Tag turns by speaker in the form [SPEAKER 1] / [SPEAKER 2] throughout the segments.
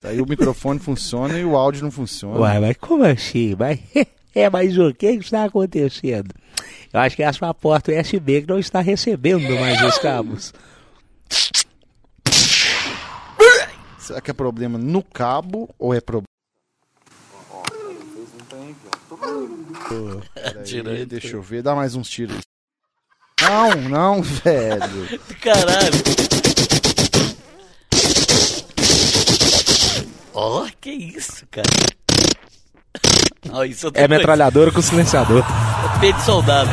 [SPEAKER 1] Tá Aí o microfone funciona e o áudio não funciona.
[SPEAKER 2] Uai, mas como assim? Mas, é, mas o que está acontecendo? Eu acho que é a sua porta USB que não está recebendo mais os cabos.
[SPEAKER 1] Será que é problema no cabo ou é problema? Peraí,
[SPEAKER 3] Direito.
[SPEAKER 1] deixa eu ver, dá mais uns tiros. Não, não, velho.
[SPEAKER 3] Caralho. Ó, que isso, cara. Ó, isso eu tô
[SPEAKER 2] É metralhadora com silenciador.
[SPEAKER 3] doido. Peito de soldado.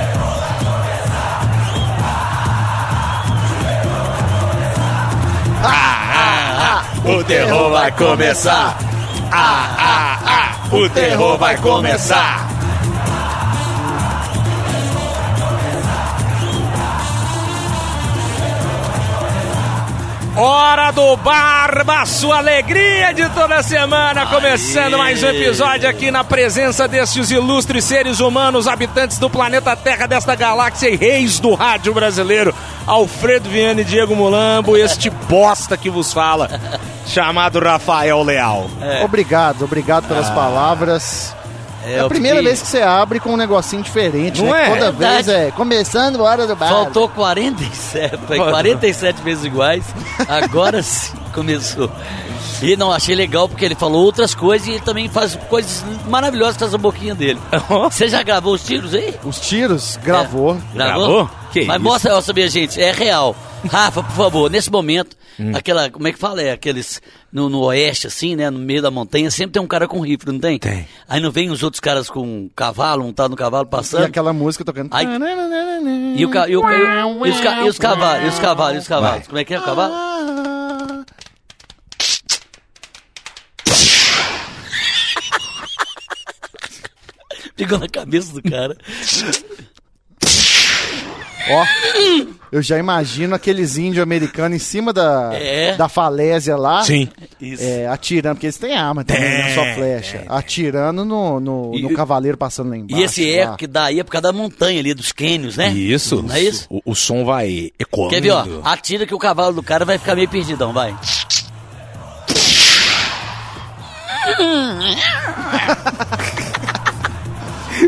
[SPEAKER 4] O terror vai começar. Ah, ah, ah. O terror vai começar.
[SPEAKER 5] Hora do Barba, sua alegria de toda semana, começando mais um episódio aqui na presença destes ilustres seres humanos, habitantes do planeta Terra, desta galáxia e reis do rádio brasileiro, Alfredo Viana e Diego Mulambo, este bosta que vos fala, chamado Rafael Leal.
[SPEAKER 1] Obrigado, obrigado pelas palavras. É a
[SPEAKER 3] Ah. eu
[SPEAKER 1] primeira
[SPEAKER 3] fiquei-
[SPEAKER 1] vez que você abre com um negocinho diferente,
[SPEAKER 5] Não
[SPEAKER 1] né?
[SPEAKER 5] é?
[SPEAKER 1] Toda
[SPEAKER 3] Verdade.
[SPEAKER 1] vez é começando hora do bar.
[SPEAKER 3] Faltou 47, foi 47 vezes iguais. Agora sim começou. E não, achei legal porque ele falou outras coisas e ele também faz coisas maravilhosas com essa boquinha dele. Você já gravou os tiros aí?
[SPEAKER 1] Os tiros, gravou.
[SPEAKER 5] Gravou? Que
[SPEAKER 3] Mas
[SPEAKER 5] isso?
[SPEAKER 3] mostra, ó, sabia, gente, é real. Rafa, por favor, nesse momento, aquela, como é que fala? É aqueles, no, no oeste, assim, né, no meio da montanha, sempre tem um cara com rifle, não tem?
[SPEAKER 2] Tem.
[SPEAKER 3] Aí não vem os outros caras com um cavalo, um tá no cavalo
[SPEAKER 1] E
[SPEAKER 3] passando.
[SPEAKER 1] aquela música tocando.
[SPEAKER 3] Ai. E, o ca- e, o ca- e os ca- e os cavalos, e os cavalos, e os cavalos. Como é que é o cavalo?
[SPEAKER 1] Ah.
[SPEAKER 3] Pegou na cabeça do cara.
[SPEAKER 1] Ó, eu já imagino aqueles índios americanos em cima da,
[SPEAKER 3] É.
[SPEAKER 1] da falésia
[SPEAKER 3] Ah,
[SPEAKER 1] lá.
[SPEAKER 2] Sim.
[SPEAKER 3] Isso.
[SPEAKER 1] É, atirando, porque eles têm arma, tem, não é só flecha. atirando no, no, no
[SPEAKER 3] E-
[SPEAKER 1] cavaleiro passando lá embaixo.
[SPEAKER 3] e esse eco
[SPEAKER 1] lá.
[SPEAKER 3] que dá aí é por causa da montanha ali, dos cânions, né?
[SPEAKER 2] Isso.
[SPEAKER 3] Não é isso?
[SPEAKER 2] O, o som vai ecoando.
[SPEAKER 3] Quer ver, ó? Atira que o cavalo do cara vai ficar meio perdidão, vai.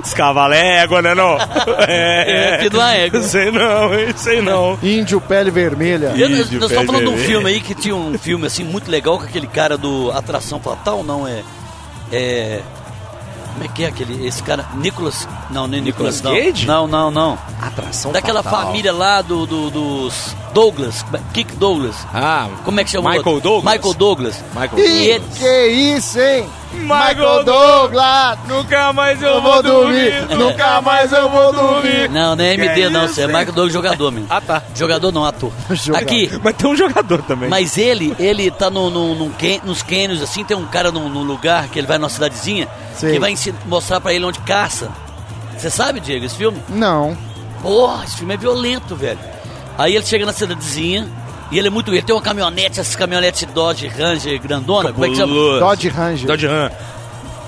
[SPEAKER 5] Esse cavalo é égua, né não?
[SPEAKER 3] Ah. É,
[SPEAKER 5] É,
[SPEAKER 3] filho de uma égua.
[SPEAKER 5] sei não, hein, sei não.
[SPEAKER 1] Índio pele vermelha.
[SPEAKER 3] Eu, nós
[SPEAKER 5] Vídeo,
[SPEAKER 3] nós estamos falando de um
[SPEAKER 5] PGV.
[SPEAKER 3] filme aí que tinha um filme assim muito legal com aquele cara do Atração Fatal, não é? É. Como é que é aquele? Esse cara. Nicolas. Não, não é Nicolas,
[SPEAKER 5] Nicolas
[SPEAKER 3] não.
[SPEAKER 5] Cage? Então tá,
[SPEAKER 3] Não, não, não.
[SPEAKER 2] Atração
[SPEAKER 3] Daquela
[SPEAKER 2] fatal.
[SPEAKER 3] família lá do, do- dos Douglas. é, Kick Douglas.
[SPEAKER 2] Ah,
[SPEAKER 3] Como é que chama o
[SPEAKER 5] Michael
[SPEAKER 3] outro?
[SPEAKER 5] Douglas?
[SPEAKER 3] Michael Douglas.
[SPEAKER 2] Michael
[SPEAKER 3] E
[SPEAKER 2] Douglas.
[SPEAKER 3] ele-
[SPEAKER 1] Que isso, hein?
[SPEAKER 5] Michael
[SPEAKER 1] Douglas!
[SPEAKER 5] Nunca mais
[SPEAKER 1] Eu vou dormir, nunca mais eu vou dormir.
[SPEAKER 3] Não, não é
[SPEAKER 5] Que
[SPEAKER 3] MD, não.
[SPEAKER 5] isso, né?
[SPEAKER 3] Você é
[SPEAKER 5] hein?
[SPEAKER 3] Michael Douglas jogador mesmo.
[SPEAKER 5] Ah, tá.
[SPEAKER 3] Jogador não, ator.
[SPEAKER 1] Jogador.
[SPEAKER 3] Aqui,
[SPEAKER 5] Mas tem um jogador também.
[SPEAKER 3] Mas ele, ele tá no, no, num can- nos cânions, assim, tem um cara num, num lugar que ele vai numa cidadezinha,
[SPEAKER 1] Sei.
[SPEAKER 3] que vai ensi- mostrar pra ele onde caça. Você sabe, Diego, esse filme?
[SPEAKER 1] Não.
[SPEAKER 3] Porra, esse filme é violento, velho. Aí ele chega na cidadezinha e ele é muito. Ele tem uma caminhonete, essas caminhonetes Dodge Ranger grandona, como é que chama?
[SPEAKER 1] Dodge Ranger.
[SPEAKER 2] Dodge Ram.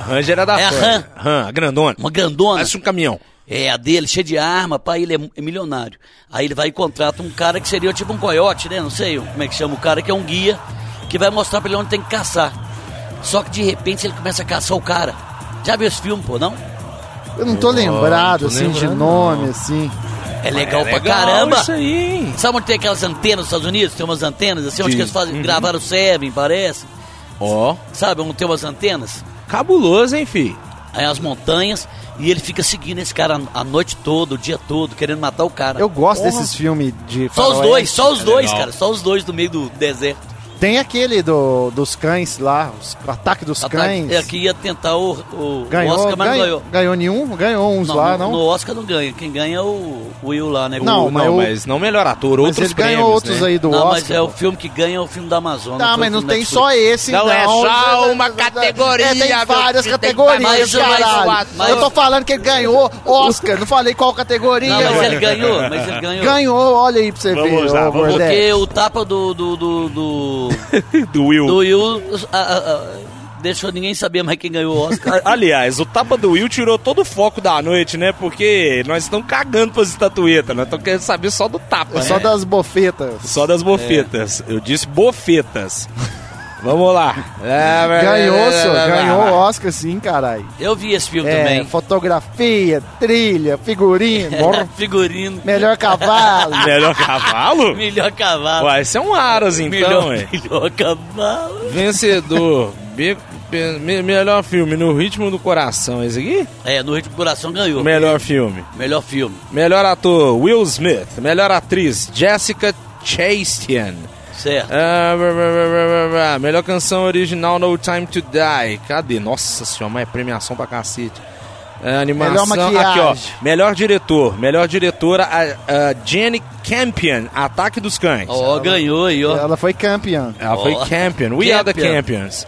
[SPEAKER 2] Ranger era da
[SPEAKER 3] É a
[SPEAKER 2] Ford. Ram, a grandona.
[SPEAKER 3] Uma grandona.
[SPEAKER 2] Parece um caminhão.
[SPEAKER 3] É, a dele, cheia de arma, pai, ele é mu- é milionário. Aí ele vai e contrata um cara que seria tipo um coiote, né? Não sei como é que chama o cara, que é um guia, que vai mostrar pra ele onde tem que caçar. Só que de repente ele começa a caçar o cara. Já viu esse filme, pô, não?
[SPEAKER 1] Eu não tô lembrado,
[SPEAKER 2] não tô
[SPEAKER 1] assim, de
[SPEAKER 2] lembrando,
[SPEAKER 1] nome, assim.
[SPEAKER 3] É legal,
[SPEAKER 5] legal
[SPEAKER 3] pra caramba.
[SPEAKER 5] Isso aí, hein?
[SPEAKER 3] Sabe onde tem aquelas antenas nos Estados Unidos? Tem umas antenas, assim, onde que eles
[SPEAKER 5] Uhum.
[SPEAKER 3] fazem, gravaram o Seven, parece.
[SPEAKER 2] Ó.
[SPEAKER 3] Sabe, onde tem umas antenas?
[SPEAKER 2] Cabuloso, hein, fi?
[SPEAKER 3] Aí as montanhas, e ele fica seguindo esse cara a a noite toda, o dia todo, querendo matar o cara.
[SPEAKER 1] Eu gosto desses filmes de
[SPEAKER 3] Só os
[SPEAKER 1] faroeste.
[SPEAKER 3] dois, só os dois,
[SPEAKER 2] legal.
[SPEAKER 3] cara. Só os dois no meio do deserto.
[SPEAKER 1] Tem aquele do, dos cães lá, os- o ataque dos
[SPEAKER 3] Ataque-
[SPEAKER 1] cães.
[SPEAKER 3] É que ia tentar o, o- o
[SPEAKER 1] Ganhou,
[SPEAKER 3] Oscar, mas
[SPEAKER 1] ganhou,
[SPEAKER 3] não ganhou.
[SPEAKER 1] ganhou nenhum, ganhou uns
[SPEAKER 3] Não,
[SPEAKER 1] lá,
[SPEAKER 3] no,
[SPEAKER 1] não.
[SPEAKER 3] no Oscar não ganha. Quem ganha é o o Will lá, né?
[SPEAKER 1] Não,
[SPEAKER 2] Não,
[SPEAKER 3] o,
[SPEAKER 1] mas
[SPEAKER 2] mas,
[SPEAKER 1] o-
[SPEAKER 2] não melhor ator,
[SPEAKER 1] Mas
[SPEAKER 2] outros
[SPEAKER 1] ele ganhou
[SPEAKER 2] prêmios,
[SPEAKER 1] outros
[SPEAKER 2] né?
[SPEAKER 1] aí do
[SPEAKER 3] não,
[SPEAKER 1] Oscar.
[SPEAKER 3] mas é o filme que ganha é o filme da Amazônia.
[SPEAKER 1] Tá,
[SPEAKER 3] foi
[SPEAKER 1] mas
[SPEAKER 3] o
[SPEAKER 1] não
[SPEAKER 3] filme da
[SPEAKER 1] tem
[SPEAKER 3] Netflix.
[SPEAKER 1] só esse, não.
[SPEAKER 2] Não, é só uma
[SPEAKER 1] É,
[SPEAKER 2] categoria,
[SPEAKER 1] tem
[SPEAKER 2] meu
[SPEAKER 1] várias
[SPEAKER 2] filho, tem
[SPEAKER 1] categorias,
[SPEAKER 3] mais- mais-
[SPEAKER 2] um,
[SPEAKER 1] caralho.
[SPEAKER 3] mais-
[SPEAKER 1] Eu tô falando que ele ganhou Oscar, não falei qual categoria.
[SPEAKER 3] Não, mas
[SPEAKER 1] ué.
[SPEAKER 3] ele ganhou, mas ele ganhou.
[SPEAKER 1] Ganhou, olha aí pra você ver.
[SPEAKER 5] Vamos lá,
[SPEAKER 1] ô,
[SPEAKER 5] vamos-
[SPEAKER 1] Bordeaux.
[SPEAKER 3] Porque o tapa do do do, do,
[SPEAKER 5] Do Will.
[SPEAKER 3] do Will a- a- a- deixou ninguém saber mais quem ganhou o Oscar.
[SPEAKER 5] A- Aliás, o tapa do Will tirou todo o foco da noite, né? Porque nós estamos cagando pras estatuetas, nós estamos querendo saber só É. do tapa,
[SPEAKER 1] Só
[SPEAKER 5] né?
[SPEAKER 1] das bofetas.
[SPEAKER 5] Só das bofetas. Eu disse bofetas.
[SPEAKER 6] Vamos lá.
[SPEAKER 5] É,
[SPEAKER 1] Ganhou, senhor. Ganhou o Oscar, sim, caralho.
[SPEAKER 3] Eu vi esse filme
[SPEAKER 1] É,
[SPEAKER 3] também.
[SPEAKER 1] fotografia, trilha, figurino,
[SPEAKER 3] Figurino.
[SPEAKER 1] melhor cavalo.
[SPEAKER 5] Melhor cavalo?
[SPEAKER 3] Melhor cavalo.
[SPEAKER 5] Uai, esse é um Aras, então,
[SPEAKER 3] melhor,
[SPEAKER 1] é.
[SPEAKER 5] hein?
[SPEAKER 3] melhor cavalo.
[SPEAKER 5] Vencedor. Be- pe- me- melhor filme, No Ritmo do Coração, esse aqui?
[SPEAKER 3] É, no Ritmo do Coração ganhou.
[SPEAKER 5] Melhor filme.
[SPEAKER 3] Melhor filme.
[SPEAKER 5] Melhor ator, Will Smith. Melhor atriz, Jessica Chastain.
[SPEAKER 3] Certo.
[SPEAKER 5] Ah, blá, blá, blá, blá, blá, blá. melhor canção original, No Time to Die. Cadê? Nossa senhora, mas é premiação pra cacete. Ah, animação.
[SPEAKER 1] maquiagem.
[SPEAKER 5] Aqui, ó. Melhor diretor. Melhor diretora, a, a Jenny Campion. Ataque dos Cães.
[SPEAKER 3] Ó, ganhou aí, ó.
[SPEAKER 1] Ela foi campeã.
[SPEAKER 5] Ela foi
[SPEAKER 3] Ó.
[SPEAKER 5] Campion. We are the
[SPEAKER 3] Campion.
[SPEAKER 5] Campions.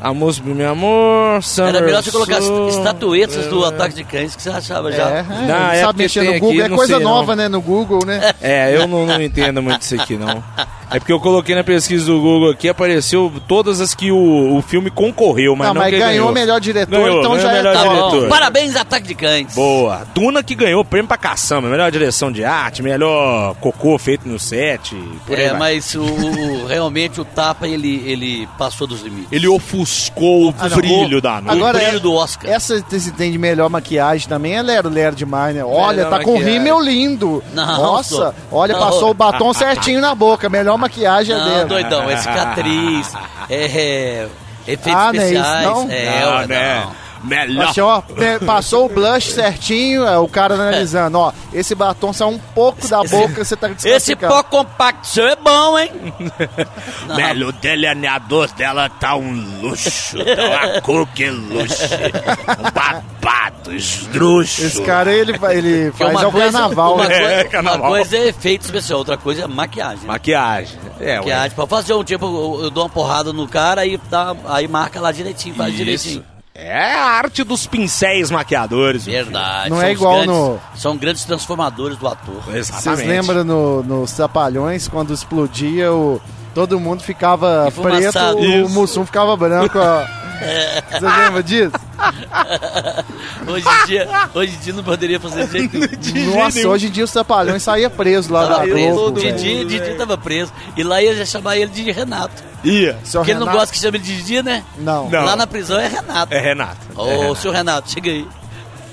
[SPEAKER 5] A música do meu amor, Summer
[SPEAKER 3] Era melhor você colocar as
[SPEAKER 5] Soul.
[SPEAKER 3] estatuetas do Ataque de Cães que você achava
[SPEAKER 1] É,
[SPEAKER 3] já.
[SPEAKER 1] é,
[SPEAKER 5] é porque
[SPEAKER 1] sabe mexer
[SPEAKER 5] tem
[SPEAKER 1] no Google.
[SPEAKER 5] aqui,
[SPEAKER 1] é
[SPEAKER 5] não
[SPEAKER 1] coisa
[SPEAKER 5] sei,
[SPEAKER 1] nova,
[SPEAKER 5] não.
[SPEAKER 1] né? No Google, né?
[SPEAKER 5] É, eu não, não entendo muito isso aqui, não. É porque eu coloquei na pesquisa do Google aqui, apareceu todas as que o, o filme concorreu, mas
[SPEAKER 1] não,
[SPEAKER 5] não,
[SPEAKER 1] mas
[SPEAKER 5] que
[SPEAKER 1] ganhou o melhor diretor,
[SPEAKER 5] Ganhou,
[SPEAKER 1] então
[SPEAKER 5] ganhou
[SPEAKER 1] já é
[SPEAKER 5] melhor
[SPEAKER 1] tá
[SPEAKER 3] Tá
[SPEAKER 1] bom.
[SPEAKER 3] bom.
[SPEAKER 5] diretor.
[SPEAKER 3] Parabéns, Ataque de Cães.
[SPEAKER 5] Boa. Duna que ganhou prêmio pra caçamba, melhor direção de arte, melhor cocô feito no set, por aí
[SPEAKER 3] É,
[SPEAKER 5] vai.
[SPEAKER 3] mas o, o- realmente o tapa ele, ele passou dos limites.
[SPEAKER 5] Ele ofuscou o
[SPEAKER 1] Ah, não.
[SPEAKER 5] brilho da noite.
[SPEAKER 1] Agora
[SPEAKER 3] o brilho
[SPEAKER 1] é-
[SPEAKER 3] do Oscar.
[SPEAKER 1] Essa esse tem de melhor maquiagem também é lero, lero demais, né? Olha,
[SPEAKER 5] Melhor
[SPEAKER 1] tá com
[SPEAKER 5] maquiagem. Tá
[SPEAKER 1] rímel lindo.
[SPEAKER 3] Não,
[SPEAKER 1] Nossa,
[SPEAKER 3] sou.
[SPEAKER 1] olha,
[SPEAKER 3] Não.
[SPEAKER 1] passou o batom certinho na boca. Melhor maquiagem é
[SPEAKER 3] Não,
[SPEAKER 1] dela.
[SPEAKER 3] doidão, é cicatriz, é, é, efeitos
[SPEAKER 1] Ah, né, isso
[SPEAKER 3] especiais.
[SPEAKER 1] não?
[SPEAKER 3] É,
[SPEAKER 5] Não,
[SPEAKER 3] ué,
[SPEAKER 5] né?
[SPEAKER 3] não.
[SPEAKER 5] Melhor.
[SPEAKER 1] Achei, ó, pe- passou o blush certinho, é, o cara analisando, ó, esse batom sai um pouco da boca, você tá
[SPEAKER 3] Esse
[SPEAKER 1] desclassificado.
[SPEAKER 3] pó compacto seu é bom, hein? Não.
[SPEAKER 7] Melo delineador dela tá um luxo, tá uma coqueluche, um babado, esdruxo.
[SPEAKER 1] Esse cara, ele, fa- ele
[SPEAKER 3] Porque
[SPEAKER 1] faz ao carnaval,
[SPEAKER 3] uma,
[SPEAKER 1] né?
[SPEAKER 3] coisa,
[SPEAKER 5] É, carnaval.
[SPEAKER 3] uma coisa é efeito especial, outra coisa é maquiagem. né?
[SPEAKER 5] Maquiagem. É, ué.
[SPEAKER 3] Maquiagem, pra fazer um tipo, eu, eu dou uma porrada no cara e dá, aí marca lá direitinho, faz
[SPEAKER 5] Isso.
[SPEAKER 3] direitinho.
[SPEAKER 5] É a arte dos pincéis maquiadores. meu filho.
[SPEAKER 3] Verdade.
[SPEAKER 1] Não
[SPEAKER 3] são
[SPEAKER 1] é
[SPEAKER 3] os
[SPEAKER 1] igual
[SPEAKER 3] grandes,
[SPEAKER 1] no-
[SPEAKER 3] São grandes transformadores do ator.
[SPEAKER 1] Vocês
[SPEAKER 5] Exatamente.
[SPEAKER 1] lembram no- nos Trapalhões, quando explodia, o, todo mundo ficava preto,
[SPEAKER 3] Enfumaçado. É.
[SPEAKER 1] o
[SPEAKER 5] Isso.
[SPEAKER 1] Mussum ficava branco. ó. Vocês lembram disso?
[SPEAKER 3] Hoje em dia, hoje em dia não poderia fazer de jeito nenhum.
[SPEAKER 1] Nossa, hoje em dia os Trapalhões saía preso lá
[SPEAKER 3] Tava
[SPEAKER 1] da
[SPEAKER 3] preso.
[SPEAKER 1] Globo. velho.
[SPEAKER 3] Tá, Didi, Didi tava preso. E lá ia chamar ele de Renato.
[SPEAKER 5] Ia.
[SPEAKER 1] Seu
[SPEAKER 3] Porque ele não
[SPEAKER 1] Renato-
[SPEAKER 3] gosta que chame de Didi, né?
[SPEAKER 1] Não.
[SPEAKER 5] Não.
[SPEAKER 3] Lá na prisão é Renato.
[SPEAKER 5] É Renato.
[SPEAKER 3] Ô,
[SPEAKER 5] é Renato.
[SPEAKER 3] seu Renato, chega aí.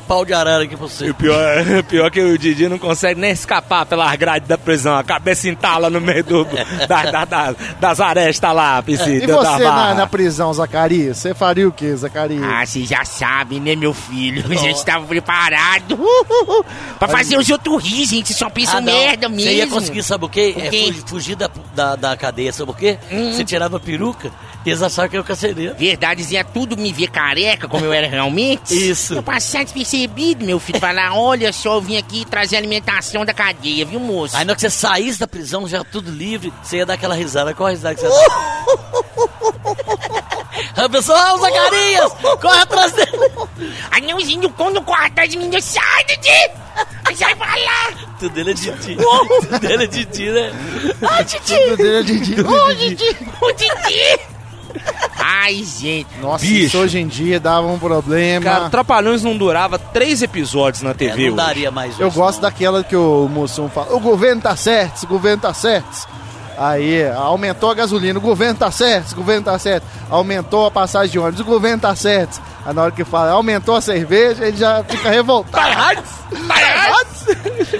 [SPEAKER 3] Pau de arara aqui pra
[SPEAKER 5] E
[SPEAKER 3] você.
[SPEAKER 5] o pior, o pior é que o Didi não consegue nem escapar pelas grades da prisão. A cabeça entala no meio do, da, da, da- das arestas lá,
[SPEAKER 1] E
[SPEAKER 5] piscina. da
[SPEAKER 1] você
[SPEAKER 5] barra.
[SPEAKER 1] na, na prisão, Zacarias? Você faria o que, Zacarias?
[SPEAKER 3] Hum.
[SPEAKER 7] Ah, você já sabe, né, meu filho? A gente tava preparado uh, uh, uh, pra fazer os outros rir, gente. Só pensam
[SPEAKER 3] Ah, não.
[SPEAKER 7] merda mesmo.
[SPEAKER 3] Você ia conseguir, sabe o quê? É
[SPEAKER 7] quê? Hum.
[SPEAKER 3] fu- fugir da, da, da cadeia, sabe o quê? Você tirava a peruca e eles achavam que era o carcereiro.
[SPEAKER 7] Verdades ia tudo me ver careca, como eu era realmente.
[SPEAKER 3] Isso.
[SPEAKER 7] Eu passar despercebido, meu filho. Falar, olha só, eu vim aqui trazer a alimentação da cadeia, viu, moço?
[SPEAKER 3] Aí na hora que você saísse da prisão, já tudo livre, você ia dar aquela risada. Qual a risada que você dá? A pessoa, ah, o Zacarias! Corre atrás dele!
[SPEAKER 7] Anãozinho, quando cortar de mim, eu sai, Didi! Sai pra lá!
[SPEAKER 3] Tudo dele é Didi. Tudo dele é Didi, né?
[SPEAKER 7] Ai, Didi!
[SPEAKER 1] Tudo dele é Didi.
[SPEAKER 7] Ô, Didi! Ô, Didi! Ai, gente.
[SPEAKER 1] Nossa,
[SPEAKER 5] Bicho.
[SPEAKER 1] isso hoje em dia dava um problema.
[SPEAKER 5] Cara, Trapalhões não durava três episódios na
[SPEAKER 3] É,
[SPEAKER 5] TV.
[SPEAKER 3] não
[SPEAKER 5] hoje.
[SPEAKER 3] daria mais
[SPEAKER 1] Eu
[SPEAKER 3] hoje,
[SPEAKER 1] gosto
[SPEAKER 3] não.
[SPEAKER 1] daquela que o Mussum fala: o governo tá certo, o governo tá certo. Aí, aumentou a gasolina, o governo tá certo, o governo tá certo. Aumentou a passagem de ônibus, o governo tá certo. Aí na hora que fala, aumentou a cerveja, ele já fica revoltado.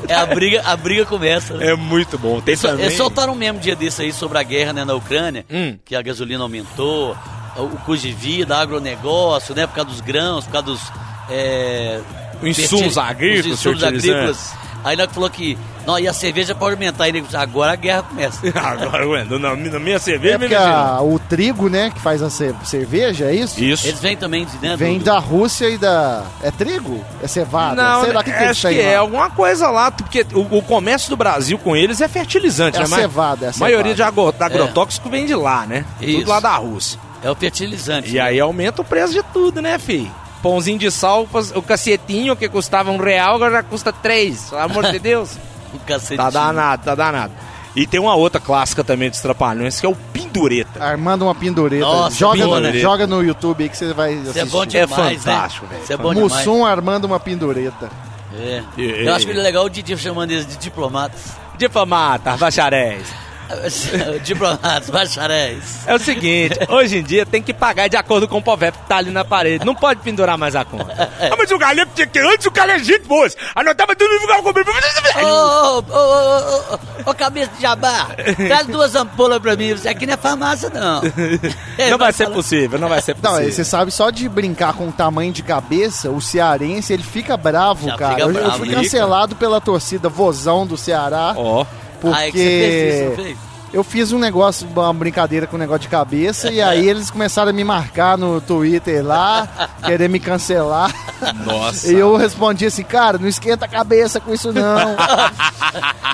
[SPEAKER 3] É, a briga, a briga começa, né?
[SPEAKER 5] É muito bom. Tem
[SPEAKER 3] Só-
[SPEAKER 5] também.
[SPEAKER 3] Eles soltaram um mesmo dia desse aí sobre a guerra né, na Ucrânia,
[SPEAKER 5] Hum.
[SPEAKER 3] que a gasolina aumentou, o custo de vida, agronegócio, né? Por causa dos grãos, por causa dos. É,
[SPEAKER 5] Insumos
[SPEAKER 3] fertil-
[SPEAKER 5] agrícolas,
[SPEAKER 3] os insumos
[SPEAKER 5] fertilizantes.
[SPEAKER 3] agrícolas. Aí nós falou que. Não, e a cerveja pode aumentar. Aí, nego, agora a guerra começa.
[SPEAKER 5] Agora, ué, na, na minha
[SPEAKER 1] É
[SPEAKER 5] cerveja,
[SPEAKER 1] porque
[SPEAKER 5] minha menina.
[SPEAKER 1] a- o trigo, né, que faz a ce- cerveja, é isso?
[SPEAKER 5] Isso.
[SPEAKER 3] Eles vêm também de
[SPEAKER 5] é
[SPEAKER 3] dentro.
[SPEAKER 1] Vem da Rússia e da. É trigo? É cevada?
[SPEAKER 5] Não,
[SPEAKER 1] Sei lá o que, que eles
[SPEAKER 5] acho que
[SPEAKER 1] têm
[SPEAKER 5] é
[SPEAKER 1] lá.
[SPEAKER 5] alguma coisa lá, porque o, o comércio do Brasil com eles é fertilizante,
[SPEAKER 1] É
[SPEAKER 5] né?
[SPEAKER 1] a cevada, é a
[SPEAKER 5] a maioria
[SPEAKER 1] cevada.
[SPEAKER 5] de agro- agrotóxico vem de lá, né?
[SPEAKER 3] Isso.
[SPEAKER 5] Tudo lá da Rússia.
[SPEAKER 3] É o fertilizante.
[SPEAKER 5] E aí aumenta o preço de tudo, né, fi? Pãozinho de sal, o cacetinho que custava um real, agora já custa três. Pelo amor de Deus.
[SPEAKER 3] O cacete.
[SPEAKER 5] tá danado, tá danado. E tem uma outra clássica também dos Trapalhões, que é o Pindureta.
[SPEAKER 1] Armando uma pendureta.
[SPEAKER 3] Nossa,
[SPEAKER 1] joga,
[SPEAKER 3] pendureta.
[SPEAKER 1] No, joga no YouTube aí que você vai
[SPEAKER 3] Isso é
[SPEAKER 1] assistir.
[SPEAKER 3] bom
[SPEAKER 5] É
[SPEAKER 3] demais, né?
[SPEAKER 5] fantástico, velho.
[SPEAKER 3] Isso é bom demais.
[SPEAKER 1] Mussum armando uma pendureta.
[SPEAKER 3] É.
[SPEAKER 5] E-
[SPEAKER 3] Eu acho que ele é legal o Didi chamando eles de diplomatas.
[SPEAKER 5] Diplomatas, bacharéis.
[SPEAKER 3] Diplomados, bacharéis.
[SPEAKER 5] É o seguinte, hoje em dia tem que pagar de acordo com o POVEP que tá ali na parede. Não pode pendurar mais a conta.
[SPEAKER 8] Ah, mas o Galego tinha que antes o cara é gente, moço. Anotava tudo e ficava comigo.
[SPEAKER 3] Ô, ô, ô, ô, ô, ô, cabeça de jabá, traz duas ampolas pra mim. Isso aqui não é farmácia, não.
[SPEAKER 5] Não vai ser possível, não vai ser
[SPEAKER 1] Não,
[SPEAKER 5] possível.
[SPEAKER 1] aí você sabe, só de brincar com o tamanho de cabeça, o cearense, ele fica bravo,
[SPEAKER 3] Já
[SPEAKER 1] cara.
[SPEAKER 3] fica
[SPEAKER 1] eu, eu
[SPEAKER 3] bravo,
[SPEAKER 1] fui
[SPEAKER 3] fica.
[SPEAKER 1] cancelado pela torcida Vozão do Ceará,
[SPEAKER 5] Ó,
[SPEAKER 1] porque...
[SPEAKER 3] Ah, é que você fez isso, não fez?
[SPEAKER 1] Eu fiz um negócio, uma brincadeira com um negócio de cabeça, e aí eles começaram a me marcar no Twitter lá, querer me cancelar.
[SPEAKER 5] nossa.
[SPEAKER 1] E eu respondi assim, cara, não esquenta a cabeça com isso não.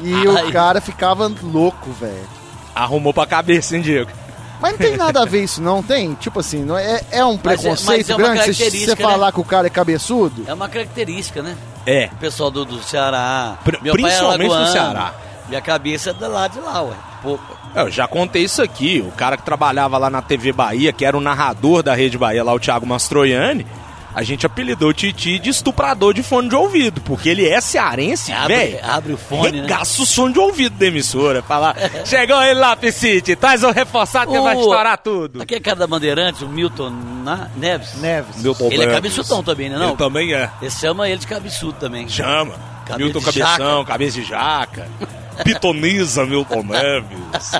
[SPEAKER 1] e o
[SPEAKER 3] Ai.
[SPEAKER 1] cara ficava louco, velho.
[SPEAKER 5] Arrumou pra cabeça, hein, Diego?
[SPEAKER 1] Mas não tem nada a ver isso, não tem? Tipo assim, não é, é um
[SPEAKER 3] Mas é- mas
[SPEAKER 1] preconceito
[SPEAKER 3] é uma
[SPEAKER 1] grande se
[SPEAKER 3] característica,
[SPEAKER 1] você
[SPEAKER 3] né?
[SPEAKER 1] falar que o cara é cabeçudo?
[SPEAKER 3] É uma característica, né?
[SPEAKER 5] É.
[SPEAKER 3] O pessoal do, do Ceará.
[SPEAKER 5] Pri-
[SPEAKER 3] meu pai é
[SPEAKER 5] principalmente do
[SPEAKER 3] alagoano,
[SPEAKER 5] Ceará.
[SPEAKER 3] E a cabeça é do lado de lá, ué. Pô,
[SPEAKER 5] É, Eu já contei isso aqui. O cara que trabalhava lá na TV Bahia, que era o narrador da Rede Bahia, lá o Thiago Mastroianni, a gente apelidou o Titi de estuprador de fone de ouvido, porque ele é cearense,
[SPEAKER 3] abre,
[SPEAKER 5] velho.
[SPEAKER 3] abre o fone, né?
[SPEAKER 5] Regaça o som de ouvido da emissora. Falar, chegou ele lá, Piscite, traz o reforçado que vai
[SPEAKER 3] O-
[SPEAKER 5] estourar tudo.
[SPEAKER 3] Aquele é cara da Bandeirantes, o Milton Na- Neves.
[SPEAKER 1] Neves.
[SPEAKER 3] Ele é cabeçudão também, né? Não?
[SPEAKER 5] Ele também é.
[SPEAKER 3] Ele chama ele de cabeçudo também.
[SPEAKER 5] Chama.
[SPEAKER 3] Cabeça
[SPEAKER 5] Milton
[SPEAKER 3] de
[SPEAKER 5] Cabeção, cabeça de jaca. Pitoniza Milton Neves.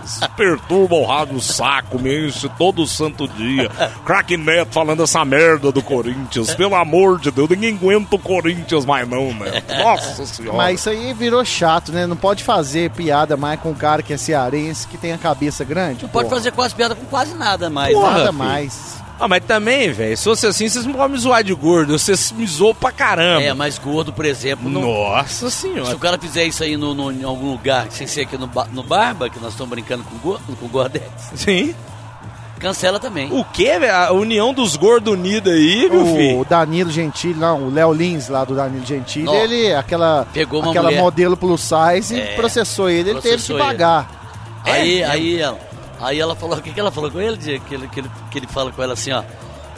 [SPEAKER 5] Isso Perturba o rádio saco, me enche todo santo dia. Crack Neto falando essa merda do Corinthians. Pelo amor de Deus, ninguém aguenta o Corinthians mais não, Neto. Nossa senhora.
[SPEAKER 1] Mas isso aí virou chato, né? Não pode fazer piada mais com um cara que é cearense, que tem a cabeça grande.
[SPEAKER 3] Não pode
[SPEAKER 1] porra.
[SPEAKER 3] fazer quase piada com quase nada mais.
[SPEAKER 5] Porra,
[SPEAKER 3] né?
[SPEAKER 1] nada
[SPEAKER 5] filho.
[SPEAKER 1] mais.
[SPEAKER 5] Ah, mas também, velho, se fosse assim, vocês não podem me zoar de gordo. Vocês me zoam pra caramba.
[SPEAKER 3] É, mas gordo, por exemplo, não-
[SPEAKER 5] Nossa
[SPEAKER 3] se
[SPEAKER 5] senhora.
[SPEAKER 3] o cara fizer isso aí no, no- em algum lugar, sem ser aqui no, ba- no Barba, que nós estamos brincando com, go, com Gordex,
[SPEAKER 5] Sim.
[SPEAKER 3] cancela também.
[SPEAKER 5] O quê, velho? A união dos gordos unida aí, meu filho.
[SPEAKER 1] O Danilo Gentili, não, o Léo Lins lá do Danilo Gentili,
[SPEAKER 3] Ó.
[SPEAKER 1] ele, aquela,
[SPEAKER 3] Pegou uma
[SPEAKER 1] aquela
[SPEAKER 3] mulher. É,
[SPEAKER 1] modelo plus size, processou ele, ele
[SPEAKER 3] processou
[SPEAKER 1] teve que
[SPEAKER 3] ele.
[SPEAKER 1] pagar.
[SPEAKER 3] Aí, aí, ela, aí ela falou, o que, que ela falou com ele, Diego? Que ele, que, ele, que ele fala com ela assim, ó.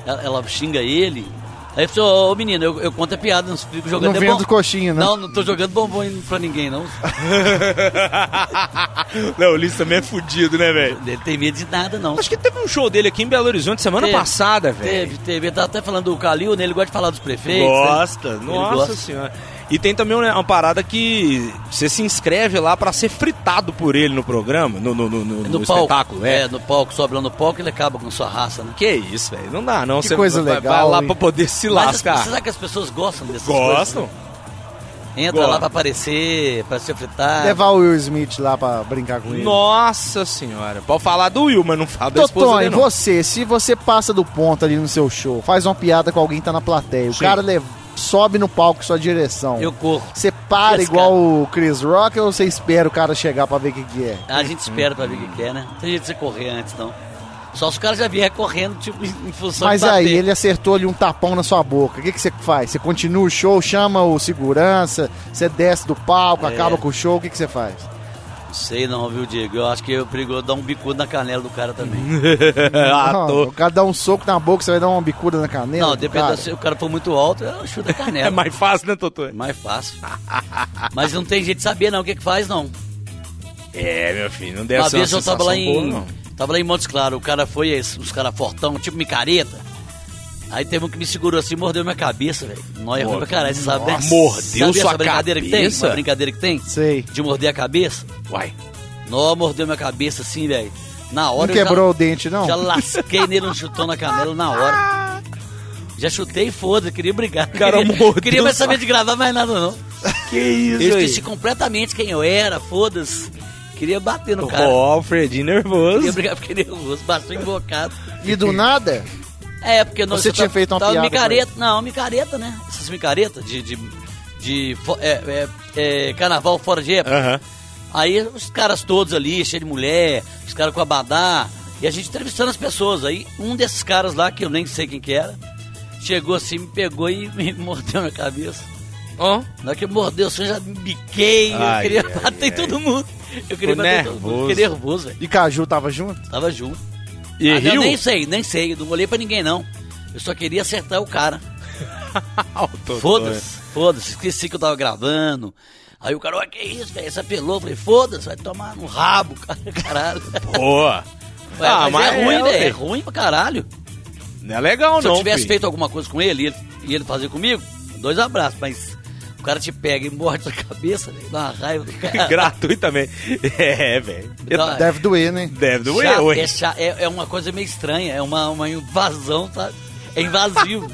[SPEAKER 3] Ela, ela xinga ele. Aí ele falou, ô menino, eu, eu conto a piada, não fico jogando
[SPEAKER 1] não
[SPEAKER 3] é
[SPEAKER 1] vendo
[SPEAKER 3] bom-
[SPEAKER 1] coxinha, né?
[SPEAKER 3] Não, não tô jogando bombom aí pra ninguém, não.
[SPEAKER 5] Não, o Ulisses também é fudido, né, velho?
[SPEAKER 3] Ele tem medo de nada, não.
[SPEAKER 5] Acho que teve um show dele aqui em Belo Horizonte semana
[SPEAKER 3] Teve,
[SPEAKER 5] passada, velho.
[SPEAKER 3] Teve, teve. Ele tava até falando do Calil, né? Ele gosta de falar dos prefeitos. né?
[SPEAKER 5] Gosta,
[SPEAKER 3] Ele
[SPEAKER 5] nossa
[SPEAKER 3] gosta.
[SPEAKER 5] senhora. E tem também uma uma parada que você se inscreve lá pra ser fritado por ele no programa, no, no, no, no-
[SPEAKER 3] É
[SPEAKER 5] no espetáculo,
[SPEAKER 3] é.
[SPEAKER 5] é.
[SPEAKER 3] no palco, sobe lá no palco ele acaba com sua raça, né?
[SPEAKER 5] Que isso, velho. Não dá, não.
[SPEAKER 1] Que
[SPEAKER 5] Você
[SPEAKER 1] coisa
[SPEAKER 5] vai, vai
[SPEAKER 1] legal,
[SPEAKER 5] lá
[SPEAKER 1] hein?
[SPEAKER 5] pra poder se
[SPEAKER 3] Mas
[SPEAKER 5] lascar.
[SPEAKER 3] será que as pessoas gostam dessas coisas?
[SPEAKER 5] Gostam?
[SPEAKER 3] Entra
[SPEAKER 5] Gostam.
[SPEAKER 3] lá pra aparecer, pra se fritar.
[SPEAKER 1] Levar o Will Smith lá pra brincar com ele.
[SPEAKER 5] Nossa senhora. Pode falar do Will, mas não fala da esposa
[SPEAKER 1] Totone,
[SPEAKER 5] dele, não.
[SPEAKER 1] você, se você passa do ponto ali no seu show, faz uma piada com alguém que tá na plateia, o
[SPEAKER 5] Sim.
[SPEAKER 1] cara le- sobe no palco em sua direção.
[SPEAKER 3] Eu corro.
[SPEAKER 1] Você para
[SPEAKER 3] Esse
[SPEAKER 1] igual o Chris Rock ou você espera o cara chegar pra ver o que, que é?
[SPEAKER 3] A
[SPEAKER 5] Uhum.
[SPEAKER 3] gente espera pra ver o que que é, né? Não tem jeito de você correr antes, não. Só se o cara já vier correndo, tipo, em função
[SPEAKER 1] Mas
[SPEAKER 3] de bater.
[SPEAKER 1] aí ele acertou ali um tapão na sua boca. O que, que você faz? Você continua o show, chama o segurança, você desce do palco,
[SPEAKER 3] É.
[SPEAKER 1] acaba com o show, o que, que você faz?
[SPEAKER 3] Não sei não, viu, Diego? Eu acho que é perigoso dar um bicudo na canela do cara também.
[SPEAKER 5] ah,
[SPEAKER 1] Não,
[SPEAKER 5] tô.
[SPEAKER 1] O cara dá um soco na boca, você vai dar uma bicuda na canela.
[SPEAKER 3] não,
[SPEAKER 1] do
[SPEAKER 3] depende
[SPEAKER 1] cara.
[SPEAKER 3] da- se o cara for muito alto, eu chuto a canela.
[SPEAKER 5] É mais fácil, né,
[SPEAKER 3] É
[SPEAKER 5] Totone?
[SPEAKER 3] mais fácil. Mas não tem jeito de saber, não, o que que faz, não.
[SPEAKER 5] É, meu filho, não deve
[SPEAKER 3] Uma
[SPEAKER 5] ser uma
[SPEAKER 3] vez eu tava lá
[SPEAKER 5] sensação
[SPEAKER 3] em.
[SPEAKER 5] boa, não.
[SPEAKER 3] tava lá em Montes Claros, o cara foi, esse- os caras fortão, tipo micareta. Aí teve um que me segurou assim, mordeu minha cabeça, velho. Nóia ruim pra caralho, você sabe, né?
[SPEAKER 5] Nossa, mordeu
[SPEAKER 3] Sabe
[SPEAKER 5] sua
[SPEAKER 3] essa brincadeira que tem?
[SPEAKER 5] cabeça?
[SPEAKER 3] Uma brincadeira que tem?
[SPEAKER 1] Sei.
[SPEAKER 3] De morder a cabeça?
[SPEAKER 5] Uai.
[SPEAKER 3] Nó, mordeu minha cabeça assim, velho. Na
[SPEAKER 1] Não
[SPEAKER 3] hora eu já-
[SPEAKER 1] quebrou o dente, não?
[SPEAKER 3] já, lasquei nele um chutão na canela na hora. Já chutei, foda, queria brigar.
[SPEAKER 5] Cara,
[SPEAKER 3] queria,
[SPEAKER 5] mordeu
[SPEAKER 3] queria mais
[SPEAKER 5] sua-
[SPEAKER 3] saber de gravar mais nada, não.
[SPEAKER 5] Que isso,
[SPEAKER 3] Eu esqueci completamente quem eu era, foda-se. Queria bater no cara.
[SPEAKER 5] Ó, o Fredinho
[SPEAKER 3] Queria
[SPEAKER 5] nervoso.
[SPEAKER 3] brigar porque nervoso, bastou invocado.
[SPEAKER 1] E do nada?
[SPEAKER 3] É, porque nós
[SPEAKER 1] Você tinha
[SPEAKER 3] tava-
[SPEAKER 1] feito uma
[SPEAKER 3] tava
[SPEAKER 1] piada
[SPEAKER 3] micareta, não, micareta, né? Essas micaretas de, de, de fo- é, é, é, carnaval fora de época.
[SPEAKER 5] Aham.
[SPEAKER 3] Aí os caras todos ali, cheio de mulher, os caras com abadá, e a gente entrevistando as pessoas. Aí um desses caras lá, que eu nem sei quem que era, chegou assim, me pegou e me mordeu na cabeça.
[SPEAKER 5] Ó.
[SPEAKER 3] Na hora que mordeu, assim, eu já me biquei,
[SPEAKER 5] Ai,
[SPEAKER 3] eu queria
[SPEAKER 5] ai,
[SPEAKER 3] bater em todo mundo. Eu
[SPEAKER 5] Ficou
[SPEAKER 3] queria bater em todo mundo,
[SPEAKER 5] nervoso.
[SPEAKER 3] fiquei nervoso, velho.
[SPEAKER 1] E Caju tava junto?
[SPEAKER 3] Tava junto.
[SPEAKER 5] E
[SPEAKER 3] Mas Eu
[SPEAKER 5] riu?
[SPEAKER 3] nem sei, nem sei, eu não olhei pra ninguém não. Eu só queria acertar o cara.
[SPEAKER 5] Alto,
[SPEAKER 3] Foda-se, foda-se, esqueci que eu tava gravando. Aí o cara, olha que isso, velho, essa pelou. Eu falei, foda-se, vai tomar no rabo, cara, caralho.
[SPEAKER 5] Boa.
[SPEAKER 3] Ué,
[SPEAKER 5] Ah,
[SPEAKER 3] mas,
[SPEAKER 5] mas
[SPEAKER 3] é ruim,
[SPEAKER 5] é,
[SPEAKER 3] né? É
[SPEAKER 5] velho.
[SPEAKER 3] ruim pra caralho.
[SPEAKER 5] Não é legal,
[SPEAKER 3] Se
[SPEAKER 5] não.
[SPEAKER 3] eu tivesse
[SPEAKER 5] filho.
[SPEAKER 3] feito alguma coisa com ele e ele, e ele fazer comigo, dois abraços, mas o cara te pega e morde a cabeça, velho, dá uma raiva do cara.
[SPEAKER 5] Gratuitamente. É, velho.
[SPEAKER 3] Dá-
[SPEAKER 1] Deve doer, né?
[SPEAKER 5] Deve doer,
[SPEAKER 3] Chato,
[SPEAKER 5] ué.
[SPEAKER 3] é, cha- é- é uma coisa meio estranha, é uma, uma invasão, sabe? É invasivo.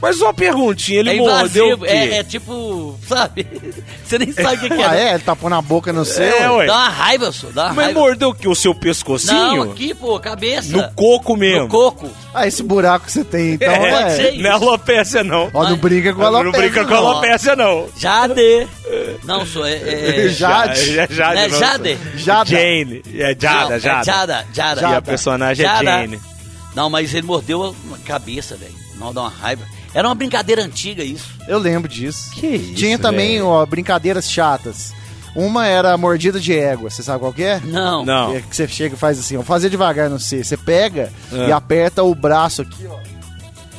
[SPEAKER 5] Mas só uma perguntinha, ele
[SPEAKER 3] é
[SPEAKER 5] mordeu o
[SPEAKER 3] invasivo,
[SPEAKER 5] quê?
[SPEAKER 3] é, é tipo, sabe? Você nem sabe o que, que
[SPEAKER 1] Ah,
[SPEAKER 3] é.
[SPEAKER 1] é? Ele tapou na boca no seu?
[SPEAKER 5] É, ué.
[SPEAKER 3] Dá uma raiva, senhor, dá uma
[SPEAKER 5] Mas
[SPEAKER 3] raiva.
[SPEAKER 5] mordeu o quê? O seu
[SPEAKER 3] Não,
[SPEAKER 5] pescocinho?
[SPEAKER 3] aqui, pô, cabeça.
[SPEAKER 5] No coco mesmo.
[SPEAKER 3] No coco.
[SPEAKER 1] Ah, esse buraco que você tem, então,
[SPEAKER 5] É,
[SPEAKER 3] pode
[SPEAKER 1] é.
[SPEAKER 3] ser.
[SPEAKER 5] Não é alopecia, não.
[SPEAKER 1] Ó, não briga com a
[SPEAKER 5] Não
[SPEAKER 1] alopecia,
[SPEAKER 5] brinca com a
[SPEAKER 3] não.
[SPEAKER 5] alopecia, não.
[SPEAKER 3] Jade. Não, senhor, é... é...
[SPEAKER 1] Jade.
[SPEAKER 5] É Jade.
[SPEAKER 3] Não é
[SPEAKER 5] não.
[SPEAKER 3] Jade?
[SPEAKER 1] Jada.
[SPEAKER 5] Jane. É
[SPEAKER 3] Não,
[SPEAKER 5] Jada,
[SPEAKER 3] é
[SPEAKER 5] Jada.
[SPEAKER 3] Jada, Jada.
[SPEAKER 5] E a personagem é
[SPEAKER 3] Jada.
[SPEAKER 5] Jane.
[SPEAKER 3] Não, mas ele mordeu a cabeça, velho. Não, dá uma raiva. Era uma brincadeira antiga isso.
[SPEAKER 1] Eu lembro disso.
[SPEAKER 5] Que isso,
[SPEAKER 1] Tinha também,
[SPEAKER 5] velho.
[SPEAKER 1] ó, brincadeiras chatas. Uma era a mordida de égua, você sabe qual que é?
[SPEAKER 3] Não.
[SPEAKER 5] Não.
[SPEAKER 1] É que você chega e faz assim, ó, fazer devagar, não sei. Você pega
[SPEAKER 5] Ah.
[SPEAKER 1] e aperta o braço aqui, ó.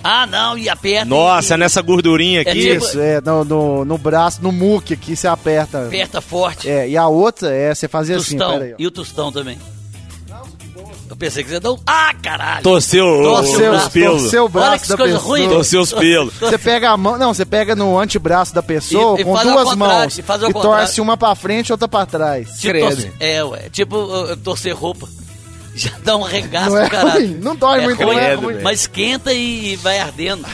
[SPEAKER 3] Ah, não, e aperta.
[SPEAKER 5] Nossa, né? nessa gordurinha
[SPEAKER 3] É
[SPEAKER 5] aqui.
[SPEAKER 3] tipo-
[SPEAKER 1] Isso, é, no, no, no braço, no muque aqui, você aperta.
[SPEAKER 3] Aperta forte.
[SPEAKER 1] É, e a outra é você fazer assim,
[SPEAKER 3] Tostão.
[SPEAKER 1] peraí. ó.
[SPEAKER 3] e o Tostão também. Eu pensei que você ia dar um. Ah, caralho!
[SPEAKER 5] Torceu o-
[SPEAKER 1] Torceu,
[SPEAKER 5] os
[SPEAKER 3] Torceu braço,
[SPEAKER 5] pelos.
[SPEAKER 1] torceu o braço
[SPEAKER 3] Olha que
[SPEAKER 1] da
[SPEAKER 3] coisa
[SPEAKER 1] pessoa.
[SPEAKER 3] ruim, velho.
[SPEAKER 5] Torceu os pelos.
[SPEAKER 1] Você pega a mão, não, você pega no antebraço da pessoa
[SPEAKER 3] E- e
[SPEAKER 1] com
[SPEAKER 3] faz ao
[SPEAKER 1] duas
[SPEAKER 3] contrário,
[SPEAKER 1] mãos
[SPEAKER 3] e faz ao
[SPEAKER 1] torce
[SPEAKER 3] contrário.
[SPEAKER 1] uma pra frente e outra pra trás.
[SPEAKER 3] Tipo,
[SPEAKER 5] Credo.
[SPEAKER 3] torcer- é, ué. Tipo, uh, torcer roupa. Já dá um regaço,
[SPEAKER 1] Não é
[SPEAKER 3] caralho.
[SPEAKER 1] ruim, não dói muito, não é
[SPEAKER 5] credo,
[SPEAKER 1] ruim.
[SPEAKER 5] velho.
[SPEAKER 3] Mas esquenta e vai ardendo.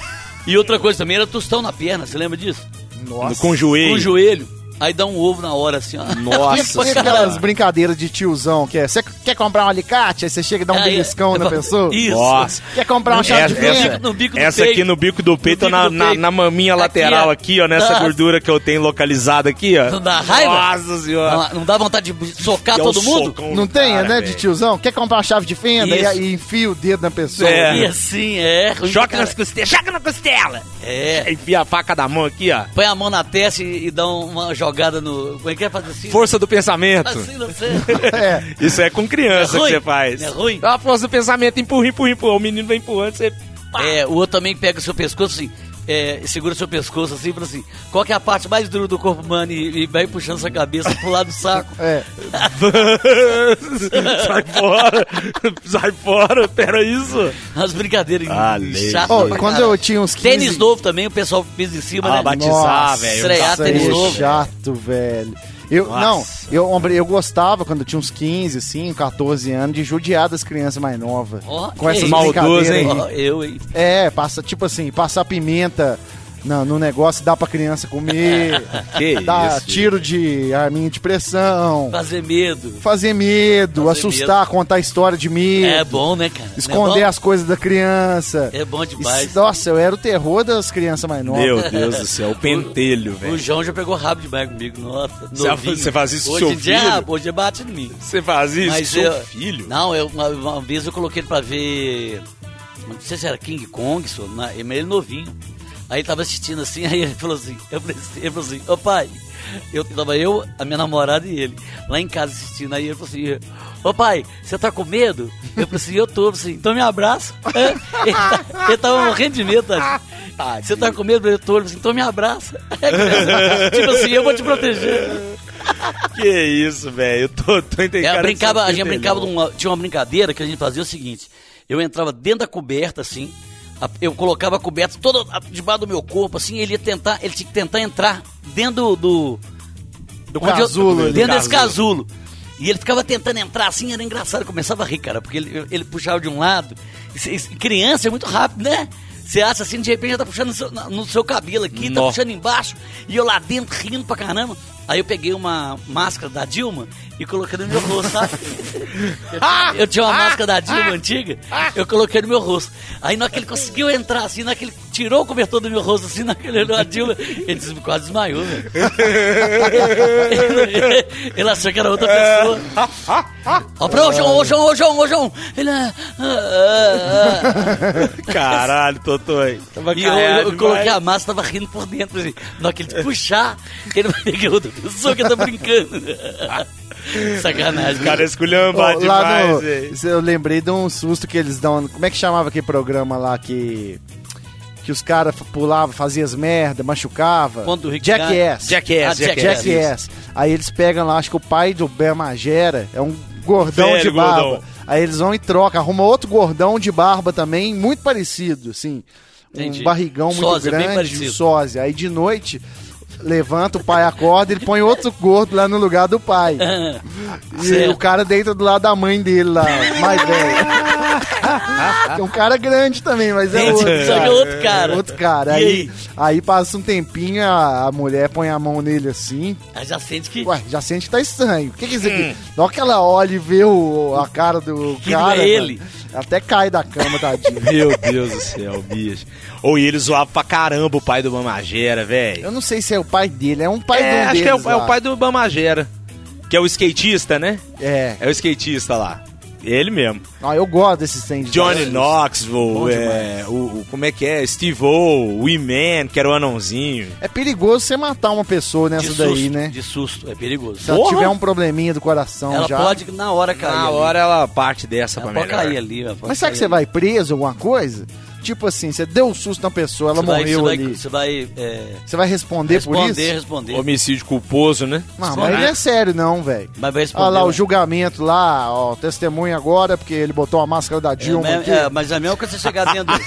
[SPEAKER 3] E outra coisa também era tostão na perna, você lembra disso?
[SPEAKER 1] Nossa,
[SPEAKER 5] Com o joelho.
[SPEAKER 3] Com o joelho. Aí dá um ovo na hora, assim, ó.
[SPEAKER 5] Nossa
[SPEAKER 1] E aquelas brincadeiras de tiozão que é, você quer comprar um alicate, aí você chega e dá um
[SPEAKER 3] Aí,
[SPEAKER 1] beliscão
[SPEAKER 3] É, eu
[SPEAKER 1] na
[SPEAKER 3] falo, é
[SPEAKER 1] pessoa.
[SPEAKER 3] Isso.
[SPEAKER 5] Nossa.
[SPEAKER 1] Quer comprar um chá de
[SPEAKER 5] Essa,
[SPEAKER 1] fenda?
[SPEAKER 5] essa,
[SPEAKER 3] No bico do
[SPEAKER 5] essa
[SPEAKER 3] peito.
[SPEAKER 5] aqui no bico do peito,
[SPEAKER 3] No bico
[SPEAKER 5] na,
[SPEAKER 3] do
[SPEAKER 5] na,
[SPEAKER 3] peito.
[SPEAKER 5] na maminha
[SPEAKER 3] Aqui,
[SPEAKER 5] lateral
[SPEAKER 3] ó.
[SPEAKER 5] aqui, ó, nessa
[SPEAKER 3] Nossa.
[SPEAKER 5] gordura que eu tenho localizada aqui, ó.
[SPEAKER 3] Não dá né? raiva?
[SPEAKER 5] Nossa senhora.
[SPEAKER 3] Não, não dá vontade de socar
[SPEAKER 5] E é um
[SPEAKER 3] Tá todo mundo?
[SPEAKER 5] socão no
[SPEAKER 1] Não tem,
[SPEAKER 5] cara,
[SPEAKER 1] né,
[SPEAKER 5] velho.
[SPEAKER 1] de tiozão? Quer comprar uma chave de fenda e,
[SPEAKER 3] Isso.
[SPEAKER 1] e enfia o dedo na pessoa?
[SPEAKER 5] É.
[SPEAKER 3] E assim, é. ruim
[SPEAKER 5] Choca
[SPEAKER 3] pra
[SPEAKER 5] nas costelas, choca na costela.
[SPEAKER 3] caralho. É.
[SPEAKER 5] Enfia a faca da mão aqui, ó.
[SPEAKER 3] Põe a mão na testa e, e dá uma jogada no. Como é que é fazer assim?
[SPEAKER 5] Força do pensamento.
[SPEAKER 3] Assim, não sei.
[SPEAKER 1] É.
[SPEAKER 5] Isso é com criança
[SPEAKER 3] É
[SPEAKER 5] que
[SPEAKER 3] ruim?
[SPEAKER 5] você faz.
[SPEAKER 3] É ruim?
[SPEAKER 5] Ah, força do pensamento, empurra, empurra, empurra. O menino vai empurrando, você... pá.
[SPEAKER 3] É, o outro também pega o seu pescoço assim, é, segura o seu pescoço assim e fala assim: qual que é a parte mais dura do corpo humano? E, e vai puxando sua cabeça pro lado do saco.
[SPEAKER 1] É.
[SPEAKER 5] sai fora, sai fora, pera isso.
[SPEAKER 3] As brincadeiras
[SPEAKER 5] Ale-
[SPEAKER 3] chatas.
[SPEAKER 1] Ó,
[SPEAKER 3] pra
[SPEAKER 1] quando
[SPEAKER 3] caralho.
[SPEAKER 1] eu tinha uns 15...
[SPEAKER 3] Tênis novo também, o pessoal pisa em cima,
[SPEAKER 5] Ah,
[SPEAKER 3] né?
[SPEAKER 5] bate-
[SPEAKER 1] Nossa,
[SPEAKER 5] batizar, velho. um
[SPEAKER 3] Estrear
[SPEAKER 1] isso aí
[SPEAKER 3] tênis
[SPEAKER 1] é
[SPEAKER 3] novo.
[SPEAKER 1] chato, velho. Eu,
[SPEAKER 5] Nossa.
[SPEAKER 1] não, eu, hombre, eu gostava quando eu tinha uns 15, assim, 14 anos, de judiar das crianças mais novas.
[SPEAKER 3] Ó,
[SPEAKER 1] com
[SPEAKER 3] que
[SPEAKER 1] essas
[SPEAKER 3] isso.
[SPEAKER 1] brincadeiras
[SPEAKER 5] Maldoso,
[SPEAKER 1] aí.
[SPEAKER 5] hein?
[SPEAKER 3] Ó, eu, hein?
[SPEAKER 1] É, passa, tipo assim, passar pimenta na- no negócio, dá pra criança comer,
[SPEAKER 5] Que
[SPEAKER 1] dá
[SPEAKER 5] isso,
[SPEAKER 1] tiro de arminha de pressão,
[SPEAKER 3] Fazer medo.
[SPEAKER 1] fazer medo,
[SPEAKER 3] Fazer
[SPEAKER 1] assustar, contar história de medo,
[SPEAKER 3] É bom, né, cara? Não
[SPEAKER 1] esconder
[SPEAKER 3] é bom?
[SPEAKER 1] as coisas da criança.
[SPEAKER 3] É bom demais.
[SPEAKER 1] Isso- nossa, eu era o terror das crianças mais novas.
[SPEAKER 5] Meu Deus do céu, o pentelho,
[SPEAKER 3] O
[SPEAKER 5] velho.
[SPEAKER 3] João já pegou rabo demais comigo, nossa.
[SPEAKER 5] Você-
[SPEAKER 3] novinho.
[SPEAKER 5] você faz isso com
[SPEAKER 3] hoje
[SPEAKER 5] seu
[SPEAKER 3] em dia, é
[SPEAKER 5] filho?
[SPEAKER 3] Hoje bate em mim.
[SPEAKER 5] Você faz isso com
[SPEAKER 3] Mas
[SPEAKER 5] seu
[SPEAKER 3] eu-
[SPEAKER 5] filho?
[SPEAKER 3] Não, eu, uma, uma vez eu coloquei ele pra ver. Não sei se era King Kong, só, na, mas ele novinho. Aí ele tava assistindo assim, aí ele falou assim, eu falei assim, ele falou assim, ô pai, eu tava eu, a minha namorada e ele, lá em casa assistindo, aí ele falou assim, ô pai, você tá com medo? Eu falei assim, eu tô, Eu falei assim, então me abraça. ele, tá- ele tava morrendo de medo, tá? Você tá com medo? Eu tô, Ele falou assim, então me abraça. tipo assim, eu vou te proteger.
[SPEAKER 5] Que isso, velho. Eu tô, tô entendendo.
[SPEAKER 3] É,
[SPEAKER 5] cara,
[SPEAKER 3] brincava,
[SPEAKER 5] que
[SPEAKER 3] a
[SPEAKER 5] você
[SPEAKER 3] gente
[SPEAKER 5] é
[SPEAKER 3] brincava de
[SPEAKER 5] pentelhão.
[SPEAKER 3] uma, tinha uma brincadeira que a gente fazia o seguinte: eu entrava dentro da coberta, assim, a- eu colocava a coberta toda a- debaixo do meu corpo, assim, ele ia tentar, ele tinha que tentar entrar dentro do. do-
[SPEAKER 1] Do
[SPEAKER 3] onde eu-
[SPEAKER 1] casulo, ele-
[SPEAKER 3] dentro desse
[SPEAKER 5] casulo.
[SPEAKER 3] casulo. E ele ficava tentando entrar assim, era engraçado, eu começava a rir, cara, porque ele, ele puxava de um lado. E cê- e criança é muito rápido, né? Você acha assim, de repente já tá puxando no seu, na- no seu cabelo aqui, tá
[SPEAKER 5] Nó.
[SPEAKER 3] puxando embaixo, e eu lá dentro rindo pra caramba. Aí eu peguei uma máscara da Dilma e coloquei no meu rosto, sabe? Eu- eu tinha uma máscara da Dilma antiga, eu coloquei no meu rosto. Aí na hora que ele conseguiu entrar assim, na hora que ele tirou o cobertor do meu rosto assim, naquele olhou a Dilma, ele des- quase desmaiou, velho. ele, ele achou que era outra pessoa.
[SPEAKER 1] É.
[SPEAKER 3] Ó, pra, ô João, ô João, ô João, ô João. Ele. ah, ah, ah.
[SPEAKER 1] um-
[SPEAKER 5] Caralho, Totói. Tava
[SPEAKER 3] E eu,
[SPEAKER 5] caiado
[SPEAKER 3] eu coloquei
[SPEAKER 5] demais.
[SPEAKER 3] a massa, tava rindo por dentro. Assim. Na hora que ele puxar, ele vai pegar outra pessoa que tá brincando. Sacanagem,
[SPEAKER 5] Cara, é
[SPEAKER 1] Ô,
[SPEAKER 5] esculhambado
[SPEAKER 1] lá no-
[SPEAKER 5] demais, velho.
[SPEAKER 1] Eu lembrei de um susto que eles dão. Como é que chamava aquele programa lá que. que os caras pulavam, faziam as merda, machucava.
[SPEAKER 3] Quando o Rick
[SPEAKER 1] Jackass.
[SPEAKER 5] Jackass,
[SPEAKER 3] Ah,
[SPEAKER 5] Jackass.
[SPEAKER 1] Jackass. Aí eles pegam lá, acho que o pai do Ben Magera é um gordão
[SPEAKER 5] Velho
[SPEAKER 1] de barba.
[SPEAKER 5] gordão.
[SPEAKER 1] Aí eles vão e trocam, arrumam outro gordão de barba também, muito parecido, assim.
[SPEAKER 3] Entendi.
[SPEAKER 1] Um barrigão muito
[SPEAKER 3] Sósia, bem
[SPEAKER 1] grande,
[SPEAKER 3] parecido.
[SPEAKER 1] um sósia. Aí de noite, levanta, o pai acorda, ele põe outro gordo lá no lugar do pai. E
[SPEAKER 3] Certo.
[SPEAKER 1] o cara deita do lado da mãe dele lá, mais velho. É um cara grande também, mas é
[SPEAKER 3] Entendi.
[SPEAKER 1] outro.
[SPEAKER 3] Só que é outro cara.
[SPEAKER 1] Outro cara.
[SPEAKER 3] E
[SPEAKER 1] Aí,
[SPEAKER 3] aí?
[SPEAKER 1] aí? passa um tempinho, a, a mulher põe a mão nele assim.
[SPEAKER 3] Aí Ah, já sente que. Hum.
[SPEAKER 1] Ué, já sente que tá estranho. O que, que é isso aqui? Na hora que ela olha e vê o, a cara do
[SPEAKER 3] Que
[SPEAKER 1] cara.
[SPEAKER 3] não é ele.
[SPEAKER 1] ela até cai da cama, tadinho.
[SPEAKER 5] Meu Deus do céu, bicho. Ou e ele zoava pra caramba o pai do Mamagera, velho.
[SPEAKER 1] Eu não sei se é o pai dele, é um pai de um
[SPEAKER 5] É, acho que é
[SPEAKER 1] deles
[SPEAKER 5] o, é o
[SPEAKER 1] lá.
[SPEAKER 5] pai do Mamagera. Que é o skatista, né?
[SPEAKER 1] É.
[SPEAKER 5] É o skatista lá. Ele mesmo.
[SPEAKER 1] Não, eu gosto desses trem de
[SPEAKER 5] Johnny
[SPEAKER 1] dança.
[SPEAKER 5] Knoxville,
[SPEAKER 1] Bom
[SPEAKER 5] é, o, o- como é que é? Steve O, o E-Man, que era o anãozinho.
[SPEAKER 1] É perigoso você matar uma pessoa
[SPEAKER 3] De
[SPEAKER 1] nessa
[SPEAKER 3] susto,
[SPEAKER 1] daí, né?
[SPEAKER 3] de susto, é perigoso.
[SPEAKER 1] Se ela
[SPEAKER 5] Porra!
[SPEAKER 1] tiver um probleminha do coração
[SPEAKER 3] ela
[SPEAKER 1] já. Tá
[SPEAKER 3] pode na hora cair.
[SPEAKER 5] Na
[SPEAKER 3] ali.
[SPEAKER 5] hora ela parte dessa
[SPEAKER 3] ela
[SPEAKER 5] pra
[SPEAKER 3] pode
[SPEAKER 5] melhor.
[SPEAKER 3] cair ali. ela pode
[SPEAKER 1] Mas será que
[SPEAKER 3] cair
[SPEAKER 1] você
[SPEAKER 3] ali.
[SPEAKER 1] vai preso, alguma coisa? Tipo assim, você deu um susto na pessoa, ela
[SPEAKER 3] Você vai-
[SPEAKER 1] morreu
[SPEAKER 3] você vai-
[SPEAKER 1] ali.
[SPEAKER 3] Você vai é,
[SPEAKER 1] Você vai responder, por
[SPEAKER 3] responder,
[SPEAKER 1] isso?
[SPEAKER 5] né?
[SPEAKER 3] responder.
[SPEAKER 5] Homicídio culposo, né?
[SPEAKER 1] Não, mas não é sério não, velho.
[SPEAKER 3] Mas vai responder.
[SPEAKER 1] Olha lá o
[SPEAKER 3] né?
[SPEAKER 1] julgamento lá, ó, testemunha agora, porque ele botou a máscara da
[SPEAKER 3] É,
[SPEAKER 1] Dilma
[SPEAKER 3] mas,
[SPEAKER 1] aqui.
[SPEAKER 3] é, mas é mesmo que você chegar dentro.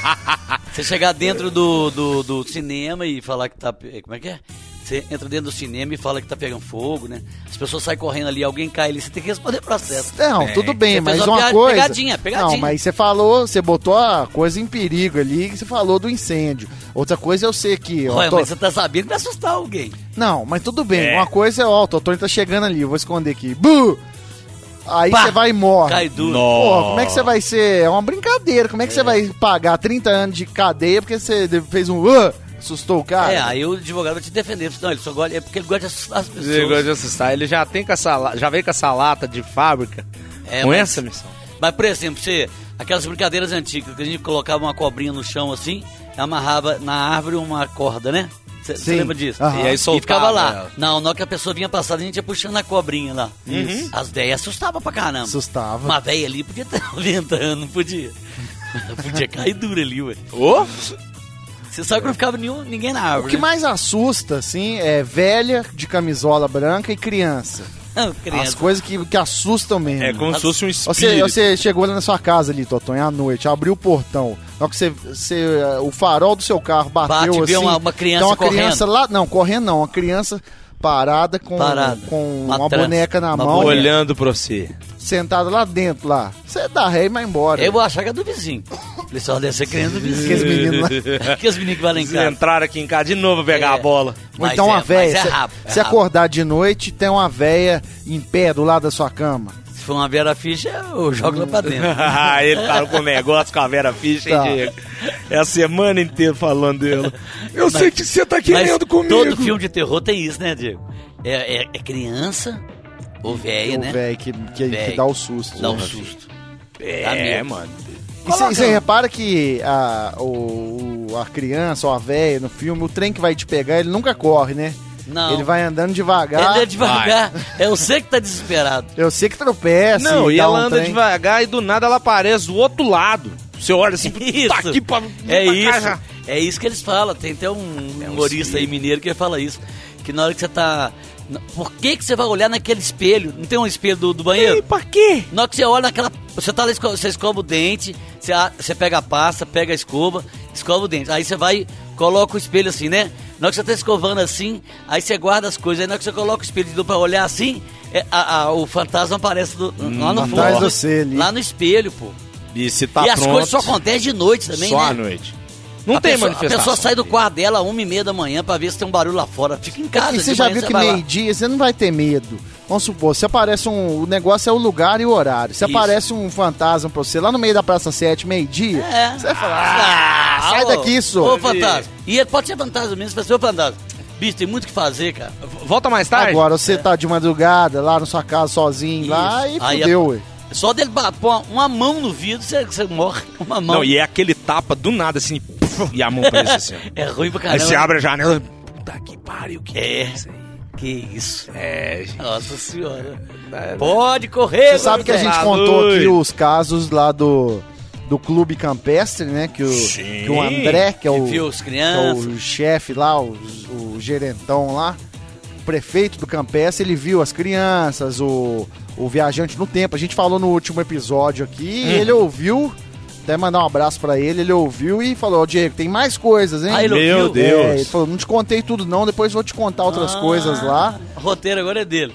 [SPEAKER 3] você chegar dentro do, do, do cinema e falar que tá. pe- Como é que é? Você entra dentro do cinema e fala que tá pegando fogo, né? As pessoas saem correndo ali, alguém cai ali, você tem que responder processo.
[SPEAKER 1] Não, tudo bem,
[SPEAKER 3] é, Você
[SPEAKER 1] mas
[SPEAKER 3] fez uma
[SPEAKER 1] uma
[SPEAKER 3] piada-
[SPEAKER 1] coisa.
[SPEAKER 3] pegadinha, pegadinha.
[SPEAKER 1] Não, mas você falou, você botou a coisa em perigo ali, que você falou do incêndio. Outra coisa eu sei que, ó,
[SPEAKER 3] Olha,
[SPEAKER 1] tô-
[SPEAKER 3] mas você tá sabendo que vai assustar alguém.
[SPEAKER 1] Não, mas tudo bem.
[SPEAKER 5] É.
[SPEAKER 1] Uma coisa é, ó, o Totônio tá chegando ali, eu vou esconder aqui. Bu! Aí
[SPEAKER 3] Pá!
[SPEAKER 1] você vai e morre.
[SPEAKER 3] Cai duro.
[SPEAKER 1] Pô, como é que você vai ser? É uma brincadeira. Como é que você vai pagar 30 anos de cadeia porque você fez um. "Ah", assustou o cara?
[SPEAKER 3] É, aí o advogado vai te defender. Não, ele só gosta. É porque ele gosta de assustar as pessoas.
[SPEAKER 5] Esse negócio de assustar, ele já tem com essa, la- já veio com essa lata de fábrica.
[SPEAKER 3] É,
[SPEAKER 5] com
[SPEAKER 3] mas-
[SPEAKER 5] essa missão.
[SPEAKER 3] Mas, por exemplo, você, aquelas brincadeiras antigas que a gente colocava uma cobrinha no chão assim, amarrava na árvore uma corda, né? Você
[SPEAKER 1] Sim.
[SPEAKER 3] lembra disso?
[SPEAKER 1] Aham. E aí
[SPEAKER 5] soltava
[SPEAKER 3] E ficava lá.
[SPEAKER 5] ela.
[SPEAKER 3] Não, na hora que a pessoa vinha passada, a gente ia puxando a cobrinha lá. Isso. As velhas assustavam pra caramba.
[SPEAKER 1] Uhum. Assustava.
[SPEAKER 3] Uma velha ali podia estar ventando, não podia. podia cair dura ali, ué.
[SPEAKER 5] Ô!
[SPEAKER 3] Você sabe que não ficava nenhum, ninguém na
[SPEAKER 1] O
[SPEAKER 3] árvore.
[SPEAKER 1] que
[SPEAKER 3] né?
[SPEAKER 1] mais assusta, assim, é velha de camisola branca e criança.
[SPEAKER 3] Não,
[SPEAKER 1] As
[SPEAKER 3] criança.
[SPEAKER 1] coisas que, que assustam mesmo.
[SPEAKER 5] É como se fosse um
[SPEAKER 1] Você,
[SPEAKER 5] espírito.
[SPEAKER 1] você chegou lá na sua casa ali, Totonho, à noite, abriu o portão. Na hora que você, você, eh, o farol do seu carro bateu
[SPEAKER 3] Bate, vê
[SPEAKER 1] assim.
[SPEAKER 3] uma- uma criança
[SPEAKER 1] tem uma
[SPEAKER 3] correndo.
[SPEAKER 1] criança lá. Não, correndo não. Uma criança parada com,
[SPEAKER 3] Parada.
[SPEAKER 1] com
[SPEAKER 3] Uma
[SPEAKER 1] uma,
[SPEAKER 3] trança,
[SPEAKER 1] boneca na
[SPEAKER 3] uma
[SPEAKER 1] mão,
[SPEAKER 3] boneca.
[SPEAKER 5] Olhando pra você.
[SPEAKER 1] sentada lá dentro lá. Você dá ré e vai embora.
[SPEAKER 3] Eu vou achar que é do vizinho. Falei, só deve ser criança do
[SPEAKER 1] Aqueles
[SPEAKER 3] vizinho.
[SPEAKER 1] meninos lá.
[SPEAKER 3] que os meninos que valem
[SPEAKER 5] Eles
[SPEAKER 3] cá.
[SPEAKER 5] entraram aqui em casa de novo pra pegar
[SPEAKER 3] É.
[SPEAKER 5] a bola.
[SPEAKER 1] Ou
[SPEAKER 3] Mas
[SPEAKER 1] então
[SPEAKER 3] é-
[SPEAKER 1] uma
[SPEAKER 3] mas
[SPEAKER 1] véia.
[SPEAKER 3] é
[SPEAKER 1] se-
[SPEAKER 3] rápido, é
[SPEAKER 1] se
[SPEAKER 3] rápido.
[SPEAKER 1] acordar de noite, tem uma véia em pé do lado da sua cama.
[SPEAKER 3] Se for uma Vera Ficha, eu jogo lá
[SPEAKER 1] Hum.
[SPEAKER 3] pra dentro.
[SPEAKER 5] ele tava com um negócio com a Vera Fischer,
[SPEAKER 1] Tá.
[SPEAKER 5] hein, Diego? É a semana inteira falando dela. Eu sei que você tá
[SPEAKER 3] Mas
[SPEAKER 5] querendo comigo.
[SPEAKER 3] todo filme de terror tem isso, né, Diego? É, é- é criança ou velho,
[SPEAKER 1] o
[SPEAKER 3] né?
[SPEAKER 1] velho que, que,
[SPEAKER 3] Véio.
[SPEAKER 1] que dá o susto.
[SPEAKER 3] Dá um
[SPEAKER 1] Porra.
[SPEAKER 3] susto. Dá
[SPEAKER 5] É,
[SPEAKER 3] medo.
[SPEAKER 5] mano.
[SPEAKER 1] E você repara que a, o, o- a criança ou a véia no filme, o trem que vai te pegar, ele nunca corre, né?
[SPEAKER 3] Não.
[SPEAKER 1] Ele vai andando devagar.
[SPEAKER 3] Ele é devagar. É você que tá desesperado.
[SPEAKER 1] Eu sei que tropeça.
[SPEAKER 5] Não, e
[SPEAKER 1] dá
[SPEAKER 5] ela
[SPEAKER 1] um
[SPEAKER 5] anda
[SPEAKER 1] trem.
[SPEAKER 5] devagar e do nada ela aparece do outro lado. Você olha assim,
[SPEAKER 3] Isso.
[SPEAKER 5] tá aqui pra,
[SPEAKER 3] É
[SPEAKER 5] pra
[SPEAKER 3] isso.
[SPEAKER 5] casa.
[SPEAKER 3] É isso que eles falam. Tem até um
[SPEAKER 5] É
[SPEAKER 3] humorista aí mineiro que fala isso. Que na hora que você tá. Por que, que você vai olhar naquele espelho? Não tem um espelho do, do banheiro?
[SPEAKER 5] E pra quê?
[SPEAKER 3] Na hora que você olha naquela. Você tá lá, esco- você escova o dente, você, a- você pega a pasta, pega a escova, escova o dente. Aí você vai, coloca o espelho assim, né? Na hora que você tá escovando assim, aí você guarda as coisas. Aí na hora que você coloca o espelho de novo pra olhar assim, é, a- a- o fantasma aparece do-
[SPEAKER 5] Hum,
[SPEAKER 3] lá no
[SPEAKER 1] atrás
[SPEAKER 3] fundo.
[SPEAKER 1] de você ali.
[SPEAKER 3] Lá no espelho, pô.
[SPEAKER 5] E se tá
[SPEAKER 3] e as
[SPEAKER 5] pronto,
[SPEAKER 3] coisas só acontecem de noite também,
[SPEAKER 5] só
[SPEAKER 3] né?
[SPEAKER 5] à noite. Não
[SPEAKER 3] A
[SPEAKER 5] tem
[SPEAKER 3] pessoa, A
[SPEAKER 5] manifestação.
[SPEAKER 3] pessoa sai do quarto dela uma e meia da manhã pra ver se tem um barulho lá fora. Fica em casa.
[SPEAKER 1] E você
[SPEAKER 3] de
[SPEAKER 1] já
[SPEAKER 3] manhã
[SPEAKER 1] viu que
[SPEAKER 3] vai lá.
[SPEAKER 1] meio-dia, você não vai ter medo. Vamos supor, se aparece um. O negócio é o lugar e o horário. Se
[SPEAKER 3] Isso.
[SPEAKER 1] aparece um fantasma pra você lá no meio da Praça 7, meio-dia,
[SPEAKER 3] É.
[SPEAKER 1] você vai falar. "Ah, sai
[SPEAKER 3] ô,
[SPEAKER 1] daqui, isso.
[SPEAKER 3] Ô, fantasma. E ele pode ser fantasma mesmo, vai ser o fantasma. Bicho, tem muito o que fazer, cara.
[SPEAKER 5] Volta mais tarde?
[SPEAKER 1] Agora, você tá de madrugada lá na sua casa sozinho lá e
[SPEAKER 3] É. Isso. Aí é
[SPEAKER 1] fudeu,
[SPEAKER 3] a-
[SPEAKER 1] ué.
[SPEAKER 3] Só dele ba- pôr uma mão no vidro, você, você morre. Uma mão.
[SPEAKER 5] Não, e é aquele tapa do nada assim, puf, e a mão presa assim. ó.
[SPEAKER 3] É ruim pra
[SPEAKER 5] Aí
[SPEAKER 3] caramba.
[SPEAKER 5] você abre a janela. Puta que pariu, que é,
[SPEAKER 3] É.
[SPEAKER 5] isso aí?
[SPEAKER 3] Que isso.
[SPEAKER 5] É, gente.
[SPEAKER 3] Nossa senhora. Pode correr,
[SPEAKER 1] É, né? Você sabe que a
[SPEAKER 3] Zé.
[SPEAKER 1] gente
[SPEAKER 5] Tá
[SPEAKER 1] contou
[SPEAKER 5] doido.
[SPEAKER 1] aqui os casos lá do do clube campestre, né? Que o,
[SPEAKER 7] Sim.
[SPEAKER 1] que o André, que é o,
[SPEAKER 3] viu as
[SPEAKER 1] que
[SPEAKER 3] crianças.
[SPEAKER 1] é o chefe lá, o, o gerentão lá, o prefeito do campestre, ele viu as crianças, o, o viajante no tempo. A gente falou no último episódio aqui,
[SPEAKER 5] Hum.
[SPEAKER 1] e ele ouviu, até mandar um abraço pra ele, ele ouviu e falou, ó, Diego, tem mais coisas, hein?
[SPEAKER 3] Ah, ele
[SPEAKER 5] Meu
[SPEAKER 3] ouviu?
[SPEAKER 5] Deus.
[SPEAKER 1] É, ele falou, não te contei tudo não, depois vou te contar é outras
[SPEAKER 3] Ah.
[SPEAKER 1] coisas lá.
[SPEAKER 3] O roteiro agora é dele.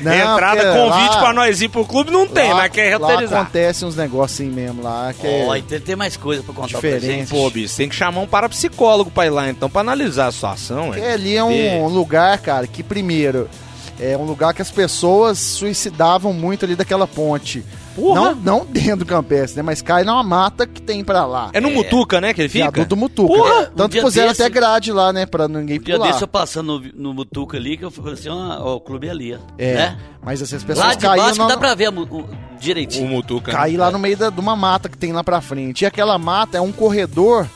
[SPEAKER 1] Não,
[SPEAKER 5] Entrada,
[SPEAKER 1] porque
[SPEAKER 5] convite
[SPEAKER 1] lá-
[SPEAKER 5] pra nós ir pro clube não tem,
[SPEAKER 1] lá-
[SPEAKER 5] mas quer
[SPEAKER 1] lá
[SPEAKER 5] é roteirizar.
[SPEAKER 1] acontece uns negócios assim mesmo lá, que é-
[SPEAKER 3] Ó, então ele tem mais coisa pra contar pra
[SPEAKER 1] Diferente.
[SPEAKER 3] gente.
[SPEAKER 5] Pô, bicho, tem que chamar um parapsicólogo pra ir lá então, pra analisar a sua ação,
[SPEAKER 1] Porque
[SPEAKER 5] ué.
[SPEAKER 1] ali é um
[SPEAKER 5] Vê.
[SPEAKER 1] lugar, cara, que primeiro é um lugar que as pessoas suicidavam muito ali daquela ponte.
[SPEAKER 5] Porra.
[SPEAKER 1] Não, não dentro do campestre, né? Mas cai numa mata que tem pra lá.
[SPEAKER 5] É no
[SPEAKER 3] É.
[SPEAKER 5] Mutuca, né, que ele fica?
[SPEAKER 1] Viaduto do Mutuca.
[SPEAKER 5] Porra!
[SPEAKER 1] Tanto
[SPEAKER 3] Um
[SPEAKER 1] que
[SPEAKER 3] dia
[SPEAKER 1] puseram
[SPEAKER 3] desse-
[SPEAKER 1] até grade lá, né? Pra ninguém
[SPEAKER 3] Um dia
[SPEAKER 1] pular.
[SPEAKER 3] desse eu passando no, no Mutuca ali, que eu falei assim, ó, ó, o clube é ali, ó.
[SPEAKER 1] É.
[SPEAKER 3] Né?
[SPEAKER 1] Mas assim, as
[SPEAKER 3] Lá
[SPEAKER 1] pessoas
[SPEAKER 3] de baixo
[SPEAKER 1] caíam
[SPEAKER 3] que
[SPEAKER 1] na-
[SPEAKER 3] dá pra ver mu- o-
[SPEAKER 5] O
[SPEAKER 3] direitinho.
[SPEAKER 5] Mutuca. né?
[SPEAKER 1] cair lá no meio da- de uma mata que tem lá pra frente. E aquela mata é um corredor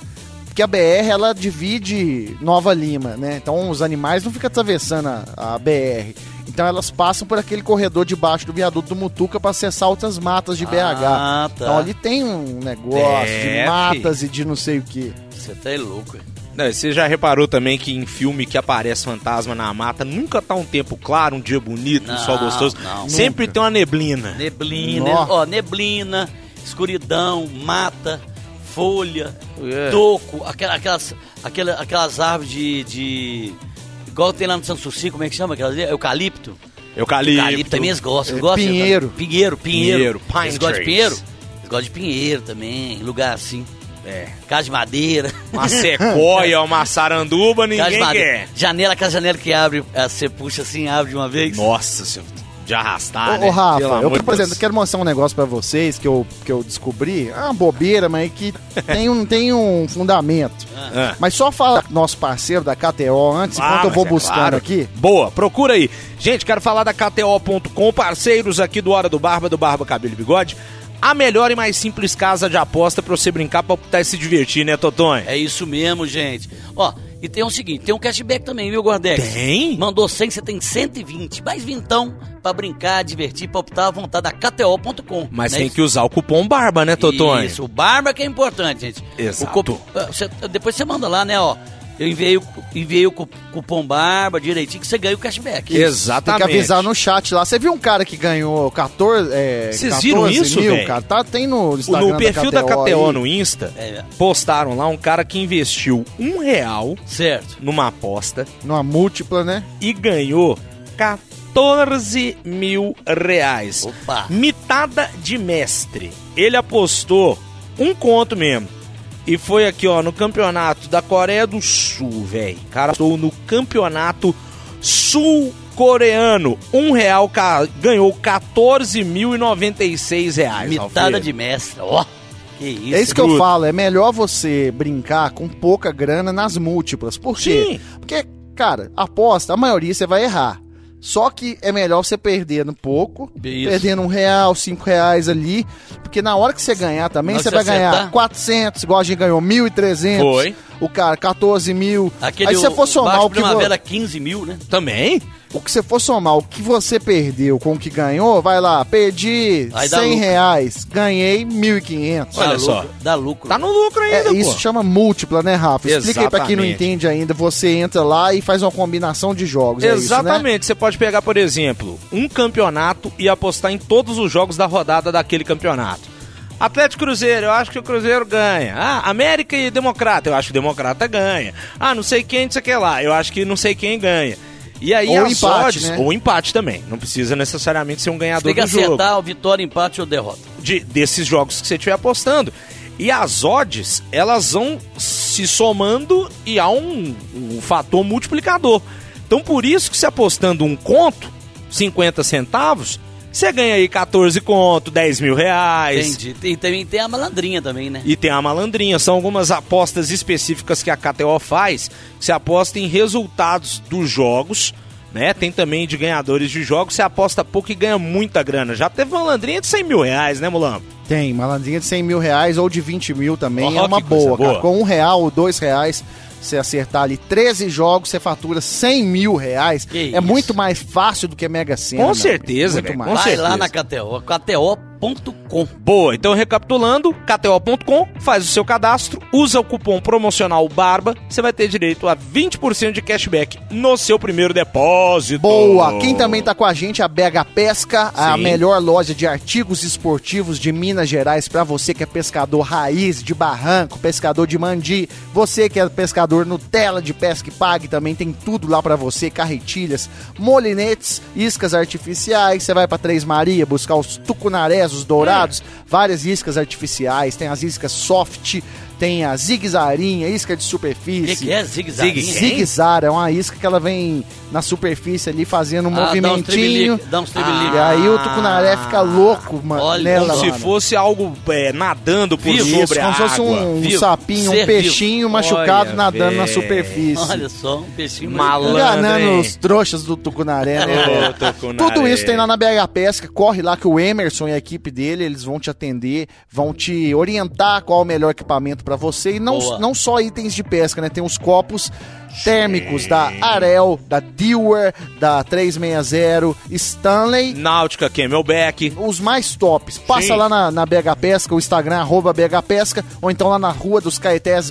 [SPEAKER 1] que a BR ela divide Nova Lima, né? Então os animais não ficam atravessando a, a BR. Então elas passam por aquele corredor debaixo do viaduto do Mutuca pra acessar outras matas de BH.
[SPEAKER 3] Ah, tá.
[SPEAKER 1] Então ali tem um negócio
[SPEAKER 5] É,
[SPEAKER 1] de matas e de não sei o que.
[SPEAKER 3] Você tá é louco. hein?
[SPEAKER 5] Não, e você já reparou também que em filme que aparece fantasma na mata, nunca tá um tempo claro, um dia bonito, um
[SPEAKER 3] Não,
[SPEAKER 5] sol gostoso.
[SPEAKER 3] não.
[SPEAKER 5] Sempre tem uma neblina.
[SPEAKER 3] Neblina,
[SPEAKER 1] Nó.
[SPEAKER 3] ó, neblina, escuridão, mata, folha,
[SPEAKER 1] É.
[SPEAKER 3] toco, aquela- aquelas, aquela- aquelas árvores de, de- Igual tem lá no Santo Suci, como é que chama? Aquelas, ali? eucalipto.
[SPEAKER 5] Eucalipto.
[SPEAKER 3] Eucalipto também eles gostam. Eles
[SPEAKER 1] É,
[SPEAKER 3] gostam né?
[SPEAKER 1] pinheiro.
[SPEAKER 3] Pinheiro, pinheiro.
[SPEAKER 5] Pinheiro, pine
[SPEAKER 3] eles gostam de pinheiro?
[SPEAKER 5] trees.
[SPEAKER 3] Eles gostam de pinheiro também, lugar assim.
[SPEAKER 5] É.
[SPEAKER 3] Casa de madeira.
[SPEAKER 5] Uma sequoia, uma saranduba,
[SPEAKER 3] Casa de
[SPEAKER 5] ninguém
[SPEAKER 3] madeira.
[SPEAKER 5] quer.
[SPEAKER 3] Janela, aquela janela que abre, eh, você puxa assim, abre de uma vez.
[SPEAKER 5] Nossa, senhora, de arrastar,
[SPEAKER 1] Ô,
[SPEAKER 5] né?
[SPEAKER 1] ô, Rafa,
[SPEAKER 5] Pelo
[SPEAKER 1] eu,
[SPEAKER 5] amor de
[SPEAKER 1] por exemplo,
[SPEAKER 5] Deus.
[SPEAKER 1] eu quero mostrar um negócio pra vocês que eu, que eu descobri. É uma bobeira, mas que tem um, tem um fundamento.
[SPEAKER 5] Ah.
[SPEAKER 1] Mas só fala com nosso parceiro da KTO antes,
[SPEAKER 5] Ah,
[SPEAKER 1] enquanto eu
[SPEAKER 5] mas
[SPEAKER 1] vou
[SPEAKER 5] é
[SPEAKER 1] buscando
[SPEAKER 5] claro.
[SPEAKER 1] aqui.
[SPEAKER 5] Boa, procura aí. Gente, quero falar da KTO.com, parceiros aqui do Hora do Barba, do Barba Cabelo e Bigode. A melhor e mais simples casa de aposta pra você brincar, pra optar e se divertir, né, Totonho?
[SPEAKER 3] É isso mesmo, gente. Ó, e tem o seguinte, tem um cashback também, viu, Gordex?
[SPEAKER 5] Tem?
[SPEAKER 3] Mandou 100, você tem 120. Mais vintão pra brincar, divertir, pra optar à vontade da KTO.com.
[SPEAKER 5] Mas
[SPEAKER 3] né?
[SPEAKER 5] tem que usar o cupom Barba, né, Totonho?
[SPEAKER 3] Isso, o barba que é importante, gente.
[SPEAKER 5] Exato.
[SPEAKER 3] O cup- ah, cê- depois você manda lá, né, ó. Eu enviei o, cu- enviei o cu- cupom barba direitinho que você ganha o cashback.
[SPEAKER 1] Tem que
[SPEAKER 5] Exatamente.
[SPEAKER 1] avisar no chat lá. Você viu um cara que ganhou 14, é,
[SPEAKER 5] Vocês viram
[SPEAKER 1] 14
[SPEAKER 5] isso,
[SPEAKER 1] mil,
[SPEAKER 5] velho?
[SPEAKER 1] cara? Tá, tem no
[SPEAKER 5] O-
[SPEAKER 1] Instagram
[SPEAKER 5] No perfil da KTO,
[SPEAKER 1] aí.
[SPEAKER 5] no Insta,
[SPEAKER 3] É,
[SPEAKER 5] postaram lá um cara que investiu um real
[SPEAKER 3] certo.
[SPEAKER 5] numa aposta
[SPEAKER 1] Numa múltipla, né?
[SPEAKER 5] e ganhou 14 mil reais.
[SPEAKER 3] Opa.
[SPEAKER 5] Mitada de mestre. Ele apostou um conto mesmo. E foi aqui, ó, no campeonato da Coreia do Sul, velho. Cara, estou no campeonato sul-coreano. Um real ca... ganhou 14.096 reais.
[SPEAKER 3] Mitada
[SPEAKER 5] Alfredo.
[SPEAKER 3] de mestre, ó. Que isso.
[SPEAKER 1] é isso que eu
[SPEAKER 5] bruto.
[SPEAKER 1] falo. É melhor você brincar com pouca grana nas múltiplas. Por quê?
[SPEAKER 5] Sim.
[SPEAKER 1] Porque, cara, aposta, a maioria você vai errar. Só que é melhor você perder um pouco,
[SPEAKER 3] Isso.
[SPEAKER 1] perdendo um real, cinco reais ali. Porque na hora que você ganhar também,
[SPEAKER 3] Na hora
[SPEAKER 1] você
[SPEAKER 3] que
[SPEAKER 1] vai
[SPEAKER 3] você
[SPEAKER 1] ganhar
[SPEAKER 3] acertar.
[SPEAKER 1] 400, igual a gente ganhou 1.300.
[SPEAKER 5] Foi.
[SPEAKER 1] O cara, 14 mil.
[SPEAKER 3] Aquele
[SPEAKER 1] Aí se você for
[SPEAKER 3] o-
[SPEAKER 1] somar
[SPEAKER 3] Baixo
[SPEAKER 1] o que, vo-
[SPEAKER 3] primavera 15 mil, né?
[SPEAKER 5] Também?
[SPEAKER 1] o que você for somar, o que você perdeu com o que ganhou, vai lá, perdi
[SPEAKER 3] Aí dá
[SPEAKER 1] 100
[SPEAKER 3] lucro.
[SPEAKER 1] reais, ganhei 1.500.
[SPEAKER 5] Olha
[SPEAKER 3] dá
[SPEAKER 5] só.
[SPEAKER 3] Lucro, dá lucro.
[SPEAKER 5] Tá no lucro ainda,
[SPEAKER 1] É,
[SPEAKER 5] pô.
[SPEAKER 1] isso chama múltipla, né, Rafa? Explica aí pra quem não
[SPEAKER 5] Exatamente.
[SPEAKER 1] entende ainda. Você entra lá e faz uma combinação de jogos. é isso, né?
[SPEAKER 5] Exatamente. Você pode pegar, por exemplo, um campeonato e apostar em todos os jogos da rodada daquele campeonato. Atlético e Cruzeiro, eu acho que o Cruzeiro ganha. Ah, América e Democrata, eu acho que o Democrata ganha. Ah, não sei quem, não sei o que lá, eu acho que não sei quem ganha. E aí
[SPEAKER 1] Ou
[SPEAKER 5] as
[SPEAKER 1] empate,
[SPEAKER 5] odds-
[SPEAKER 1] né?
[SPEAKER 5] ou empate também. Não precisa necessariamente ser um
[SPEAKER 3] Você
[SPEAKER 5] ganhador
[SPEAKER 3] tem que
[SPEAKER 5] do jogo
[SPEAKER 3] acertar o vitória, empate ou derrota.
[SPEAKER 5] de- desses jogos que você estiver apostando. E as odds, elas vão se somando e há um, um fator multiplicador. Então, por isso que se apostando um conto, 50 centavos, você ganha aí 14 conto, 10 mil
[SPEAKER 1] É
[SPEAKER 5] reais.
[SPEAKER 3] Entendi. E também tem a malandrinha também, né?
[SPEAKER 5] E tem a malandrinha. São algumas apostas específicas que a KTO faz. Você aposta em resultados dos jogos, né? Tem também de ganhadores de jogos. Você aposta pouco e ganha muita grana. Já teve malandrinha de 100 mil reais, né, Mulambo?
[SPEAKER 1] Tem, malandrinha de 100 mil reais ou de 20 mil também
[SPEAKER 5] Ó,
[SPEAKER 1] é uma
[SPEAKER 5] que coisa
[SPEAKER 1] boa, cara.
[SPEAKER 5] boa.
[SPEAKER 1] Com um real ou dois reais, Você acertar ali 13 jogos, você fatura 100 mil reais.
[SPEAKER 3] Que
[SPEAKER 1] é
[SPEAKER 3] isso.
[SPEAKER 1] muito mais fácil do que Mega Sena.
[SPEAKER 5] Com
[SPEAKER 1] meu
[SPEAKER 5] certeza,
[SPEAKER 1] amigo. Muito
[SPEAKER 5] velho, com
[SPEAKER 1] mais.
[SPEAKER 3] Vai
[SPEAKER 5] certeza.
[SPEAKER 3] lá na KTO, KTO.com.
[SPEAKER 5] Boa, então recapitulando, KTO.com, faz o seu cadastro, usa o cupom promocional BARBA, você vai ter direito a 20% de cashback no seu primeiro depósito.
[SPEAKER 1] Boa! Quem também tá com a gente é a BH Pesca, a
[SPEAKER 5] Sim.
[SPEAKER 1] melhor loja de artigos esportivos de Minas Gerais para você que é pescador raiz de barranco, pescador de mandi, você que é pescador Nutella de pesca e pague também tem tudo lá para você, carretilhas, molinetes, iscas artificiais, você vai para Três Maria buscar os tucunarés, os
[SPEAKER 3] É.
[SPEAKER 1] dourados, várias iscas artificiais, tem as iscas soft, tem a zigue-zarinha, isca de
[SPEAKER 3] O que,
[SPEAKER 1] superfície.
[SPEAKER 3] que é zigue-zague?
[SPEAKER 5] Zigue-
[SPEAKER 3] hein?
[SPEAKER 1] Zigue-zar, é uma isca que ela vem na superfície ali fazendo um
[SPEAKER 3] Ah, dá uns
[SPEAKER 1] movimentinho. Ah.
[SPEAKER 3] tribilique, dá um
[SPEAKER 5] um
[SPEAKER 3] uns tribilique.
[SPEAKER 1] e aí o tucunaré fica louco, mano,
[SPEAKER 3] Olha,
[SPEAKER 1] nela,
[SPEAKER 5] Ah, Como se
[SPEAKER 1] mano.
[SPEAKER 5] fosse algo é, nadando por
[SPEAKER 1] Isso,
[SPEAKER 5] sobre
[SPEAKER 1] como
[SPEAKER 5] a
[SPEAKER 1] se fosse
[SPEAKER 5] água.
[SPEAKER 1] um, um
[SPEAKER 3] viu?
[SPEAKER 1] sapinho, um
[SPEAKER 3] Ser
[SPEAKER 1] peixinho machucado
[SPEAKER 5] Olha,
[SPEAKER 1] nadando na
[SPEAKER 5] véi.
[SPEAKER 1] superfície.
[SPEAKER 3] Olha só, um peixinho
[SPEAKER 5] Malandro.
[SPEAKER 1] Enganando
[SPEAKER 5] hein?
[SPEAKER 1] os trouxas do Tucunaré, né? velho?
[SPEAKER 5] Ô, Tucunaré.
[SPEAKER 1] Tudo isso tem lá na BH Pesca. Corre lá que o Emerson e a equipe dele, eles vão te atender, vão te orientar qual o melhor equipamento pra você. E não,
[SPEAKER 3] Boa.
[SPEAKER 1] não só itens de pesca, né? Tem os copos térmicos da Arel, da Dewar, da 360, Stanley.
[SPEAKER 5] Náutica, Camelback.
[SPEAKER 1] Os mais tops. Passa
[SPEAKER 5] Sim.
[SPEAKER 1] lá na, na BH Pesca, o Instagram, arroba BH Pesca, ou então lá na Rua dos Caetés,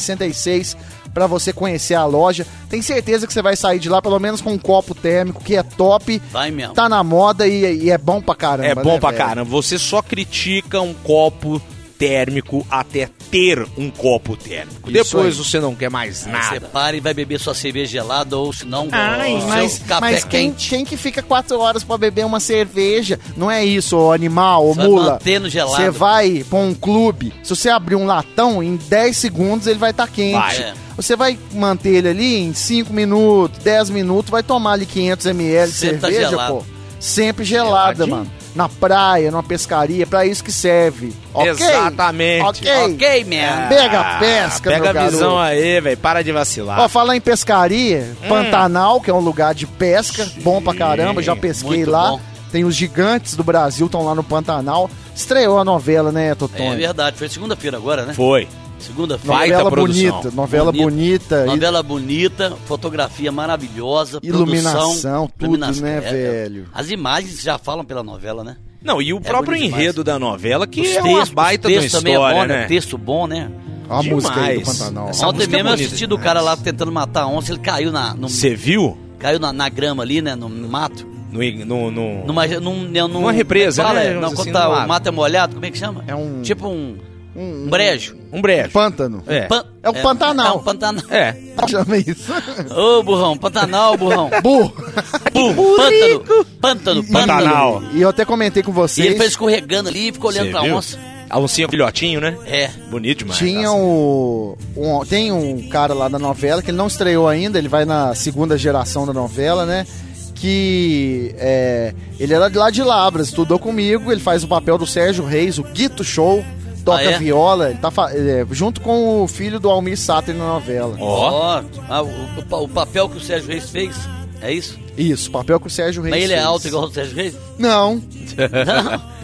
[SPEAKER 1] 1066, pra você conhecer a loja. Tem certeza que você vai sair de lá, pelo menos com um copo térmico, que é top.
[SPEAKER 3] Vai mesmo.
[SPEAKER 1] Tá na moda e, e é bom pra caramba.
[SPEAKER 5] É bom
[SPEAKER 1] né,
[SPEAKER 5] pra
[SPEAKER 1] velho?
[SPEAKER 5] caramba. Você só critica um copo térmico até ter um copo térmico.
[SPEAKER 1] Isso
[SPEAKER 5] Depois
[SPEAKER 1] aí.
[SPEAKER 5] você não quer mais
[SPEAKER 3] Aí Você
[SPEAKER 5] nada.
[SPEAKER 3] para e vai beber sua cerveja gelada ou se não, o seu
[SPEAKER 1] Mas,
[SPEAKER 3] café
[SPEAKER 1] mas quem,
[SPEAKER 3] quente.
[SPEAKER 1] quem que fica quatro horas pra beber uma cerveja? Não é isso, ô animal, ô
[SPEAKER 3] Você vai
[SPEAKER 1] mula.
[SPEAKER 3] manter no gelado.
[SPEAKER 1] Você vai pra um clube, se você abrir um latão, em 10 segundos ele vai estar quente.
[SPEAKER 5] Vai.
[SPEAKER 3] É.
[SPEAKER 1] Você vai manter ele ali em 5 minutos, 10 minutos, vai tomar ali 500 ml de
[SPEAKER 3] Sempre tá
[SPEAKER 1] cerveja,
[SPEAKER 3] gelado.
[SPEAKER 1] pô. Sempre gelada,
[SPEAKER 5] Geladinho.
[SPEAKER 1] mano. Na praia, numa pescaria, é pra isso que serve. Ok?
[SPEAKER 5] Exatamente.
[SPEAKER 1] Ok.
[SPEAKER 3] Ok, man.
[SPEAKER 1] Pega a
[SPEAKER 5] Ah,
[SPEAKER 1] pesca,
[SPEAKER 5] Pega
[SPEAKER 1] meu
[SPEAKER 5] a visão
[SPEAKER 1] garoto.
[SPEAKER 5] aí, velho. Para de vacilar.
[SPEAKER 1] Ó, falar em pescaria, Pantanal, que é um lugar de pesca, bom pra caramba, já pesquei
[SPEAKER 3] muito
[SPEAKER 1] lá.
[SPEAKER 3] bom.
[SPEAKER 1] Tem os gigantes do Brasil, estão lá no Pantanal. Estreou a novela, né,
[SPEAKER 3] É
[SPEAKER 1] Totônio?
[SPEAKER 3] verdade, foi segunda-feira agora, né?
[SPEAKER 5] Foi.
[SPEAKER 3] Segunda-feira.
[SPEAKER 5] Baita
[SPEAKER 1] novela
[SPEAKER 5] produção.
[SPEAKER 1] bonita, novela bonita, e-
[SPEAKER 3] Novela bonita, fotografia maravilhosa,
[SPEAKER 1] Iluminação,
[SPEAKER 3] produção, é,
[SPEAKER 1] tudo, né, velho?
[SPEAKER 3] As imagens já falam pela novela, né?
[SPEAKER 5] Não,
[SPEAKER 1] É
[SPEAKER 5] e o próprio
[SPEAKER 3] bonito demais.
[SPEAKER 5] enredo da novela, que
[SPEAKER 3] Os
[SPEAKER 5] é uma
[SPEAKER 3] textos-
[SPEAKER 5] baita
[SPEAKER 3] os
[SPEAKER 5] de uma
[SPEAKER 3] textos também é
[SPEAKER 5] história,
[SPEAKER 3] bom,
[SPEAKER 5] né?
[SPEAKER 3] Texto bom, né?
[SPEAKER 1] Ó a
[SPEAKER 5] demais.
[SPEAKER 1] música aí do Pantanal.
[SPEAKER 5] Essa
[SPEAKER 3] Ontem
[SPEAKER 5] música é
[SPEAKER 3] mesmo eu
[SPEAKER 5] bonita
[SPEAKER 3] assisti do cara lá tentando matar a onça, ele caiu na, no-
[SPEAKER 5] Você viu?
[SPEAKER 3] caiu na, na grama ali, né? No, no mato.
[SPEAKER 5] No, no, no-
[SPEAKER 3] Numa, num, né, num,
[SPEAKER 5] Numa represa,
[SPEAKER 3] fala,
[SPEAKER 5] né?
[SPEAKER 3] é, Não,
[SPEAKER 5] Assim,
[SPEAKER 3] quando
[SPEAKER 5] no
[SPEAKER 3] tá,
[SPEAKER 5] mato.
[SPEAKER 3] o mato é molhado, como é que chama?
[SPEAKER 1] É um-
[SPEAKER 3] Tipo um,
[SPEAKER 1] Um-
[SPEAKER 3] um brejo.
[SPEAKER 5] Um brejo.
[SPEAKER 1] Pântano.
[SPEAKER 5] É.
[SPEAKER 3] Pan-
[SPEAKER 1] É o Pantanal.
[SPEAKER 3] É o Pantanal.
[SPEAKER 5] É.
[SPEAKER 1] Chama isso.
[SPEAKER 3] Ô, burrão, Pantanal, burrão.
[SPEAKER 1] Burro.
[SPEAKER 3] Bum, Um pântano, pântano, pântano.
[SPEAKER 5] Pantanal.
[SPEAKER 1] E eu até comentei com
[SPEAKER 3] E
[SPEAKER 1] vocês.
[SPEAKER 3] ele foi escorregando ali e ficou olhando
[SPEAKER 5] Cê
[SPEAKER 3] pra
[SPEAKER 5] viu?
[SPEAKER 3] onça.
[SPEAKER 5] A oncinha filhotinho, né?
[SPEAKER 3] É.
[SPEAKER 5] Bonito demais.
[SPEAKER 1] Tinha
[SPEAKER 5] nossa.
[SPEAKER 1] o, um- Tem um cara lá da novela que ele não estreou ainda, ele vai na segunda geração da novela, né? Que é, ele era de lá de Labras, estudou comigo, ele faz o papel do Sérgio Reis, o Guito Show, toca
[SPEAKER 3] Ah, é?
[SPEAKER 1] viola, ele tá fa- é, junto com o filho do Almir Sater na novela.
[SPEAKER 5] Ó.
[SPEAKER 3] Ah, o, o pa- o papel que o Sérgio Reis fez, é isso?
[SPEAKER 1] Isso, papel que o Sérgio Reis.
[SPEAKER 3] Mas ele é
[SPEAKER 1] fez.
[SPEAKER 3] alto igual o Sérgio Reis?
[SPEAKER 1] Não,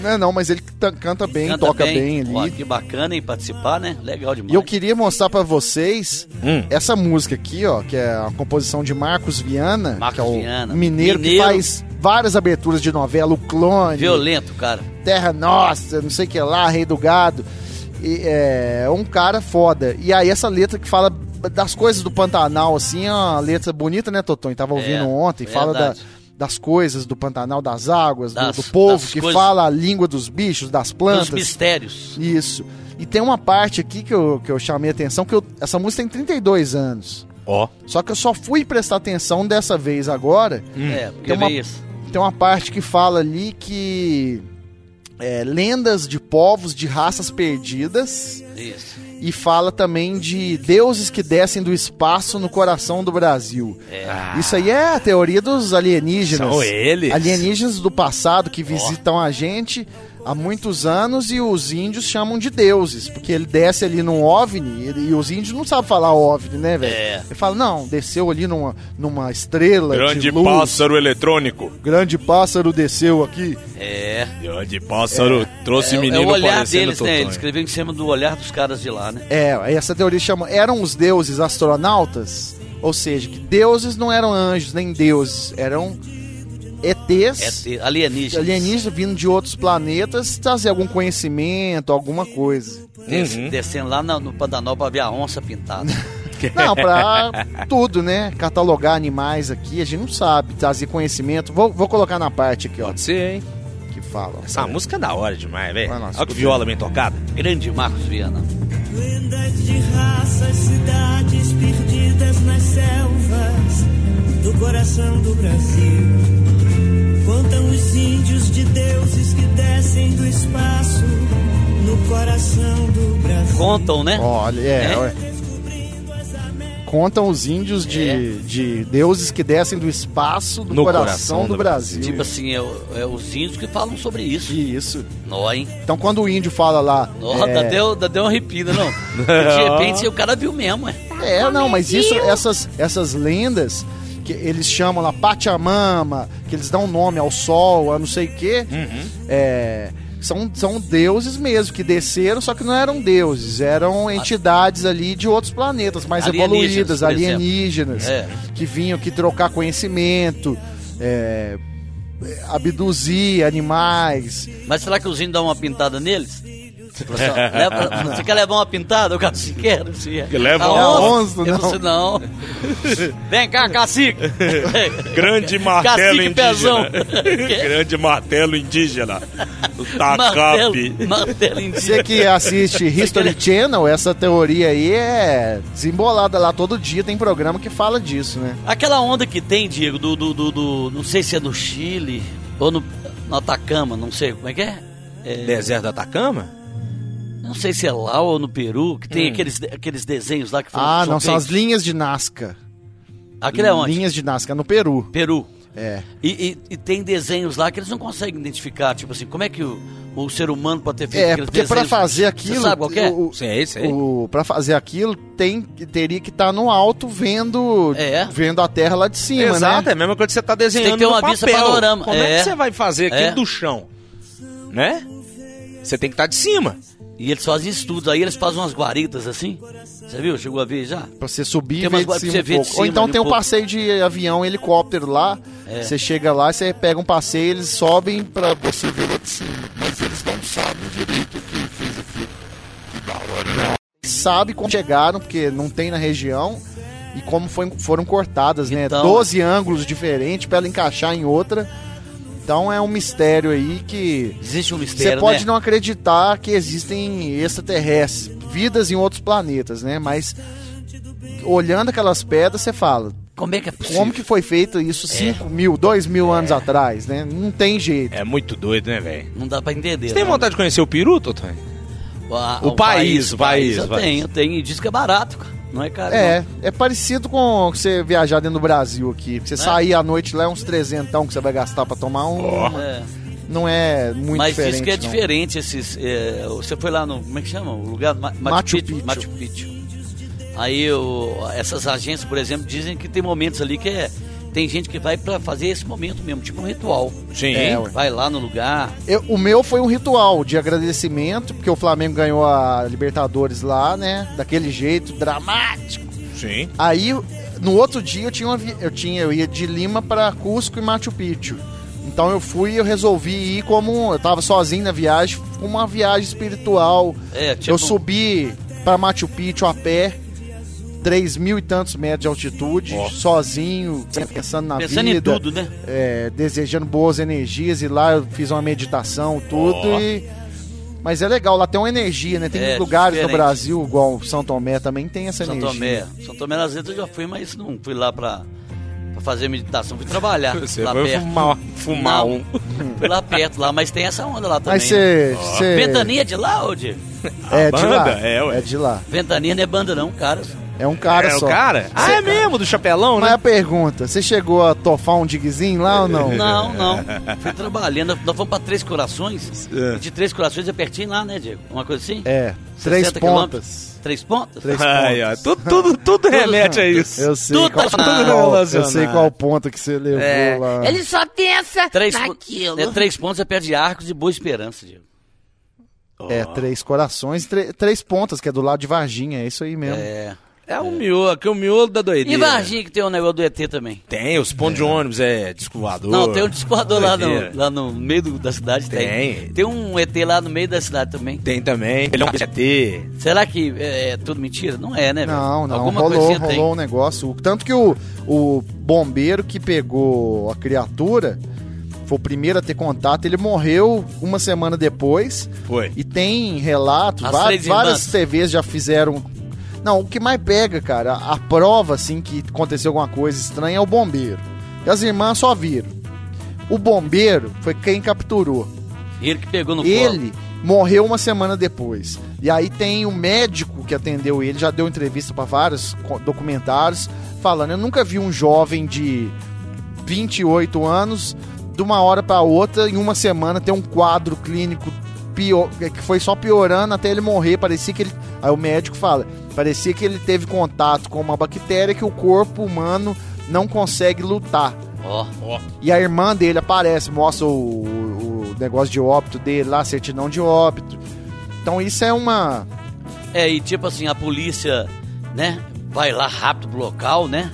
[SPEAKER 1] não, não, mas ele ta- canta bem,
[SPEAKER 3] Canta
[SPEAKER 1] toca bem,
[SPEAKER 3] Ó,
[SPEAKER 1] ali.
[SPEAKER 3] que bacana, hein? Participar, né? Legal demais.
[SPEAKER 1] E eu queria mostrar pra vocês
[SPEAKER 5] Hum.
[SPEAKER 1] essa música aqui, ó, que é a composição de Marcos Viana,
[SPEAKER 3] Marcos
[SPEAKER 1] que é o
[SPEAKER 3] Viana.
[SPEAKER 1] mineiro, que
[SPEAKER 3] Mineiro.
[SPEAKER 1] faz várias aberturas de novela, o Clone,
[SPEAKER 3] Violento, cara.
[SPEAKER 1] Terra Nossa, não sei o que lá, Rei do Gado. E, é é um cara foda. E aí essa letra que fala das coisas do Pantanal, assim, é uma letra bonita, né, Totonho? Tava ouvindo
[SPEAKER 3] É,
[SPEAKER 1] ontem, fala da-
[SPEAKER 3] verdade.
[SPEAKER 1] das coisas do Pantanal, das águas, do-
[SPEAKER 3] Das-
[SPEAKER 1] do, povo,
[SPEAKER 3] das
[SPEAKER 1] que
[SPEAKER 3] coisas-
[SPEAKER 1] fala a língua dos bichos, das
[SPEAKER 3] Os
[SPEAKER 1] plantas.
[SPEAKER 3] mistérios.
[SPEAKER 1] Isso. E tem uma parte aqui que eu, que eu chamei a atenção, que eu- essa música tem 32 anos.
[SPEAKER 5] Ó.
[SPEAKER 1] Só que eu só fui prestar atenção dessa vez agora.
[SPEAKER 3] É, porque
[SPEAKER 1] Hum. Tem uma-
[SPEAKER 3] vem isso.
[SPEAKER 1] Tem uma parte que fala ali que... é, lendas de povos de raças perdidas
[SPEAKER 3] Isso.
[SPEAKER 1] e fala também de deuses que descem do espaço no coração do Brasil. Isso aí é a teoria dos alienígenas.
[SPEAKER 5] São eles.
[SPEAKER 1] Alienígenas do passado que visitam a gente. há muitos anos e os índios chamam de deuses, porque ele desce ali num OVNI e, e os índios não sabem falar OVNI, né, velho?
[SPEAKER 3] É.
[SPEAKER 1] Ele fala, não, desceu ali numa, numa estrela de
[SPEAKER 9] Grande
[SPEAKER 1] luz,
[SPEAKER 9] pássaro eletrônico.
[SPEAKER 1] grande pássaro desceu aqui.
[SPEAKER 3] É.
[SPEAKER 9] Grande pássaro trouxe
[SPEAKER 3] É, é
[SPEAKER 9] menino
[SPEAKER 3] o olhar
[SPEAKER 9] parecendo
[SPEAKER 3] deles, né?
[SPEAKER 9] Totonho.
[SPEAKER 3] Eles escreveu em cima do olhar dos caras de lá, né?
[SPEAKER 1] É, essa teoria chama, eram os deuses astronautas, ou seja, que deuses não eram anjos nem deuses, eram
[SPEAKER 3] É
[SPEAKER 1] ETs,
[SPEAKER 3] ter- alienígenas.
[SPEAKER 1] alienígenas vindo de outros planetas trazer algum conhecimento, alguma coisa.
[SPEAKER 3] Des-
[SPEAKER 1] Uhum.
[SPEAKER 3] Descendo lá na- no Pantanal pra ver a onça pintada.
[SPEAKER 1] Não, pra tudo, né? Catalogar animais aqui, a gente não sabe, trazer conhecimento. Vou, vou colocar na parte aqui, ó,
[SPEAKER 5] Pode ser, hein?
[SPEAKER 1] que fala. ó.
[SPEAKER 9] Tá.
[SPEAKER 5] Essa música é da hora demais, velho.
[SPEAKER 1] Vai lá,
[SPEAKER 5] Olha
[SPEAKER 1] escuta
[SPEAKER 5] que
[SPEAKER 1] aí.
[SPEAKER 5] viola bem tocada.
[SPEAKER 3] Grande Marcos Viana.
[SPEAKER 10] Lendas de raças, cidades perdidas nas selvas do coração do Brasil. Contam os índios de deuses que descem do espaço no coração do Brasil.
[SPEAKER 3] Contam, né?
[SPEAKER 1] Olha, é,
[SPEAKER 3] É?
[SPEAKER 1] olha. Contam os índios de, de deuses que descem do espaço do
[SPEAKER 5] No
[SPEAKER 1] coração,
[SPEAKER 5] coração
[SPEAKER 1] do
[SPEAKER 5] do
[SPEAKER 1] Brasil.
[SPEAKER 3] Tipo assim, é, o- é os índios que falam sobre isso.
[SPEAKER 1] Isso.
[SPEAKER 3] Nó, hein?
[SPEAKER 1] Então quando o índio fala lá.
[SPEAKER 3] Nó,
[SPEAKER 1] é,
[SPEAKER 3] dá, deu, dá deu uma arrepida, né, não. De repente o cara viu mesmo, é.
[SPEAKER 1] É, não, mas isso, essas, essas lendas que eles chamam lá Pachamama, que eles dão nome ao sol, a não sei o quê,
[SPEAKER 3] Uhum.
[SPEAKER 1] é, são, são deuses mesmo, que desceram, só que não eram deuses, eram entidades ali de outros planetas, mais
[SPEAKER 3] Ah. Alienígenas,
[SPEAKER 1] evoluídas,
[SPEAKER 3] por exemplo.
[SPEAKER 1] alienígenas,
[SPEAKER 3] É.
[SPEAKER 1] que vinham que trocar conhecimento, é, abduzir animais.
[SPEAKER 3] Mas será que os índios dão uma pintada neles? Leva- você quer levar uma pintada? O cara se quer, não sei.
[SPEAKER 9] Que leva
[SPEAKER 3] A
[SPEAKER 9] uma
[SPEAKER 1] onça,
[SPEAKER 3] Tá Eu
[SPEAKER 1] não.
[SPEAKER 3] sei, não. Vem cá, cacique.
[SPEAKER 9] Grande martelo
[SPEAKER 3] Cacique pezão.
[SPEAKER 9] indígena. Grande martelo indígena. O tacape.
[SPEAKER 3] Martelo, martelo indígena.
[SPEAKER 1] Você que assiste History Channel, essa teoria aí é desembolada lá todo dia, tem programa que fala disso, né?
[SPEAKER 3] Aquela onda que tem, Diego, do, do, do, do- Não sei se é no Chile ou no, no Atacama, não sei como é que é.
[SPEAKER 5] Deserto do Atacama?
[SPEAKER 3] Não sei se é lá ou no Peru, que tem aqueles, de- aqueles desenhos lá que foram.
[SPEAKER 1] Hum. Ah, não, são as
[SPEAKER 3] feitos.
[SPEAKER 1] linhas de Nazca.
[SPEAKER 3] Aquilo é onde?
[SPEAKER 1] Linhas de Nazca, no Peru.
[SPEAKER 3] Peru.
[SPEAKER 1] É.
[SPEAKER 3] E, e- e tem desenhos lá que eles não conseguem identificar, tipo assim, como é que o, o ser humano pode ter feito
[SPEAKER 1] É,
[SPEAKER 3] aqueles
[SPEAKER 1] porque pra
[SPEAKER 3] desenhos?
[SPEAKER 1] fazer aquilo.
[SPEAKER 3] Você sabe qual que é?
[SPEAKER 1] O,
[SPEAKER 5] Sim, é isso aí.
[SPEAKER 1] o, pra fazer aquilo, tem, teria que estar no alto vendo,
[SPEAKER 3] É.
[SPEAKER 1] vendo a terra lá de cima,
[SPEAKER 5] Exato,
[SPEAKER 1] né?
[SPEAKER 5] é a mesma coisa que você tá desenhando
[SPEAKER 3] Tem que ter uma
[SPEAKER 5] no
[SPEAKER 3] vista
[SPEAKER 5] papel.
[SPEAKER 3] panorama,
[SPEAKER 5] Como é.
[SPEAKER 3] é.
[SPEAKER 5] que você vai fazer aquilo
[SPEAKER 3] É.
[SPEAKER 5] do chão? Né? Você tem que estar de cima.
[SPEAKER 3] E eles fazem estudos, aí eles fazem umas guaritas assim. Você viu? Chegou a ver já?
[SPEAKER 1] Pra você subir e
[SPEAKER 3] Tem
[SPEAKER 1] ver
[SPEAKER 3] umas
[SPEAKER 1] de
[SPEAKER 3] coisas
[SPEAKER 1] cima
[SPEAKER 3] pra
[SPEAKER 1] um
[SPEAKER 3] você ver de
[SPEAKER 1] pouco. Ou
[SPEAKER 3] cima
[SPEAKER 1] então
[SPEAKER 3] ali
[SPEAKER 1] tem
[SPEAKER 3] um
[SPEAKER 1] um
[SPEAKER 3] pouco. É.
[SPEAKER 1] passeio de avião, helicóptero lá. Você chega lá, você pega um passeio, eles sobem pra você ver lá de cima. Mas eles não sabem direito o que fez o filme. Sabe né? como chegaram, porque não tem na região. E como foi- foram cortadas, né?
[SPEAKER 3] Então-
[SPEAKER 1] 12 ângulos diferentes pra ela encaixar em outra. Então é um mistério aí que.
[SPEAKER 3] Existe um
[SPEAKER 1] Você
[SPEAKER 3] mistério,
[SPEAKER 1] pode
[SPEAKER 3] né?
[SPEAKER 1] não acreditar que existem extraterrestres, vidas em outros planetas, né? Mas olhando aquelas pedras, você fala,
[SPEAKER 3] Como é que é possível?
[SPEAKER 1] como que foi feito
[SPEAKER 3] É.
[SPEAKER 1] isso 5 mil, 2 mil anos atrás, né? Não tem jeito.
[SPEAKER 5] É muito doido, né, velho?
[SPEAKER 3] Não dá pra entender.
[SPEAKER 5] Você tem
[SPEAKER 3] né?
[SPEAKER 5] vontade de conhecer o peru, Totonho?
[SPEAKER 3] A-
[SPEAKER 5] O país, o país,
[SPEAKER 3] Eu
[SPEAKER 5] o país.
[SPEAKER 3] tenho, eu tenho. E diz que é barato, cara. não é caro.
[SPEAKER 1] É, é, parecido com você viajar dentro do Brasil aqui. Você
[SPEAKER 3] Né?
[SPEAKER 1] sair à noite lá é uns trezentão que você vai gastar pra tomar um.
[SPEAKER 3] não. É.
[SPEAKER 1] Não é muito
[SPEAKER 3] Mas
[SPEAKER 1] diferente.
[SPEAKER 3] diz que é
[SPEAKER 1] não.
[SPEAKER 3] diferente esses. é, você foi lá no. Como é que chama? O lugar Ma-
[SPEAKER 1] Machu
[SPEAKER 3] Machu,
[SPEAKER 1] Picchu.
[SPEAKER 3] Picchu. Machu Picchu. Aí o- essas agências, por exemplo, dizem que tem momentos ali que é. Tem gente que vai pra fazer esse momento mesmo, tipo um ritual.
[SPEAKER 5] Sim.
[SPEAKER 1] É, ué.
[SPEAKER 3] Vai lá no lugar.
[SPEAKER 1] Eu- o meu foi um ritual de agradecimento, porque o Flamengo ganhou a Libertadores lá, né? Daquele jeito dramático.
[SPEAKER 9] Sim.
[SPEAKER 1] Aí, no outro dia, eu tinha, uma vi- eu tinha eu ia de Lima pra Cusco e Machu Picchu. Então eu fui e eu resolvi ir como... Eu tava sozinho na viagem, com uma viagem espiritual.
[SPEAKER 3] É, tipo,
[SPEAKER 1] Eu subi pra Machu Picchu a pé, 3 mil e tantos metros de altitude, sozinho, pensando na
[SPEAKER 3] pensando
[SPEAKER 1] vida.
[SPEAKER 3] em tudo, né?
[SPEAKER 1] é, desejando boas energias. E lá eu fiz uma meditação, tudo e... Mas é legal, lá tem uma energia, né? Tem
[SPEAKER 3] É,
[SPEAKER 1] lugares no
[SPEAKER 3] diferente.
[SPEAKER 1] Brasil, igual São Tomé também tem essa
[SPEAKER 3] São
[SPEAKER 1] energia.
[SPEAKER 3] Tomé. São Tomé das Letras eu já fui, mas não fui lá pra, pra fazer meditação. Fui trabalhar
[SPEAKER 5] Você
[SPEAKER 3] lá
[SPEAKER 5] vai
[SPEAKER 3] perto.
[SPEAKER 5] fumar, fumar
[SPEAKER 3] Não.
[SPEAKER 5] um.
[SPEAKER 3] Fui lá perto, lá, mas tem essa onda
[SPEAKER 5] né?
[SPEAKER 3] lá também. né?
[SPEAKER 1] Mas você.
[SPEAKER 3] Ventania é de lá, ô Diego?
[SPEAKER 1] É de
[SPEAKER 5] banda,
[SPEAKER 1] lá.
[SPEAKER 9] é,
[SPEAKER 1] É,
[SPEAKER 9] ué.
[SPEAKER 1] de lá.
[SPEAKER 3] Ventania não é banda não, cara.
[SPEAKER 1] É um cara
[SPEAKER 5] é
[SPEAKER 1] só.
[SPEAKER 5] o cara? Ah, é mesmo, do chapelão,
[SPEAKER 1] Mas é
[SPEAKER 5] né?
[SPEAKER 1] a pergunta, você chegou a tofar um digzinho lá ou não?
[SPEAKER 3] Não, não. Fui trabalhando. Nós fomos pra Três Corações. E de Três Corações é pertinho lá, né, Diego? Uma coisa assim?
[SPEAKER 1] É, três
[SPEAKER 3] 60 quilômetros.
[SPEAKER 1] pontas.
[SPEAKER 3] Três pontas?
[SPEAKER 1] Três
[SPEAKER 5] Ai, ó,
[SPEAKER 1] pontas.
[SPEAKER 5] tudo, tudo, tudo remete a isso.
[SPEAKER 1] Eu sei,
[SPEAKER 3] Tudo É.
[SPEAKER 1] qual,
[SPEAKER 3] tá
[SPEAKER 1] qual- eu
[SPEAKER 5] é relacionado.
[SPEAKER 1] sei qual ponto que você levou lá.
[SPEAKER 11] Ele só pensa
[SPEAKER 3] Três, pon-
[SPEAKER 11] naquilo.
[SPEAKER 3] é, três pontos é perto de Arcos e Boa Esperança, Diego.
[SPEAKER 1] É, três corações, tre- três pontas, que é do lado de Varginha, é isso aí mesmo.
[SPEAKER 3] É.
[SPEAKER 5] É o miolo, aqui é o miolo da
[SPEAKER 3] E
[SPEAKER 5] doideira.
[SPEAKER 3] Varginha que tem o negócio do ET também.
[SPEAKER 5] Tem, os pontos de ônibus é descovador.
[SPEAKER 3] Não, tem um disparador lá
[SPEAKER 5] Doideira.
[SPEAKER 3] no, lá no meio do- da cidade.
[SPEAKER 5] Tem.
[SPEAKER 3] Tem um ET lá no meio da cidade também.
[SPEAKER 5] Tem também. Ele é um PT.
[SPEAKER 3] Será que é, é tudo mentira? Não é, né? velho?
[SPEAKER 1] Não, não,
[SPEAKER 3] Alguma
[SPEAKER 1] rolou,
[SPEAKER 3] coisinha tem.
[SPEAKER 1] rolou um negócio. O- Tanto que o, o bombeiro que pegou a criatura foi o primeiro a ter contato, ele morreu uma semana depois.
[SPEAKER 5] Foi.
[SPEAKER 1] E tem relatos,
[SPEAKER 3] As
[SPEAKER 1] va-
[SPEAKER 3] três
[SPEAKER 1] várias, TVs já fizeram. Não, o que mais pega, cara, a prova, assim, que aconteceu alguma coisa estranha é o bombeiro. E as irmãs só viram. O bombeiro foi quem capturou.
[SPEAKER 3] Ele que pegou no colo.
[SPEAKER 1] Ele morreu uma semana depois. E aí tem o médico que atendeu ele, já deu entrevista pra vários co- documentários, falando: Eu nunca vi um jovem de 28 anos, de uma hora pra outra, em uma semana, ter um quadro clínico pior, que foi só piorando até ele morrer. Parecia que ele. Aí o médico fala: Parecia que ele teve contato com uma bactéria que o corpo humano não consegue lutar.
[SPEAKER 3] Ó,
[SPEAKER 1] E a irmã dele aparece, mostra o, o negócio de óbito dele lá, a certidão de óbito. Então isso é uma.
[SPEAKER 3] É, e tipo assim, a polícia, né? Vai lá rápido pro local, né?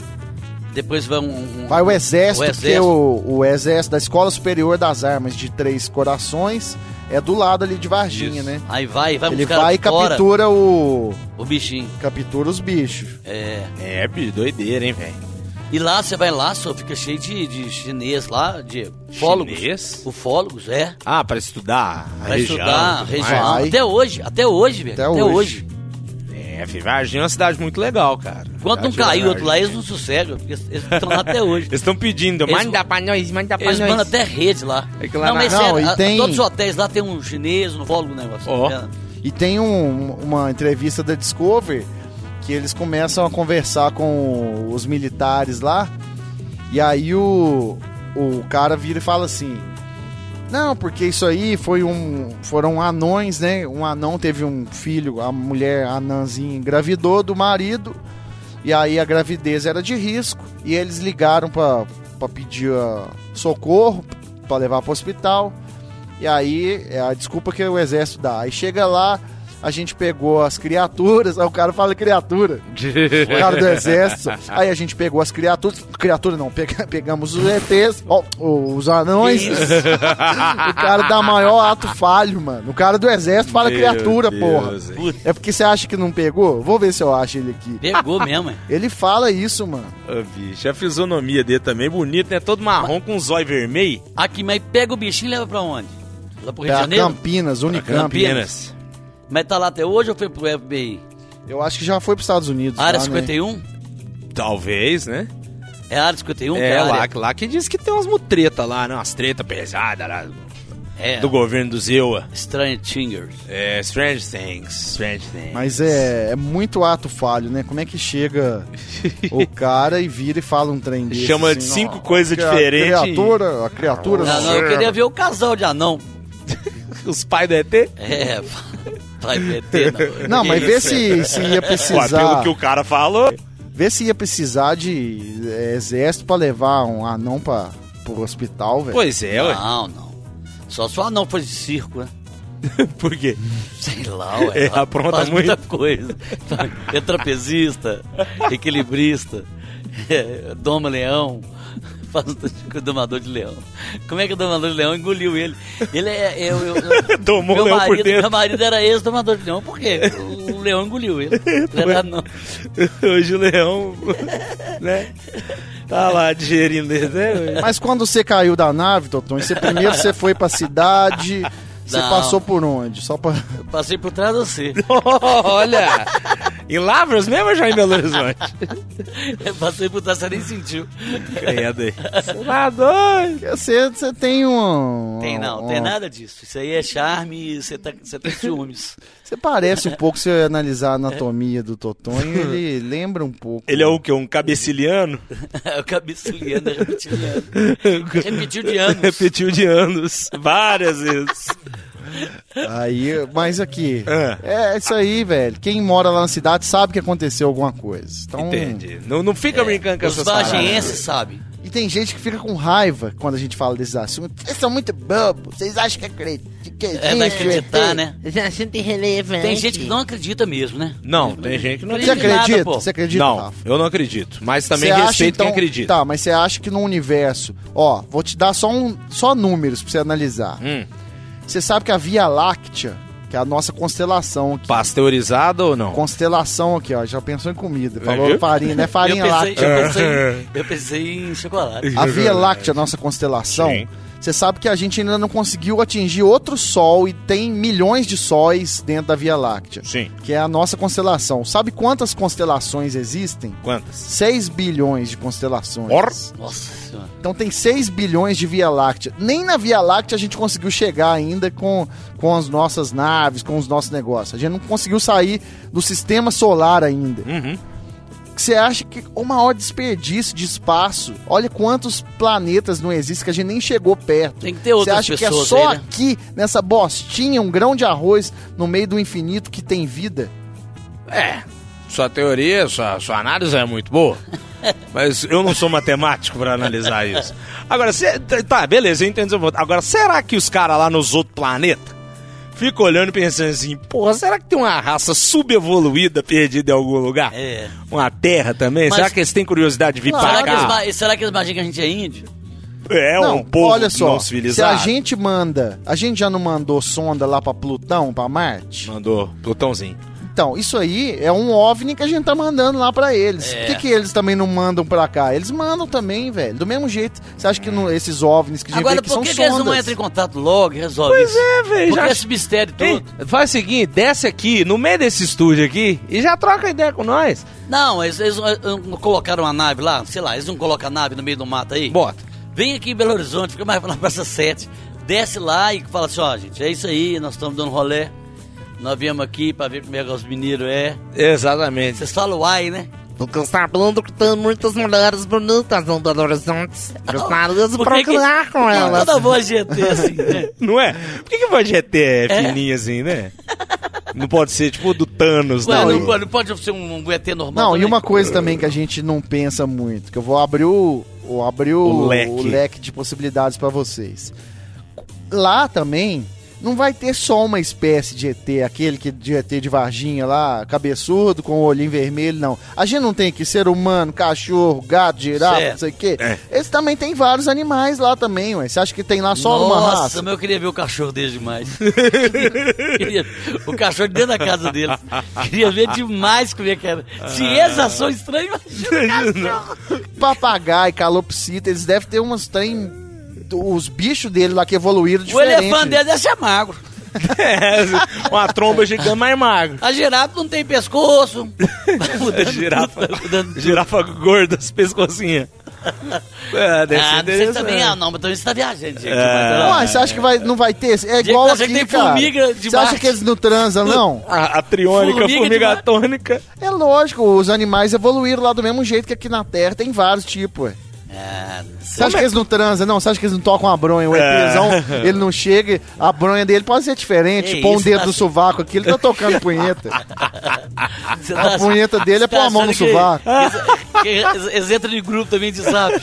[SPEAKER 3] Depois vai um. um-
[SPEAKER 1] Vai o exército,
[SPEAKER 3] O
[SPEAKER 1] porque
[SPEAKER 3] exército.
[SPEAKER 1] o, o exército da Escola Superior das Armas de Três Corações é do lado ali de Varginha, né?
[SPEAKER 3] Aí vai, vai
[SPEAKER 1] Ele
[SPEAKER 3] buscar
[SPEAKER 1] vai e
[SPEAKER 3] fora
[SPEAKER 1] captura o.
[SPEAKER 3] o bichinho.
[SPEAKER 1] captura os bichos.
[SPEAKER 3] É.
[SPEAKER 5] É, bi, doideira, hein, velho?
[SPEAKER 3] E lá, você vai lá, só fica cheio de, de chinês lá, de ufólogos.
[SPEAKER 5] Chinês?
[SPEAKER 3] Ufólogos, é.
[SPEAKER 5] Ah, pra estudar a
[SPEAKER 3] Pra
[SPEAKER 5] região.
[SPEAKER 3] estudar
[SPEAKER 5] tudo
[SPEAKER 3] a
[SPEAKER 5] mais.
[SPEAKER 3] região.
[SPEAKER 1] Vai.
[SPEAKER 3] Até hoje, até hoje, velho.
[SPEAKER 1] Até
[SPEAKER 3] Até,
[SPEAKER 1] hoje.
[SPEAKER 3] hoje.
[SPEAKER 5] É, filho, Varginha é uma cidade muito legal, cara.
[SPEAKER 3] Enquanto não
[SPEAKER 5] Cidade
[SPEAKER 3] caiu
[SPEAKER 5] de
[SPEAKER 3] outro lá, eles
[SPEAKER 5] Varginha.
[SPEAKER 3] não sossegam. porque Eles eles estão lá até hoje.
[SPEAKER 5] Eles estão pedindo,
[SPEAKER 3] Eles-
[SPEAKER 5] manda pra nós, manda pra
[SPEAKER 3] Eles
[SPEAKER 5] nós.
[SPEAKER 3] mandam até rede lá.
[SPEAKER 5] É que lá
[SPEAKER 3] não,
[SPEAKER 5] na-
[SPEAKER 3] mas
[SPEAKER 1] Não,
[SPEAKER 3] sério,
[SPEAKER 1] e
[SPEAKER 3] a-
[SPEAKER 1] tem-
[SPEAKER 3] todos os hotéis lá tem um chinês, um ufólogo, um negócio.
[SPEAKER 5] Ó.
[SPEAKER 3] É.
[SPEAKER 1] E tem um- uma entrevista da Discovery que eles começam a conversar com os militares lá. E aí o, o cara vira e fala assim: Não, porque isso aí foi um. Foram anões, né? Um anão teve um filho, a mulher anãzinha engravidou do marido. E aí a gravidez era de risco. E eles ligaram pra pra pedir ah, socorro, pra levar pro hospital. E aí, é a desculpa que o exército dá. Aí chega lá, a gente pegou as criaturas, aí o cara fala criatura. o cara do exército. Aí a gente pegou as criaturas. Criatura não, pega- pegamos os ETs, ó, os anões. o cara dá maior ato falho, mano. O cara do exército fala criatura, porra.
[SPEAKER 3] Puta,
[SPEAKER 1] É porque você acha que não pegou? Vou ver se eu acho ele aqui.
[SPEAKER 3] pegou mesmo, é. hein?
[SPEAKER 1] Ele fala isso, mano.
[SPEAKER 5] Ô, bicho, a fisionomia dele também, bonito, né? Todo marrom com um zóio vermelho.
[SPEAKER 3] Aqui, mas pega o bichinho e leva pra onde? Lá pro Rio de
[SPEAKER 1] Pra
[SPEAKER 3] Janeiro?
[SPEAKER 1] Campinas, Unicamp. né?
[SPEAKER 5] Campinas.
[SPEAKER 3] Mas tá lá até hoje ou foi pro FBI?
[SPEAKER 1] Eu acho que já foi pros Estados Unidos. lá,
[SPEAKER 3] área
[SPEAKER 1] né?
[SPEAKER 3] 51?
[SPEAKER 5] Talvez, né?
[SPEAKER 3] É a área 51? que
[SPEAKER 5] é,
[SPEAKER 3] a
[SPEAKER 5] lá,
[SPEAKER 3] área-
[SPEAKER 5] lá que diz que tem umas mutreta lá, né? Umas treta pesada lá do-
[SPEAKER 3] É.
[SPEAKER 5] do governo do Zewa.
[SPEAKER 3] Strange Tingers.
[SPEAKER 5] É, Strange Things, Strange
[SPEAKER 3] um.
[SPEAKER 5] Things.
[SPEAKER 1] Mas é, é muito ato falho, né? Como é que chega o cara e vira e fala um trem desse?
[SPEAKER 5] Chama de
[SPEAKER 1] assim,
[SPEAKER 5] cinco
[SPEAKER 1] "Não,
[SPEAKER 5] coisas
[SPEAKER 1] a
[SPEAKER 5] diferentes e-
[SPEAKER 1] Criatura, a criatura... né?
[SPEAKER 3] Não, não, eu queria ver o casal de anão.
[SPEAKER 5] Os pais do ET?
[SPEAKER 3] É, vai meter, não.
[SPEAKER 1] Não, mas vê se, se ia
[SPEAKER 9] Ué, pelo
[SPEAKER 1] precisar...
[SPEAKER 9] que o cara falou,
[SPEAKER 1] Vê se ia precisar de é, exército pra levar um anão pra, pro hospital, velho.
[SPEAKER 5] Pois é, ué.
[SPEAKER 3] Não, não. Só se o anão for de circo, né?
[SPEAKER 5] Por quê?
[SPEAKER 3] Sei lá, ué.
[SPEAKER 5] É,
[SPEAKER 3] Ela
[SPEAKER 5] apronta
[SPEAKER 3] faz
[SPEAKER 5] muito.
[SPEAKER 3] muita coisa. É trapezista, equilibrista, é, doma leão, faz um tanto de coisa, domador de leão. Como é que o domador de leão engoliu ele? Ele é. Eu, eu, eu-
[SPEAKER 5] Domou
[SPEAKER 3] meu
[SPEAKER 5] o leão por
[SPEAKER 3] marido,
[SPEAKER 5] dentro.
[SPEAKER 3] Meu marido era ex-domador de leão, por quê? O, o leão engoliu ele. Ele era não.
[SPEAKER 5] Hoje o leão, né? Tá lá digerindo ele,
[SPEAKER 3] é.
[SPEAKER 5] né?
[SPEAKER 1] Mas quando você caiu da nave, Toton, você primeiro você foi pra cidade... Você
[SPEAKER 3] Não.
[SPEAKER 1] passou por onde? Só pra...
[SPEAKER 3] Passei por trás de você.
[SPEAKER 5] Olha! Em Lavras mesmo ou já é em Belo Horizonte?
[SPEAKER 3] Eu passei por Taça, nem sentiu.
[SPEAKER 5] Credo aí. Você tá doido.
[SPEAKER 1] Você, você tem um.
[SPEAKER 3] Tem não,
[SPEAKER 1] um-
[SPEAKER 3] tem nada disso. Isso aí é charme e você tá, você tem ciúmes.
[SPEAKER 1] Você parece um pouco, se eu analisar a anatomia do Totonho, ele lembra um pouco.
[SPEAKER 5] Ele é o quê? Um cabeciliano?
[SPEAKER 3] o cabeciliano é reptiliano. é. Repetiu de anos.
[SPEAKER 5] Repetiu de anos. Várias vezes. é um-
[SPEAKER 1] Aí, mas aqui. É, isso aí, velho. Quem mora lá na cidade sabe que aconteceu alguma coisa. Então,
[SPEAKER 5] Entende? Não, não fica brincando com
[SPEAKER 3] É. Os
[SPEAKER 5] essas paradas.
[SPEAKER 3] vagienses sabem.
[SPEAKER 1] E tem gente que fica com raiva quando a gente fala desses assuntos. Vocês são muito bobos, vocês acham que acreditam.
[SPEAKER 3] É, vai acreditar, né?
[SPEAKER 11] Esse assunto é irrelevante.
[SPEAKER 3] Tem gente que não acredita mesmo, né?
[SPEAKER 5] Não, tem gente que não
[SPEAKER 1] Você
[SPEAKER 5] acredita.
[SPEAKER 3] Não acredita em nada,
[SPEAKER 1] acredita?
[SPEAKER 3] pô.
[SPEAKER 1] você acredita,
[SPEAKER 5] Não,
[SPEAKER 1] Rafa?
[SPEAKER 5] eu não acredito. Mas também
[SPEAKER 1] Você acha,
[SPEAKER 5] respeito quem
[SPEAKER 1] então-
[SPEAKER 5] acredita.
[SPEAKER 1] Tá, mas você acha que no universo... Ó, vou te dar só, um, só números pra você analisar.
[SPEAKER 5] Hum.
[SPEAKER 1] Você sabe que a Via Láctea, que é a nossa constelação aqui...
[SPEAKER 5] Pasteurizado ou não?
[SPEAKER 1] Constelação aqui, ó. Já pensou em comida. Falou
[SPEAKER 5] É, viu?
[SPEAKER 1] farinha, né? Farinha
[SPEAKER 3] eu,
[SPEAKER 1] láctea.
[SPEAKER 3] pensei,
[SPEAKER 5] É.
[SPEAKER 3] eu, pensei, eu pensei em chocolate.
[SPEAKER 1] A Via Láctea, nossa constelação,
[SPEAKER 9] Sim.
[SPEAKER 1] você sabe que a gente ainda não conseguiu atingir outro sol e tem milhões de sóis dentro da Via Láctea,
[SPEAKER 9] Sim.
[SPEAKER 1] que é a nossa constelação. Sabe quantas constelações existem?
[SPEAKER 9] Quantas?
[SPEAKER 1] 6 bilhões de constelações.
[SPEAKER 9] Or-
[SPEAKER 3] Nossa senhora.
[SPEAKER 1] Então tem 6 bilhões de Via Láctea. Nem na Via Láctea a gente conseguiu chegar ainda com, com as nossas naves, com os nossos negócios. A gente não conseguiu sair do sistema solar ainda.
[SPEAKER 5] Uhum.
[SPEAKER 1] Que Você acha que o maior desperdício de espaço? Olha quantos planetas não existem que a gente nem chegou perto.
[SPEAKER 3] Tem que ter outras
[SPEAKER 1] Você acha que é
[SPEAKER 3] pessoas
[SPEAKER 1] só
[SPEAKER 3] aí, né?
[SPEAKER 1] aqui, nessa bostinha, um grão de arroz no meio do infinito que tem vida?
[SPEAKER 5] É. Sua teoria, sua, sua análise é muito boa. Mas eu não sou matemático pra analisar isso. Agora, cê- t- tá, beleza, eu entendo seu ponto. Agora, será que os caras lá nos outros planetas ficam olhando e pensando assim, porra, será que tem uma raça subevoluída perdida em algum lugar?
[SPEAKER 3] É.
[SPEAKER 5] Uma terra também?
[SPEAKER 3] Mas-
[SPEAKER 5] será que eles têm curiosidade de vir
[SPEAKER 3] Será
[SPEAKER 5] pra
[SPEAKER 3] que, eles,
[SPEAKER 5] cá?
[SPEAKER 3] ma- será que eles imaginam que a gente é índio?
[SPEAKER 9] É
[SPEAKER 1] não,
[SPEAKER 9] um povo
[SPEAKER 1] olha só,
[SPEAKER 9] não
[SPEAKER 1] se a
[SPEAKER 9] civilizado.
[SPEAKER 1] gente manda, a gente já não mandou sonda lá pra Plutão, pra Marte?
[SPEAKER 5] Mandou Plutãozinho.
[SPEAKER 1] Então, isso aí é um OVNI que a gente tá mandando lá pra eles.
[SPEAKER 3] É.
[SPEAKER 1] Por que, que eles também não mandam pra cá? Eles mandam também, velho. Do mesmo jeito. Você acha que não- esses OVNIs que a gente
[SPEAKER 3] Agora,
[SPEAKER 1] vê que
[SPEAKER 3] por
[SPEAKER 1] são
[SPEAKER 3] que, que eles
[SPEAKER 1] sondas?
[SPEAKER 3] não entram em contato logo e resolvem isso?
[SPEAKER 5] É, velho,
[SPEAKER 3] Por
[SPEAKER 5] já
[SPEAKER 3] que esse mistério
[SPEAKER 5] Ei,
[SPEAKER 3] todo?
[SPEAKER 5] faz o seguinte, desce aqui, no meio desse estúdio aqui, e já troca ideia com nós.
[SPEAKER 3] Não, eles, eles não- não colocaram a nave lá, sei lá, eles não colocam a nave no meio do mato aí?
[SPEAKER 5] Bota.
[SPEAKER 3] Vem aqui em Belo Horizonte, fica mais na Praça 7, desce lá e fala assim, ó, gente, é isso aí, nós estamos dando rolé, nós viemos aqui pra ver como é que os mineiros é.
[SPEAKER 5] Exatamente.
[SPEAKER 3] Vocês falam uai, né?
[SPEAKER 11] Porque eu está falando que tem muitas mulheres bonitas um no Belo Horizonte. Gostaria de
[SPEAKER 3] Por Ah, que que-
[SPEAKER 11] procurar com elas.
[SPEAKER 3] Toda voz de ET assim, né?
[SPEAKER 5] Não é? Por que, que a GT é, fininha assim, né? Não pode ser tipo do Thanos,
[SPEAKER 3] Ué,
[SPEAKER 5] não.
[SPEAKER 3] não, pode- não pode ser um, um ET normal
[SPEAKER 1] Não, e
[SPEAKER 3] também?
[SPEAKER 1] uma coisa também que a gente não pensa muito, que eu vou abrir o, o- abrir o,
[SPEAKER 5] O
[SPEAKER 1] o
[SPEAKER 5] leque.
[SPEAKER 1] leque. de possibilidades pra vocês. Lá também não vai ter só uma espécie de ET, aquele que de ET de Varginha lá, cabeçudo, com o olhinho vermelho, não. A gente não tem que ser humano, cachorro, gato, girafa,
[SPEAKER 3] Certo.
[SPEAKER 1] não sei o quê.
[SPEAKER 3] é.
[SPEAKER 1] Eles também tem vários animais lá também, ué. Você acha que tem lá só
[SPEAKER 3] Nossa,
[SPEAKER 1] uma raça?
[SPEAKER 3] mas eu queria ver o cachorro dele demais. Queria- o cachorro dentro da casa dele. Queria ver demais como é que era. Se eles acham estranho,
[SPEAKER 1] É
[SPEAKER 5] assim,
[SPEAKER 1] Papagaio, calopsita, eles devem ter umas trem... Os bichos dele lá que evoluíram
[SPEAKER 3] o
[SPEAKER 1] diferente.
[SPEAKER 3] elefante dele deve ser magro.
[SPEAKER 5] É, uma tromba gigante mais magra.
[SPEAKER 3] A girafa Tá não tem pescoço. Vai mudando
[SPEAKER 5] Girafa.
[SPEAKER 3] tudo, vai mudando tudo.
[SPEAKER 5] Girafa gorda, as pescocinhas. É, deve ser
[SPEAKER 3] Ah, não sei
[SPEAKER 5] interessante. É.
[SPEAKER 3] também. Ah, não, mas também você tá viajando, gente.
[SPEAKER 1] Uai, você acha que vai, não vai ter? É igual
[SPEAKER 3] Ah. que acha
[SPEAKER 1] aqui,
[SPEAKER 3] que tem
[SPEAKER 1] cara.
[SPEAKER 3] formiga Ah. de
[SPEAKER 1] Você acha
[SPEAKER 3] Marte?
[SPEAKER 1] que eles não transam, não?
[SPEAKER 5] A, a triônica,
[SPEAKER 3] Formiga
[SPEAKER 5] formiga,
[SPEAKER 3] demais.
[SPEAKER 5] atônica.
[SPEAKER 1] É lógico, os animais evoluíram lá do mesmo jeito que aqui na Terra. Tem vários tipos, ué.
[SPEAKER 3] Ah, não sei.
[SPEAKER 1] Você acha que eles não transam, não? Você acha que eles não tocam a bronha? O
[SPEAKER 3] É.
[SPEAKER 1] ETzão, ele não chega, a bronha dele pode ser diferente.
[SPEAKER 3] Que
[SPEAKER 1] Põe um
[SPEAKER 3] isso,
[SPEAKER 1] dedo
[SPEAKER 3] tá-
[SPEAKER 1] no sovaco aqui, ele tá tocando punheta.
[SPEAKER 3] Você tá
[SPEAKER 1] A
[SPEAKER 3] achando-
[SPEAKER 1] punheta dele é
[SPEAKER 3] você tá
[SPEAKER 1] pôr a mão no
[SPEAKER 3] achando que-
[SPEAKER 1] sovaco.
[SPEAKER 3] que Eles eles entram de grupo também de zap.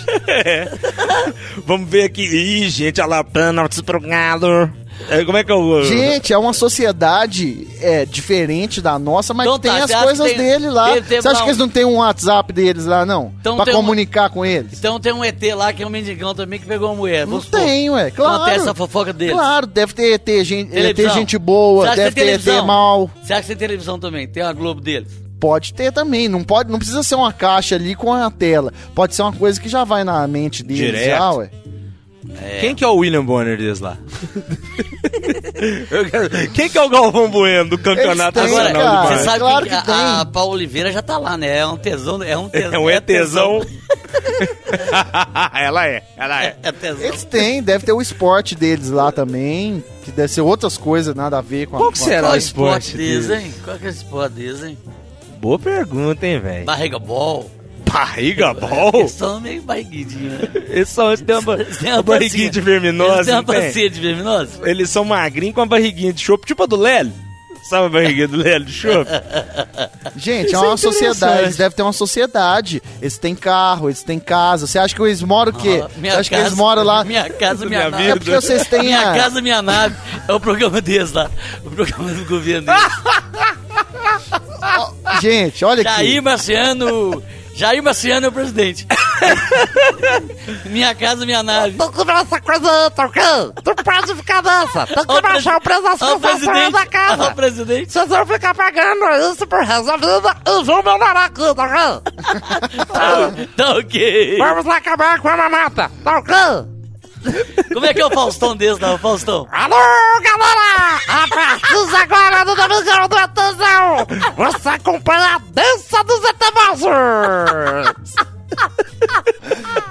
[SPEAKER 5] Vamos ver aqui. Ih, gente, alapana, desprogado. É, como é que é o...
[SPEAKER 1] Gente, é uma sociedade é, diferente da nossa, mas
[SPEAKER 3] Então
[SPEAKER 1] tem
[SPEAKER 3] tá,
[SPEAKER 1] as
[SPEAKER 3] você acha
[SPEAKER 1] coisas
[SPEAKER 3] que tem-
[SPEAKER 1] dele lá.
[SPEAKER 3] tem- tem
[SPEAKER 1] você acha
[SPEAKER 3] lá
[SPEAKER 1] que eles
[SPEAKER 3] um-
[SPEAKER 1] não têm um WhatsApp deles lá, não?
[SPEAKER 3] Então
[SPEAKER 1] pra
[SPEAKER 3] tem um-
[SPEAKER 1] comunicar com eles?
[SPEAKER 3] Então tem um ET lá que é um mendigão também que pegou uma mulher.
[SPEAKER 1] Não
[SPEAKER 3] Vamos supor.
[SPEAKER 1] tem, ué. Claro.
[SPEAKER 3] Acontece Então essa fofoca deles.
[SPEAKER 1] Claro, deve ter ET gente, ET
[SPEAKER 3] Televisão.
[SPEAKER 1] gente
[SPEAKER 3] Você
[SPEAKER 1] boa,
[SPEAKER 3] acha
[SPEAKER 1] deve
[SPEAKER 3] que tem
[SPEAKER 1] ter ET
[SPEAKER 3] televisão?
[SPEAKER 1] mal.
[SPEAKER 3] Você acha que tem televisão também? Tem a Globo deles?
[SPEAKER 1] Pode ter também, não pode, não precisa ser uma caixa ali com a tela. Pode ser uma coisa que já vai na mente deles
[SPEAKER 5] Direto.
[SPEAKER 1] já, ué.
[SPEAKER 5] Quem que é o William Bonner deles lá? Quem que é o Galvão Bueno do Campeonato
[SPEAKER 1] Eles têm, cara.
[SPEAKER 5] Nacional de
[SPEAKER 3] Você
[SPEAKER 1] Ah,
[SPEAKER 5] Base?
[SPEAKER 3] sabe
[SPEAKER 1] claro
[SPEAKER 3] que,
[SPEAKER 1] que
[SPEAKER 3] a, a
[SPEAKER 1] tem.
[SPEAKER 3] Paula Oliveira já tá lá, né? É um tesão. É um tesão.
[SPEAKER 5] É um ETzão. ela é, ela é.
[SPEAKER 3] É tesão.
[SPEAKER 1] Eles têm, deve ter o esporte deles lá também, que deve ser outras coisas, nada a ver com a...
[SPEAKER 5] Qual que
[SPEAKER 1] com a-
[SPEAKER 5] será
[SPEAKER 3] Qual
[SPEAKER 5] o
[SPEAKER 3] é
[SPEAKER 5] esporte
[SPEAKER 3] deles,
[SPEAKER 5] deles?
[SPEAKER 3] hein? Qual que é o esporte deles, hein?
[SPEAKER 5] Boa pergunta, hein, velho.
[SPEAKER 3] Barriga ball.
[SPEAKER 1] Tá
[SPEAKER 5] Barriga
[SPEAKER 3] Eles
[SPEAKER 5] bol?
[SPEAKER 3] É, são meio barriguidinhos, né?
[SPEAKER 5] Eles são eles têm uma,
[SPEAKER 3] Eles têm
[SPEAKER 5] uma barriguinha de verminose,
[SPEAKER 3] Eles têm uma
[SPEAKER 5] não tem?
[SPEAKER 3] bacia de verminose?
[SPEAKER 5] Eles são magrinhos com a barriguinha de chope, tipo a do Lélio. Sabe a barriguinha do Lélio de chope?
[SPEAKER 1] Gente, é
[SPEAKER 5] Isso é
[SPEAKER 1] uma
[SPEAKER 5] interessante.
[SPEAKER 1] sociedade, eles devem ter uma sociedade. Eles têm carro, eles têm casa. Você acha que eles moram o quê?
[SPEAKER 3] Ah,
[SPEAKER 1] Você acha que eles moram lá...
[SPEAKER 3] Minha casa, minha,
[SPEAKER 5] Minha
[SPEAKER 3] nave.
[SPEAKER 1] É porque vocês têm
[SPEAKER 3] Minha
[SPEAKER 1] a...
[SPEAKER 3] casa, minha nave. É o programa deles lá. O programa do governo deles.
[SPEAKER 1] Gente, olha
[SPEAKER 3] Jair
[SPEAKER 1] aqui.
[SPEAKER 3] Marciano. Jair Marciano é o presidente. minha casa, minha nave.
[SPEAKER 11] Não compra essa coisa, Torcão! Não pode ficar nessa! Tem
[SPEAKER 3] Ó,
[SPEAKER 11] que baixar o preço das
[SPEAKER 3] Ó, o
[SPEAKER 11] concessionárias da
[SPEAKER 3] Ó,
[SPEAKER 11] casa!
[SPEAKER 3] o presidente.
[SPEAKER 11] Vocês vão ficar pagando isso por resto da vida e vão melhorar aqui, Torcão!
[SPEAKER 3] Tá ok.
[SPEAKER 11] Vamos acabar com a mamata, Então, Torcão!
[SPEAKER 3] Como é que é o Faustão desse, não? Faustão.
[SPEAKER 11] Alô, galera! A partir de agora do Domingão do Atenção, você acompanha a dança dos Etemosos!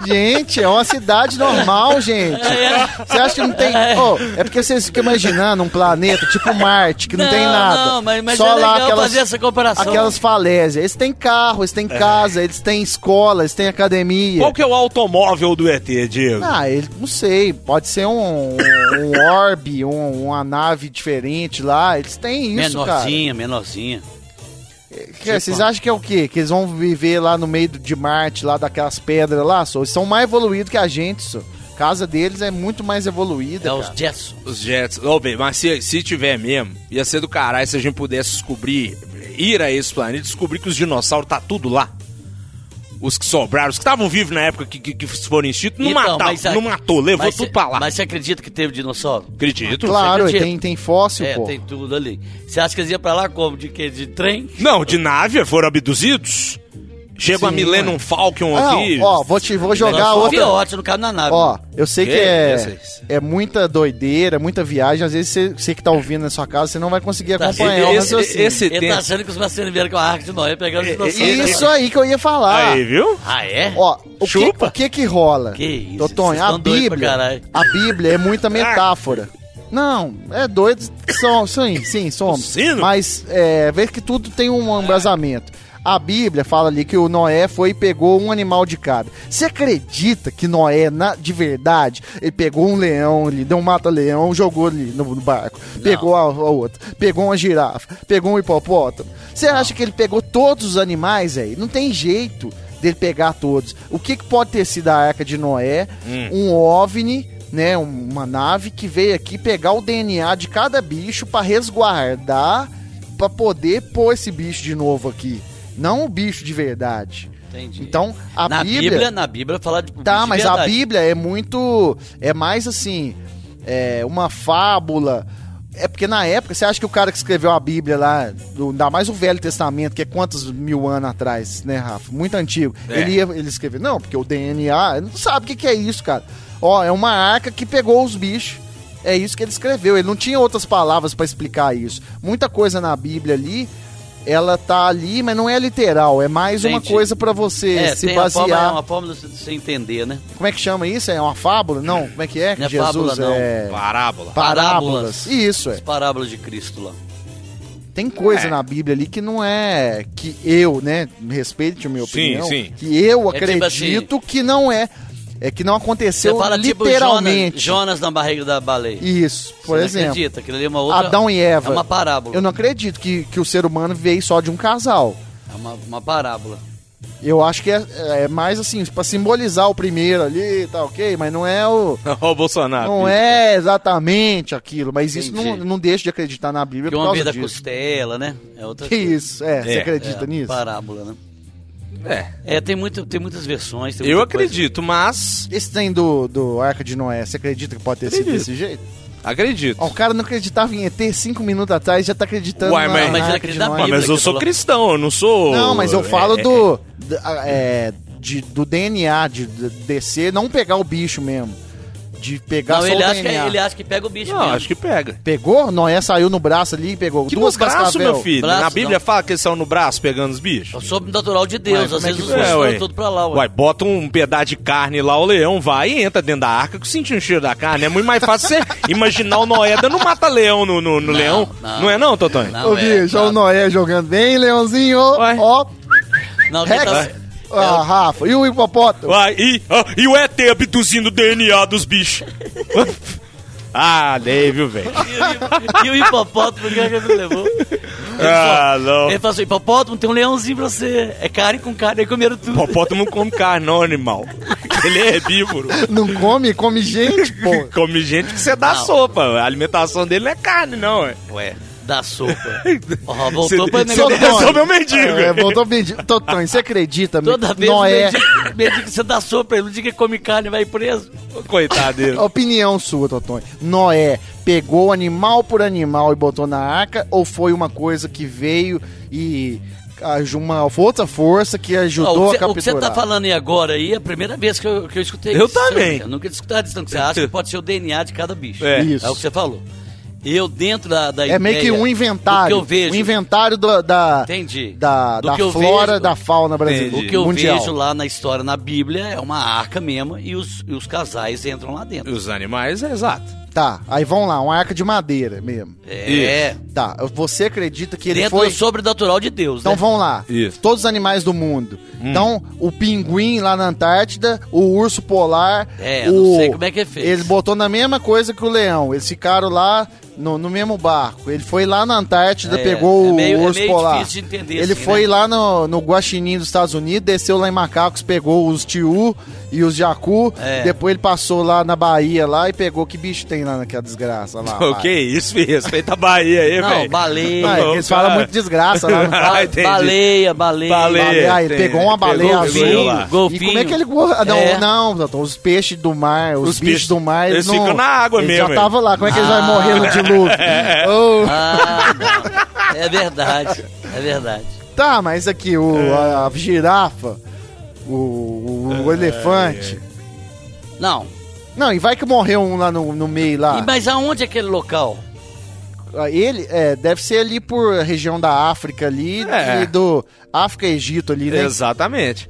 [SPEAKER 1] Gente, é uma cidade normal, gente.
[SPEAKER 3] É.
[SPEAKER 1] Você acha que não tem. Ô, é porque vocês ficam imaginando um planeta tipo Marte, que não, tem nada.
[SPEAKER 3] Não, mas, mas
[SPEAKER 1] Só
[SPEAKER 3] é
[SPEAKER 1] lá
[SPEAKER 3] legal
[SPEAKER 1] aquelas,
[SPEAKER 3] fazer essa comparação.
[SPEAKER 1] aquelas falésias. Eles têm carro, eles têm casa, eles têm escola, eles têm academia.
[SPEAKER 5] Qual que é o automóvel do ET, Diego?
[SPEAKER 1] Ah, ele, não sei. Pode ser um, um, um orbe, um- uma nave diferente lá. Eles têm isso,
[SPEAKER 3] menorzinha, menorzinha.
[SPEAKER 1] cara. Que- Vocês acham que é o quê? Que eles vão viver lá no meio do- de Marte, lá daquelas pedras lá? só? Eles são mais evoluídos que a gente, só. A casa deles é muito mais evoluída.
[SPEAKER 3] É os
[SPEAKER 1] cara.
[SPEAKER 3] Jetson.
[SPEAKER 5] Os Jets. Ô, bem, mas se, se tiver mesmo, ia ser do caralho se a gente pudesse descobrir, ir a esse planeta e descobrir que os dinossauros tá tudo lá. Os que sobraram, os que estavam vivos na época que, que, que foram extintos, não,
[SPEAKER 3] Então,
[SPEAKER 5] mataram,
[SPEAKER 3] mas a-
[SPEAKER 5] não matou, levou
[SPEAKER 3] Mas
[SPEAKER 5] tudo
[SPEAKER 3] cê-
[SPEAKER 5] pra lá.
[SPEAKER 3] Mas você acredita que teve dinossauro?
[SPEAKER 5] Acredito.
[SPEAKER 1] Claro,
[SPEAKER 3] acredita?
[SPEAKER 1] tem, tem fóssil,
[SPEAKER 3] É,
[SPEAKER 1] pô.
[SPEAKER 3] tem tudo ali. Você acha que eles iam pra lá como? De quê? De trem?
[SPEAKER 5] Não, de nave é, foram abduzidos. Chega a Millennium
[SPEAKER 1] Não,
[SPEAKER 5] Falcon aqui.
[SPEAKER 1] Ah, ó, vou, te, vou jogar
[SPEAKER 3] Dinossauro
[SPEAKER 1] outra.
[SPEAKER 3] Fiote, no caso, na nave. Tá.
[SPEAKER 1] Ó, eu sei que
[SPEAKER 5] Que
[SPEAKER 1] é,
[SPEAKER 5] essas?
[SPEAKER 1] é muita doideira, muita viagem. Às vezes você, você que tá ouvindo na sua casa, você não vai conseguir
[SPEAKER 3] Tá,
[SPEAKER 1] acompanhar o
[SPEAKER 5] esse, esse,
[SPEAKER 1] raciocínio.
[SPEAKER 3] Ele
[SPEAKER 5] tempo.
[SPEAKER 3] tá achando que os marcianos vieram com a arca de Noé pegando os dinossauros.
[SPEAKER 1] Isso aí que eu ia falar.
[SPEAKER 5] Aí, viu?
[SPEAKER 3] Ah, é?
[SPEAKER 1] Ó, o que,
[SPEAKER 5] Chupa.
[SPEAKER 1] o que que rola?
[SPEAKER 3] Que isso, vocês
[SPEAKER 1] Totonho, a
[SPEAKER 3] tão doido pra
[SPEAKER 1] Bíblia,
[SPEAKER 3] caralho.
[SPEAKER 1] a Bíblia é muita metáfora. Não, é doido, são, sim, sim, somos.
[SPEAKER 5] Sino?
[SPEAKER 1] Mas é, vê que tudo tem um embrasamento. A Bíblia fala ali que o Noé foi e pegou um animal de cada. Você acredita que Noé, na- de verdade, ele pegou um leão ali, deu um mata-leão, jogou ali no, no barco. Pegou a, a outra, pegou uma girafa, pegou um hipopótamo. Você acha que ele pegou todos os animais aí? Não tem jeito dele pegar todos. O que, que pode ter sido a Arca de Noé? Um OVNI, né? um- Uma nave que veio aqui pegar o DNA de cada bicho para resguardar, para poder pôr esse bicho de novo aqui. Não o bicho de verdade.
[SPEAKER 3] Entendi.
[SPEAKER 1] Então, a
[SPEAKER 3] na
[SPEAKER 1] Bíblia...
[SPEAKER 3] na Bíblia fala de
[SPEAKER 1] Tá,
[SPEAKER 3] Tipo, de
[SPEAKER 1] mas a
[SPEAKER 3] verdade.
[SPEAKER 1] Bíblia é muito... É mais assim... É uma fábula... É porque na época, você acha que o cara que escreveu a Bíblia lá, do, ainda mais o Velho Testamento, que é quantos mil anos atrás, né, Rafa? Muito antigo.
[SPEAKER 5] É.
[SPEAKER 1] Ele, ia, ele escreveu, não, porque o DNA, ele não sabe o que, que é isso, cara. Ó, é uma arca que pegou os bichos. É isso que ele escreveu. Ele não tinha outras palavras pra explicar isso. Muita coisa na Bíblia ali, ela tá ali, mas não é literal. É mais uma
[SPEAKER 3] Entendi.
[SPEAKER 1] coisa pra você
[SPEAKER 3] É,
[SPEAKER 1] se
[SPEAKER 3] tem a forma- é
[SPEAKER 1] basear.
[SPEAKER 3] uma forma de você entender, né?
[SPEAKER 1] Como é que chama isso? É uma fábula? Não, como é que é? que
[SPEAKER 3] Não é
[SPEAKER 1] Jesus
[SPEAKER 3] fábula, não.
[SPEAKER 1] é parábolas.
[SPEAKER 5] Parábola.
[SPEAKER 3] Parábolas.
[SPEAKER 1] Isso
[SPEAKER 3] As
[SPEAKER 1] é.
[SPEAKER 3] parábolas de Cristo lá.
[SPEAKER 1] Tem coisa
[SPEAKER 5] É.
[SPEAKER 1] na Bíblia ali que não é que eu, né, respeite a minha
[SPEAKER 5] Sim,
[SPEAKER 1] opinião,
[SPEAKER 5] sim.
[SPEAKER 1] que eu
[SPEAKER 3] É tipo
[SPEAKER 1] acredito que não é, é que não
[SPEAKER 3] Você
[SPEAKER 1] aconteceu
[SPEAKER 3] fala tipo Jonas,
[SPEAKER 1] literalmente.
[SPEAKER 3] Jonas na barriga da baleia.
[SPEAKER 1] Isso, por
[SPEAKER 3] Você não
[SPEAKER 1] exemplo.
[SPEAKER 3] acredita? Aquilo ali é uma outra...
[SPEAKER 1] Adão e Eva.
[SPEAKER 3] É uma parábola.
[SPEAKER 1] Eu não acredito que, que o ser humano veio só de um casal.
[SPEAKER 3] É uma, uma parábola.
[SPEAKER 1] Eu acho que é, é mais assim, pra simbolizar o primeiro ali, tá ok, mas não é o.
[SPEAKER 5] Ó, o Bolsonaro.
[SPEAKER 1] Não é exatamente aquilo, mas isso não,
[SPEAKER 3] Entendi.
[SPEAKER 1] não deixa de acreditar na Bíblia
[SPEAKER 3] Que é
[SPEAKER 1] por
[SPEAKER 3] uma vez
[SPEAKER 1] causa
[SPEAKER 3] da
[SPEAKER 1] disso.
[SPEAKER 3] costela, né? É outra
[SPEAKER 1] Que
[SPEAKER 3] coisa.
[SPEAKER 1] isso, é, você
[SPEAKER 5] É,
[SPEAKER 1] acredita
[SPEAKER 3] É,
[SPEAKER 1] nisso?
[SPEAKER 3] Parábola, né?
[SPEAKER 5] É.
[SPEAKER 3] É, tem, muito, tem muitas versões. tem
[SPEAKER 5] Eu
[SPEAKER 3] muita coisa.
[SPEAKER 5] acredito, mas.
[SPEAKER 1] Esse trem do, do Arca de Noé, você acredita que pode ter sido
[SPEAKER 5] Acredito.
[SPEAKER 1] desse jeito?
[SPEAKER 5] Acredito.
[SPEAKER 1] Ó, o cara não acreditava em ET cinco minutos atrás, já tá acreditando
[SPEAKER 5] Uai,
[SPEAKER 1] na,
[SPEAKER 5] mas-
[SPEAKER 1] na
[SPEAKER 3] Mas ele
[SPEAKER 1] Arca de
[SPEAKER 3] acredita na
[SPEAKER 1] Noé.
[SPEAKER 5] Ah,
[SPEAKER 3] Bíblia
[SPEAKER 5] mas eu
[SPEAKER 3] que
[SPEAKER 5] sou
[SPEAKER 3] falou.
[SPEAKER 5] cristão, eu não sou.
[SPEAKER 1] Não, mas eu falo
[SPEAKER 5] É,
[SPEAKER 1] do. d- a- é, de- do DNA, de, de descer, não pegar o bicho mesmo. de pegar
[SPEAKER 3] Não,
[SPEAKER 1] só
[SPEAKER 3] ele
[SPEAKER 1] o
[SPEAKER 3] acha, que, é
[SPEAKER 1] DNA.
[SPEAKER 3] ele acha que pega o bicho
[SPEAKER 5] Não,
[SPEAKER 3] mesmo.
[SPEAKER 5] é, acho que pega.
[SPEAKER 1] Pegou? Noé saiu no braço ali e pegou
[SPEAKER 5] Que
[SPEAKER 1] duas
[SPEAKER 5] no braço,
[SPEAKER 1] cascavel.
[SPEAKER 5] meu filho.
[SPEAKER 3] Braço,
[SPEAKER 5] Na Bíblia
[SPEAKER 3] não.
[SPEAKER 5] fala que eles são no braço pegando os bichos.
[SPEAKER 3] É o sobrenatural de Deus.
[SPEAKER 1] é
[SPEAKER 3] Às vezes os bichos
[SPEAKER 5] É, ué.
[SPEAKER 3] foram tudo pra lá, ué.
[SPEAKER 5] Uai, bota um pedaço de carne lá, o leão vai e entra dentro da arca que sentir um cheiro da carne. É muito mais fácil você imaginar o Noé dando um mata-leão no, no, no leão.
[SPEAKER 3] não.
[SPEAKER 5] Não. é não, Totonho?
[SPEAKER 3] Não,
[SPEAKER 1] Ô,
[SPEAKER 3] é,
[SPEAKER 1] bicho,
[SPEAKER 3] tá-
[SPEAKER 1] olha o Noé jogando bem, Leãozinho, ó,
[SPEAKER 5] Ué.
[SPEAKER 1] ó,
[SPEAKER 3] Não, quem
[SPEAKER 1] Rex,
[SPEAKER 3] tá-
[SPEAKER 1] ah, Rafa, e o hipopótamo?
[SPEAKER 5] Uai, e, ah, e o ET abduzindo o DNA dos bichos? ah, dei, viu, velho?
[SPEAKER 3] E o hipopótamo, que é que ele levou?
[SPEAKER 5] Ah, não.
[SPEAKER 3] Ele falou assim, hipopótamo, tem um leãozinho pra você. É carne com carne, aí comeram tudo.
[SPEAKER 5] Hipopótamo não come carne, não, animal. Ele é herbívoro.
[SPEAKER 1] Não come? Come gente, pô.
[SPEAKER 5] Come gente que você dá
[SPEAKER 3] Não.
[SPEAKER 5] sopa. A alimentação dele não é carne, não, ué.
[SPEAKER 3] Ué, da sopa. Ó, voltou pra
[SPEAKER 1] Seu
[SPEAKER 3] negócio.
[SPEAKER 5] Você
[SPEAKER 1] Tony.
[SPEAKER 5] resolveu o mendigo.
[SPEAKER 1] É, voltou mendigo. Totonho, você acredita?
[SPEAKER 3] Toda vez
[SPEAKER 1] Noé,
[SPEAKER 3] o mendigo que você dá sopa, pra ele, no dia que ele come carne, vai preso.
[SPEAKER 5] Coitado dele.
[SPEAKER 1] É opinião sua, Totonho. Noé pegou animal por animal e botou na arca ou foi uma coisa que veio e aj- uma outra força que
[SPEAKER 3] Ó,
[SPEAKER 1] ajudou
[SPEAKER 3] o, que
[SPEAKER 1] a
[SPEAKER 3] cê- o que você
[SPEAKER 1] capturar?
[SPEAKER 3] tá falando aí agora aí é a primeira vez que eu, que eu escutei
[SPEAKER 5] Eu
[SPEAKER 3] isso. sabe?
[SPEAKER 5] também.
[SPEAKER 3] Eu nunca escutei isso, não. que Você acha que pode ser o DNA de cada bicho.
[SPEAKER 5] É.
[SPEAKER 1] Isso.
[SPEAKER 3] É o que você falou. Eu, dentro da, da
[SPEAKER 1] É meio que
[SPEAKER 3] ideia
[SPEAKER 1] um inventário.
[SPEAKER 3] do que eu vejo.
[SPEAKER 1] Um inventário do- da,
[SPEAKER 3] Entendi.
[SPEAKER 1] da,
[SPEAKER 3] Do
[SPEAKER 1] da
[SPEAKER 3] que eu
[SPEAKER 1] flora,
[SPEAKER 3] vejo-
[SPEAKER 1] da fauna brasileira.
[SPEAKER 3] O que eu
[SPEAKER 1] mundial.
[SPEAKER 3] vejo lá na história, na Bíblia, é uma arca mesmo e os, e os casais entram lá dentro.
[SPEAKER 5] Os animais, é exato.
[SPEAKER 1] Tá, aí vão lá, uma arca de madeira mesmo.
[SPEAKER 3] É.
[SPEAKER 1] Tá, você acredita que ele
[SPEAKER 3] Dentro
[SPEAKER 1] foi...
[SPEAKER 3] do sobrenatural de Deus,
[SPEAKER 1] Então
[SPEAKER 3] né? Hum.
[SPEAKER 1] vão lá.
[SPEAKER 5] Isso.
[SPEAKER 1] Todos os animais do mundo. Então, o pinguim lá na Antártida, o urso polar.
[SPEAKER 3] É,
[SPEAKER 1] o...
[SPEAKER 3] não sei como é que ele fez.
[SPEAKER 1] Ele botou na mesma coisa que o leão. Eles ficaram lá no, no mesmo barco. Ele foi lá na Antártida,
[SPEAKER 3] É,
[SPEAKER 1] pegou
[SPEAKER 3] é meio-
[SPEAKER 1] o
[SPEAKER 3] é
[SPEAKER 1] urso
[SPEAKER 3] meio
[SPEAKER 1] polar.
[SPEAKER 3] difícil de entender,
[SPEAKER 1] ele
[SPEAKER 3] assim,
[SPEAKER 1] foi
[SPEAKER 3] né?
[SPEAKER 1] lá no, no Guaxinim dos Estados Unidos, desceu lá em Macacos, pegou os Tiu e os Jacu.
[SPEAKER 3] É.
[SPEAKER 1] Depois ele passou lá na Bahia lá e pegou que bicho tem lá naquela desgraça lá.
[SPEAKER 5] Pô, que isso, filho. Respeita a Bahia aí,
[SPEAKER 3] Ah, Não,
[SPEAKER 5] velho.
[SPEAKER 3] baleia.
[SPEAKER 1] Pai,
[SPEAKER 5] Não,
[SPEAKER 1] eles
[SPEAKER 5] cara.
[SPEAKER 1] falam muito desgraça lá no
[SPEAKER 3] ba-
[SPEAKER 5] Ah, entendi.
[SPEAKER 3] baleia, baleia.
[SPEAKER 5] Baleia.
[SPEAKER 1] Baleia, ele
[SPEAKER 5] tem,
[SPEAKER 1] pegou uma baleia
[SPEAKER 5] pegou um
[SPEAKER 1] azul.
[SPEAKER 5] golfinho lá.
[SPEAKER 1] E como é
[SPEAKER 3] Golfinho.
[SPEAKER 1] que ele. go- Ah, Não,
[SPEAKER 3] É.
[SPEAKER 1] não, doutor, os peixes do mar, os,
[SPEAKER 5] Os
[SPEAKER 1] bichos
[SPEAKER 5] bichos-
[SPEAKER 1] do mar.
[SPEAKER 5] eles
[SPEAKER 1] não,
[SPEAKER 5] ficam na água
[SPEAKER 1] eles
[SPEAKER 5] mesmo,
[SPEAKER 1] já
[SPEAKER 5] hein?
[SPEAKER 1] estavam lá, como é que eles vão morrer no dilúvio? Oh.
[SPEAKER 3] Ah, não. É verdade, é verdade.
[SPEAKER 1] Tá, mas aqui, o, a, a girafa, o, o-
[SPEAKER 5] É,
[SPEAKER 1] o elefante.
[SPEAKER 3] Não,
[SPEAKER 1] Não, e vai que morreu um lá no, no meio
[SPEAKER 3] E,
[SPEAKER 1] lá.
[SPEAKER 3] mas aonde é aquele local?
[SPEAKER 1] Ele, é, deve ser ali por região da África ali,
[SPEAKER 5] É.
[SPEAKER 1] e do África e Egito ali, né?
[SPEAKER 5] Exatamente.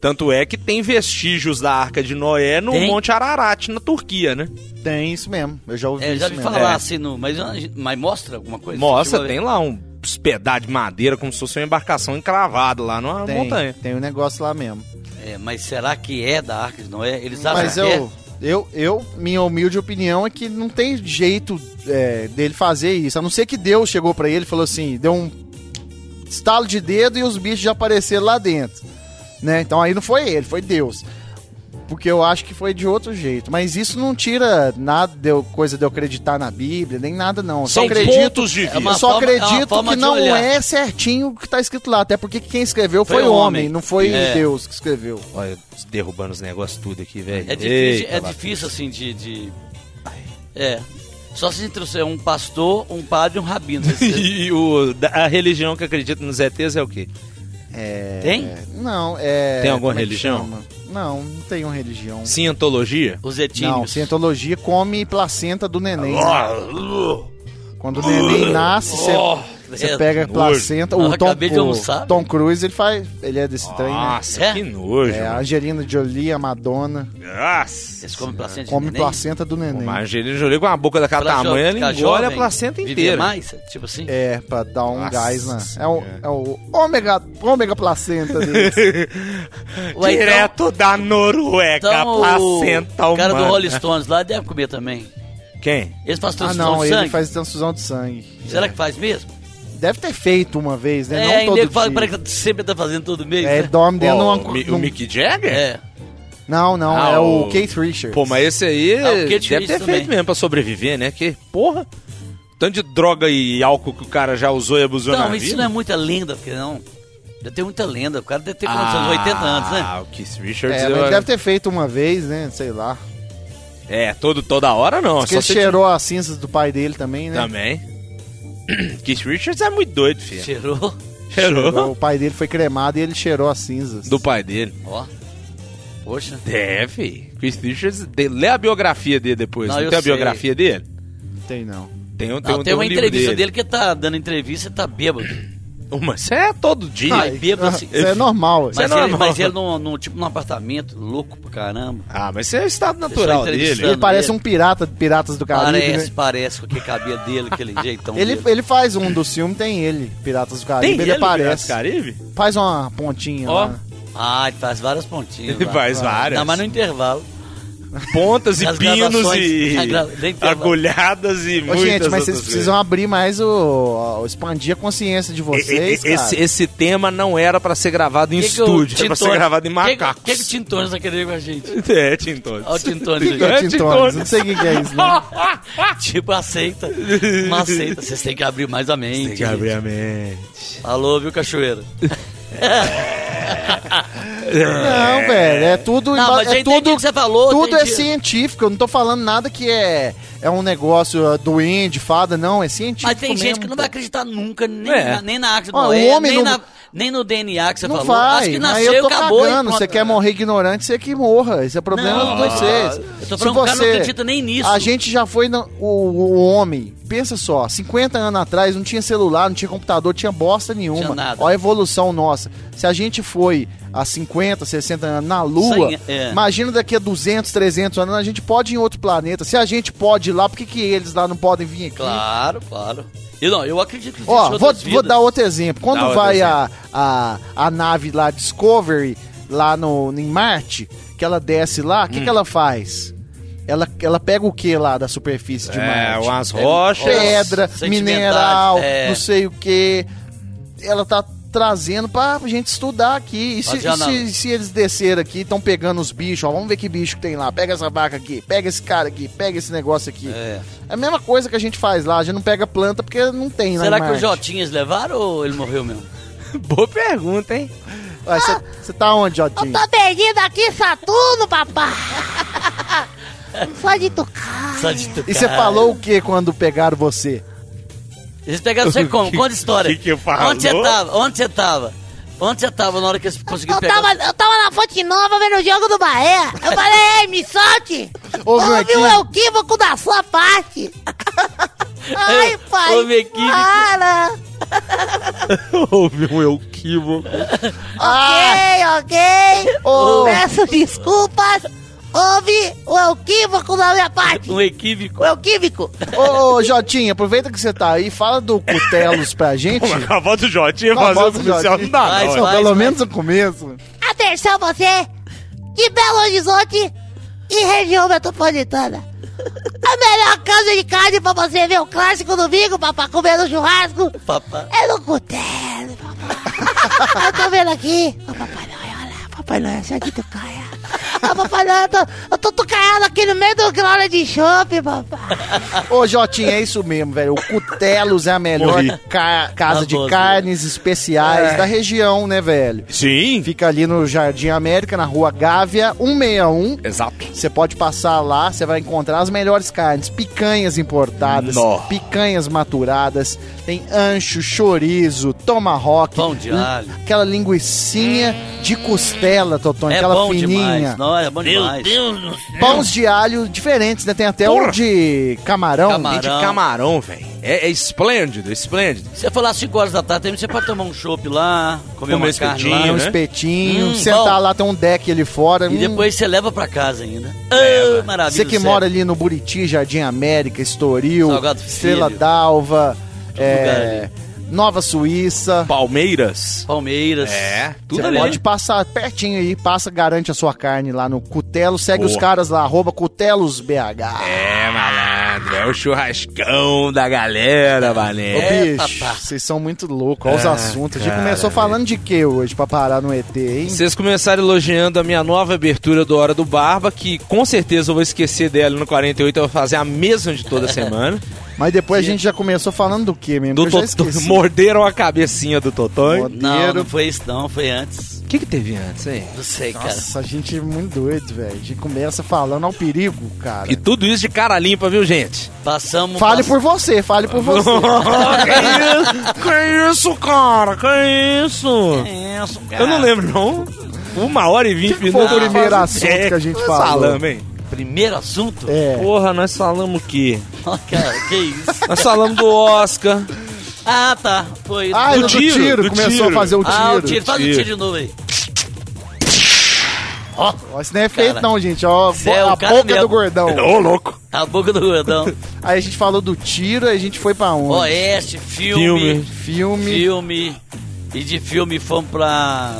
[SPEAKER 5] Tanto é que tem vestígios da Arca de Noé no
[SPEAKER 3] Tem?
[SPEAKER 5] Monte Ararat, na Turquia, né?
[SPEAKER 1] Tem isso mesmo, eu já ouvi
[SPEAKER 3] É, já
[SPEAKER 1] isso
[SPEAKER 3] me
[SPEAKER 1] mesmo.
[SPEAKER 3] falar
[SPEAKER 5] É.
[SPEAKER 3] assim, no, mas, mas mostra alguma coisa?
[SPEAKER 5] Mostra,
[SPEAKER 3] Tipo,
[SPEAKER 5] tem lá um pedaço de madeira, como se fosse uma embarcação encravada lá numa
[SPEAKER 1] Tem,
[SPEAKER 5] montanha.
[SPEAKER 1] tem um negócio lá mesmo.
[SPEAKER 3] é, mas será que é da Arca de Noé? Eles acham
[SPEAKER 1] Mas
[SPEAKER 3] que é?
[SPEAKER 1] eu, eu, eu, minha humilde opinião é que não tem jeito é, dele fazer isso. A não ser que Deus chegou pra ele e falou assim, deu um estalo de dedo e os bichos já apareceram lá dentro. Né? Então aí não foi ele, foi Deus. Porque eu acho que foi de outro jeito. Mas isso não tira nada de eu- coisa de eu acreditar na Bíblia, nem nada não. Eu só
[SPEAKER 5] São
[SPEAKER 1] acredito,
[SPEAKER 5] pontos de vista.
[SPEAKER 3] É uma
[SPEAKER 1] eu só
[SPEAKER 3] forma- é uma
[SPEAKER 1] acredito
[SPEAKER 3] forma
[SPEAKER 1] que
[SPEAKER 3] de
[SPEAKER 1] não
[SPEAKER 3] olhar.
[SPEAKER 1] é certinho o que tá escrito lá. Até porque quem escreveu foi,
[SPEAKER 3] Foi
[SPEAKER 1] o homem,
[SPEAKER 3] homem.
[SPEAKER 1] não foi
[SPEAKER 3] É.
[SPEAKER 1] Deus que escreveu.
[SPEAKER 5] Olha, eu derrubando os negócios tudo aqui, velho.
[SPEAKER 3] É difícil, é difícil assim de, de- É. Só se trouxer um pastor, um padre e um rabino. Você-
[SPEAKER 5] E o, da- a religião que acredita nos ETs é o quê?
[SPEAKER 1] É.
[SPEAKER 3] Tem?
[SPEAKER 1] Não, é.
[SPEAKER 5] Tem alguma
[SPEAKER 1] como é que
[SPEAKER 5] religião?
[SPEAKER 1] chama? Não, não tenho religião.
[SPEAKER 5] Cientologia?
[SPEAKER 3] Os
[SPEAKER 1] Não, então
[SPEAKER 3] etinhos.
[SPEAKER 1] cientologia come placenta do neném.
[SPEAKER 5] Oh.
[SPEAKER 1] Quando o neném nasce, você
[SPEAKER 5] Oh.
[SPEAKER 3] é,
[SPEAKER 1] pega placenta.
[SPEAKER 3] Eu
[SPEAKER 1] O Tom,
[SPEAKER 3] Ah, acabei de almoçar,
[SPEAKER 1] o Tom Cruise, ele faz. Ele é desse trem, né?
[SPEAKER 5] Nossa,
[SPEAKER 3] É?
[SPEAKER 5] que nojo.
[SPEAKER 1] É, a
[SPEAKER 5] mano.
[SPEAKER 1] Angelina Jolie, a Madonna,
[SPEAKER 9] Nossa.
[SPEAKER 3] Eles comem placenta de
[SPEAKER 1] come
[SPEAKER 3] neném?
[SPEAKER 1] placenta do neném.
[SPEAKER 5] Mas a Angelina Jolie com a boca daquela
[SPEAKER 3] Pra jo-
[SPEAKER 5] tamanha, ela
[SPEAKER 3] ficar
[SPEAKER 5] engole a
[SPEAKER 3] jovem,
[SPEAKER 5] placenta
[SPEAKER 3] viver
[SPEAKER 5] inteira.
[SPEAKER 3] mais, tipo assim.
[SPEAKER 1] É, pra dar um
[SPEAKER 5] Nossa
[SPEAKER 1] gás, né? É o,
[SPEAKER 5] Senhora.
[SPEAKER 1] é o ômega, ômega placenta dele.
[SPEAKER 3] Ué, então-
[SPEAKER 5] Direto da Noruega,
[SPEAKER 3] então o-
[SPEAKER 5] placenta
[SPEAKER 3] o cara do
[SPEAKER 5] humana.
[SPEAKER 3] Rolling Stones lá deve comer também.
[SPEAKER 5] É, Quem?
[SPEAKER 3] Eles fazem
[SPEAKER 1] ah,
[SPEAKER 3] transfusão
[SPEAKER 1] não,
[SPEAKER 3] de
[SPEAKER 1] ele
[SPEAKER 3] sangue?
[SPEAKER 1] faz transfusão de sangue.
[SPEAKER 3] Será que faz mesmo?
[SPEAKER 1] Deve ter feito uma vez, né?
[SPEAKER 3] É,
[SPEAKER 1] não
[SPEAKER 3] ainda
[SPEAKER 1] todo
[SPEAKER 3] ele fala que
[SPEAKER 1] dia.
[SPEAKER 3] parece que sempre tá fazendo todo mês,
[SPEAKER 1] É, ele
[SPEAKER 3] né?
[SPEAKER 1] dorme dentro de um
[SPEAKER 5] Ó,
[SPEAKER 1] uma-
[SPEAKER 5] o, Mi- o
[SPEAKER 1] num-
[SPEAKER 5] Mick Jagger?
[SPEAKER 3] É.
[SPEAKER 1] Não, não,
[SPEAKER 5] Ah,
[SPEAKER 1] é o
[SPEAKER 5] o-
[SPEAKER 1] Keith Richards.
[SPEAKER 5] Pô, mas esse aí
[SPEAKER 3] Ah, o Kate
[SPEAKER 5] deve ter
[SPEAKER 3] Richards também.
[SPEAKER 5] feito mesmo pra sobreviver, né? Que porra. Tanto de droga e álcool que o cara já usou e abusou
[SPEAKER 3] Não,
[SPEAKER 5] na
[SPEAKER 3] isso
[SPEAKER 5] vida.
[SPEAKER 3] não é muita lenda, porque não. Já tem muita lenda. O cara deve ter quantos anos? 80 anos, né?
[SPEAKER 5] Ah, o Keith Richards...
[SPEAKER 1] É,
[SPEAKER 5] eu-
[SPEAKER 1] mas ele deve ter feito uma vez, né? Sei lá.
[SPEAKER 5] É, todo, toda hora não.
[SPEAKER 1] Porque
[SPEAKER 5] só Tá,
[SPEAKER 1] ele
[SPEAKER 5] se
[SPEAKER 1] cheirou as cinzas do pai dele também,
[SPEAKER 5] tiver-
[SPEAKER 1] né?
[SPEAKER 5] Também. Keith Richards é muito doido, filho.
[SPEAKER 3] Cheirou.
[SPEAKER 5] Cheirou.
[SPEAKER 1] O pai dele foi cremado e ele cheirou as cinzas.
[SPEAKER 5] Do pai dele.
[SPEAKER 3] Ó. Poxa.
[SPEAKER 5] Deve. Chris Richards, de- lê a biografia dele depois.
[SPEAKER 3] Não,
[SPEAKER 5] Não,
[SPEAKER 3] eu
[SPEAKER 5] tem a
[SPEAKER 3] sei.
[SPEAKER 5] biografia dele?
[SPEAKER 1] Tem não.
[SPEAKER 5] Tem, um- tem,
[SPEAKER 3] Não,
[SPEAKER 5] um-
[SPEAKER 3] tem uma
[SPEAKER 5] um livro
[SPEAKER 3] entrevista dele. que tá dando entrevista e tá bêbado.
[SPEAKER 5] Uma, isso é todo dia.
[SPEAKER 3] Ai, bêbado assim.
[SPEAKER 1] Isso é normal.
[SPEAKER 3] Mas
[SPEAKER 5] é
[SPEAKER 3] ele,
[SPEAKER 5] normal.
[SPEAKER 3] mas ele num, num- tipo, num apartamento, louco pra caramba.
[SPEAKER 5] Ah, mas isso é o estado natural
[SPEAKER 3] entrevistando.
[SPEAKER 5] dele.
[SPEAKER 1] Ele parece um pirata de Piratas do Caribe.
[SPEAKER 3] Parece, um
[SPEAKER 1] né?
[SPEAKER 3] parece com aquele cabelo dele, aquele jeitão
[SPEAKER 1] Ele,
[SPEAKER 3] dele.
[SPEAKER 1] ele faz um do filme, tem ele, Piratas do Caribe.
[SPEAKER 5] Tem
[SPEAKER 1] ele,
[SPEAKER 5] ele, Piratas do
[SPEAKER 1] aparece.
[SPEAKER 5] Caribe?
[SPEAKER 1] Faz uma pontinha
[SPEAKER 5] Ó.
[SPEAKER 1] lá.
[SPEAKER 3] Ah, ele faz várias pontinhas.
[SPEAKER 5] Ele
[SPEAKER 3] lá.
[SPEAKER 5] faz várias.
[SPEAKER 3] Não, mas no intervalo.
[SPEAKER 5] Pontas e
[SPEAKER 3] Nas
[SPEAKER 5] pinos
[SPEAKER 3] gravações,
[SPEAKER 5] e
[SPEAKER 3] na gra- da intervalo.
[SPEAKER 5] agulhadas e
[SPEAKER 1] Ô,
[SPEAKER 5] muitas
[SPEAKER 1] gente, mas
[SPEAKER 5] outras
[SPEAKER 1] vocês precisam abrir mais o, o- expandir a consciência de
[SPEAKER 5] coisas. E- e-
[SPEAKER 1] vocês,
[SPEAKER 5] esse,
[SPEAKER 1] cara.
[SPEAKER 5] esse tema não era pra ser gravado em
[SPEAKER 3] Que que o
[SPEAKER 5] estúdio,
[SPEAKER 3] Tim
[SPEAKER 5] era pra ser
[SPEAKER 3] Tony-
[SPEAKER 5] gravado em
[SPEAKER 3] é que que-
[SPEAKER 5] macacos.
[SPEAKER 3] O que, que o Tintone tá querendo com a gente?
[SPEAKER 5] É, Tintones.
[SPEAKER 3] Olha o Tintone
[SPEAKER 1] Que que é,
[SPEAKER 5] É,
[SPEAKER 1] Tintones?
[SPEAKER 5] Tintones.
[SPEAKER 1] Não sei o que que é isso, né?
[SPEAKER 3] Tipo, aceita. Não aceita. Vocês têm que abrir mais a mente.
[SPEAKER 5] Tem que abrir a mente.
[SPEAKER 3] gente. Alô, viu, Cachoeira?
[SPEAKER 1] Não, velho, é tudo...
[SPEAKER 3] Não, mas eu
[SPEAKER 1] é
[SPEAKER 3] entendi
[SPEAKER 1] tudo
[SPEAKER 3] o que você falou.
[SPEAKER 1] Tudo é
[SPEAKER 3] entendi.
[SPEAKER 1] científico, eu não tô falando nada que é, é um negócio ah, do índio, fada, não, é científico
[SPEAKER 3] Mas tem gente
[SPEAKER 1] mesmo,
[SPEAKER 3] que não
[SPEAKER 1] pô.
[SPEAKER 3] vai acreditar nunca, nem,
[SPEAKER 5] É.
[SPEAKER 3] na, nem na Arte do
[SPEAKER 1] Ó, o
[SPEAKER 3] Noé,
[SPEAKER 1] homem
[SPEAKER 3] nem,
[SPEAKER 1] não-
[SPEAKER 3] na- nem no DNA que você
[SPEAKER 1] Não
[SPEAKER 3] falou. Acho
[SPEAKER 1] vai,
[SPEAKER 3] que
[SPEAKER 1] mas
[SPEAKER 3] nasceu,
[SPEAKER 1] eu tô
[SPEAKER 3] acabou. e
[SPEAKER 1] cagando,
[SPEAKER 3] pronto.
[SPEAKER 1] você quer morrer ignorante, você que morra, esse é problema
[SPEAKER 3] Não,
[SPEAKER 1] de vocês.
[SPEAKER 3] eu tô falando que o cara não acredita nem nisso.
[SPEAKER 1] A gente já foi na- o, o homem, pensa só, 50 anos atrás não tinha celular, não tinha computador, tinha bosta nenhuma.
[SPEAKER 3] Tinha nada.
[SPEAKER 1] Ó a evolução nossa. Se a gente foi há 50, 60 anos na Lua,
[SPEAKER 3] Cem, é.
[SPEAKER 1] imagina daqui a 200, 300 anos, a gente pode ir em outro planeta. Se a gente pode ir lá, por que, que eles lá não podem vir aqui?
[SPEAKER 3] Claro, claro. Eu, não, eu acredito que
[SPEAKER 1] Ó,
[SPEAKER 3] existe
[SPEAKER 1] vou,
[SPEAKER 3] outras
[SPEAKER 1] vou
[SPEAKER 3] vidas.
[SPEAKER 1] dar outro exemplo. Quando
[SPEAKER 5] Dá outro
[SPEAKER 1] vai a, a, a nave lá, Discovery, lá no, em Marte, que ela desce lá, o que, que ela faz? Ela, ela pega o que lá da superfície de
[SPEAKER 5] É,
[SPEAKER 1] Marte?
[SPEAKER 5] umas rochas.
[SPEAKER 1] Pedra,
[SPEAKER 3] sentimentais,
[SPEAKER 1] mineral,
[SPEAKER 3] é.
[SPEAKER 1] não sei o que. Ela tá trazendo pra gente estudar aqui. E se,
[SPEAKER 3] Fazer
[SPEAKER 1] e se-
[SPEAKER 3] análise.
[SPEAKER 1] se eles desceram aqui, estão pegando os bichos, ó, vamos ver que bicho que tem lá. Pega essa vaca aqui, pega esse cara aqui, pega esse negócio aqui.
[SPEAKER 3] É.
[SPEAKER 1] É a mesma coisa que a gente faz lá, a gente não pega planta porque não tem lá
[SPEAKER 3] Será
[SPEAKER 1] em
[SPEAKER 3] que os
[SPEAKER 1] Marte.
[SPEAKER 3] Jotinhas levaram ou ele morreu mesmo?
[SPEAKER 5] Boa pergunta, hein?
[SPEAKER 1] Você tá onde, Jotinho?
[SPEAKER 11] Tô perdido aqui em Saturno, papai. Só de tocar.
[SPEAKER 3] Só de tu-
[SPEAKER 1] E você
[SPEAKER 3] cara.
[SPEAKER 1] falou o que quando pegaram você?
[SPEAKER 3] Eles pegaram você como? Conta a história.
[SPEAKER 9] que que eu falo?
[SPEAKER 3] Onde você tava? Onde você tava? Onde você tava na hora que eles conseguiram
[SPEAKER 11] Eu
[SPEAKER 3] pegar?
[SPEAKER 11] tava, eu tava na Fonte Nova vendo o jogo do Bahia. Eu falei, ei, me solte.
[SPEAKER 1] Ouve um
[SPEAKER 11] Ouve
[SPEAKER 1] aqui.
[SPEAKER 11] o equívoco da sua parte. Ai, pai.
[SPEAKER 3] Houve equívoco.
[SPEAKER 11] Para.
[SPEAKER 5] Houve um euquívoco.
[SPEAKER 11] Ok, ok. Peço desculpas. Houve o equívoco da minha parte.
[SPEAKER 3] Um equívoco.
[SPEAKER 11] O equívoco.
[SPEAKER 1] Ô, ô, Jotinho, aproveita que você tá aí, fala do Cutelos pra gente.
[SPEAKER 9] Pô, mas com a voz do Jotinha
[SPEAKER 1] Com
[SPEAKER 9] fazer
[SPEAKER 1] a voz
[SPEAKER 9] o
[SPEAKER 1] do
[SPEAKER 9] especial
[SPEAKER 1] Jotinha.
[SPEAKER 9] não dá,
[SPEAKER 3] Vai,
[SPEAKER 5] é.
[SPEAKER 9] não.
[SPEAKER 1] Não,
[SPEAKER 3] vai.
[SPEAKER 1] pelo menos no começo.
[SPEAKER 11] Atenção você de Belo Horizonte e região metropolitana. A melhor casa de carne pra você ver o clássico domingo, papá, comendo churrasco,
[SPEAKER 3] Papá.
[SPEAKER 11] é no cutelo, papai. Eu tô vendo aqui. Ô, papai Noel, olha lá, papai Noel, só de tucaia. Ô, papai Noel, eu tô, eu tô tucaiado aqui no meio do glória de chope, papai.
[SPEAKER 1] Ô, Jotinho, é isso mesmo, velho. O Cutelos é a melhor ca- casa
[SPEAKER 3] Tá É.
[SPEAKER 1] de
[SPEAKER 3] bom,
[SPEAKER 1] carnes especiais da região, né, velho?
[SPEAKER 5] Sim.
[SPEAKER 1] Fica ali no Jardim América, na rua Gávea, 161.
[SPEAKER 5] Exato.
[SPEAKER 1] Você pode passar lá, você vai encontrar as melhores carnes, picanhas importadas,
[SPEAKER 5] Nó.
[SPEAKER 1] picanhas maturadas, tem ancho, chorizo, tomahawk,
[SPEAKER 3] Pão de
[SPEAKER 1] l-
[SPEAKER 3] alho.
[SPEAKER 1] aquela linguiçinha de costela, Totônio,
[SPEAKER 3] É
[SPEAKER 1] aquela
[SPEAKER 3] bom
[SPEAKER 1] fininha.
[SPEAKER 3] demais. Não, é bom
[SPEAKER 7] Meu
[SPEAKER 3] demais.
[SPEAKER 7] Deus do céu.
[SPEAKER 1] Pães de alho diferentes, né? Tem até o de camarão.
[SPEAKER 3] Camarão.
[SPEAKER 5] De camarão, velho. É, é esplêndido, é esplêndido.
[SPEAKER 3] Se você for lá às 5 horas da tarde, também você pode tomar um chopp lá, comer
[SPEAKER 5] Comer
[SPEAKER 3] uma carne
[SPEAKER 5] espetinho,
[SPEAKER 3] lá.
[SPEAKER 1] tem um
[SPEAKER 5] né?
[SPEAKER 1] espetinho,
[SPEAKER 3] Hum,
[SPEAKER 1] sentar
[SPEAKER 3] bom.
[SPEAKER 1] lá, tem um deck ali fora.
[SPEAKER 3] E
[SPEAKER 1] hum.
[SPEAKER 3] depois você leva pra casa ainda. Ah, maravilha.
[SPEAKER 1] Você que
[SPEAKER 3] do
[SPEAKER 1] mora
[SPEAKER 3] céu.
[SPEAKER 1] ali no Buriti, Jardim América, Estoril,
[SPEAKER 3] Salgado Filho.
[SPEAKER 1] Estrela d'Alva, é,
[SPEAKER 3] lugar
[SPEAKER 1] Nova Suíça.
[SPEAKER 5] Palmeiras.
[SPEAKER 3] Palmeiras.
[SPEAKER 5] É, tudo
[SPEAKER 1] Você
[SPEAKER 3] ali.
[SPEAKER 1] pode passar pertinho aí, passa, garante a sua carne lá no Cutelo, segue
[SPEAKER 5] Boa.
[SPEAKER 1] os caras lá, arroba CutelosBH.
[SPEAKER 5] É, malandro. É o churrascão da galera,
[SPEAKER 1] Ô,
[SPEAKER 5] mané.
[SPEAKER 3] É,
[SPEAKER 1] bicho,
[SPEAKER 3] papá. É,
[SPEAKER 1] vocês são muito loucos, olha os
[SPEAKER 5] Ah,
[SPEAKER 1] assuntos. A gente
[SPEAKER 5] cara,
[SPEAKER 1] começou falando de que hoje pra parar no ET, hein?
[SPEAKER 5] Vocês começaram elogiando a minha nova abertura do Hora do Barba, que com certeza eu vou esquecer dela no 48, eu vou fazer a mesma de toda semana.
[SPEAKER 1] Mas depois a gente já começou falando do que mesmo?
[SPEAKER 5] do
[SPEAKER 1] Eu já
[SPEAKER 5] Totó-
[SPEAKER 1] esqueci.
[SPEAKER 5] Morderam a cabecinha do Totó.
[SPEAKER 1] Mod-
[SPEAKER 3] um Não,
[SPEAKER 1] Pinheiro.
[SPEAKER 3] não foi isso não, foi antes.
[SPEAKER 5] O que, que teve antes, hein?
[SPEAKER 3] Não sei, cara.
[SPEAKER 1] Nossa, a gente é muito doido, velho. A gente começa falando ao perigo, cara.
[SPEAKER 5] E tudo isso de cara limpa, viu, gente?
[SPEAKER 3] Passamos...
[SPEAKER 1] Fale
[SPEAKER 3] pass-
[SPEAKER 1] por você, fale por você.
[SPEAKER 5] que isso, cara? Que isso?
[SPEAKER 3] É, eu sou um cara.
[SPEAKER 5] Eu não lembro, não. Uma hora e vinte
[SPEAKER 1] que foi o
[SPEAKER 5] minutos. É.
[SPEAKER 1] primeiro assunto que a gente falou?
[SPEAKER 5] Falamos, hein?
[SPEAKER 3] Primeiro assunto?
[SPEAKER 1] É.
[SPEAKER 5] Porra, nós falamos o quê?
[SPEAKER 3] Ó, cara, que isso.
[SPEAKER 5] Nós falamos do Oscar.
[SPEAKER 3] Ah, tá. Foi.
[SPEAKER 1] Ah, do,
[SPEAKER 5] Do
[SPEAKER 1] do tiro,
[SPEAKER 5] tiro, do
[SPEAKER 1] começou a
[SPEAKER 5] tiro.
[SPEAKER 1] fazer o tiro.
[SPEAKER 3] ah, o tiro. Faz o
[SPEAKER 5] tiro.
[SPEAKER 3] tiro de novo aí.
[SPEAKER 1] Ó, Isso não é feito
[SPEAKER 3] Cara,
[SPEAKER 1] não, gente. Ó,
[SPEAKER 3] cê é
[SPEAKER 1] bo-
[SPEAKER 3] o
[SPEAKER 1] a
[SPEAKER 3] cara
[SPEAKER 1] boca
[SPEAKER 3] mesmo. É
[SPEAKER 1] do gordão.
[SPEAKER 12] Ô, louco.
[SPEAKER 3] Tá A boca do gordão.
[SPEAKER 1] Aí a gente falou do tiro, aí a gente foi pra onde?
[SPEAKER 3] Oeste, filme.
[SPEAKER 1] Filme.
[SPEAKER 3] Filme. E de filme fomos pra.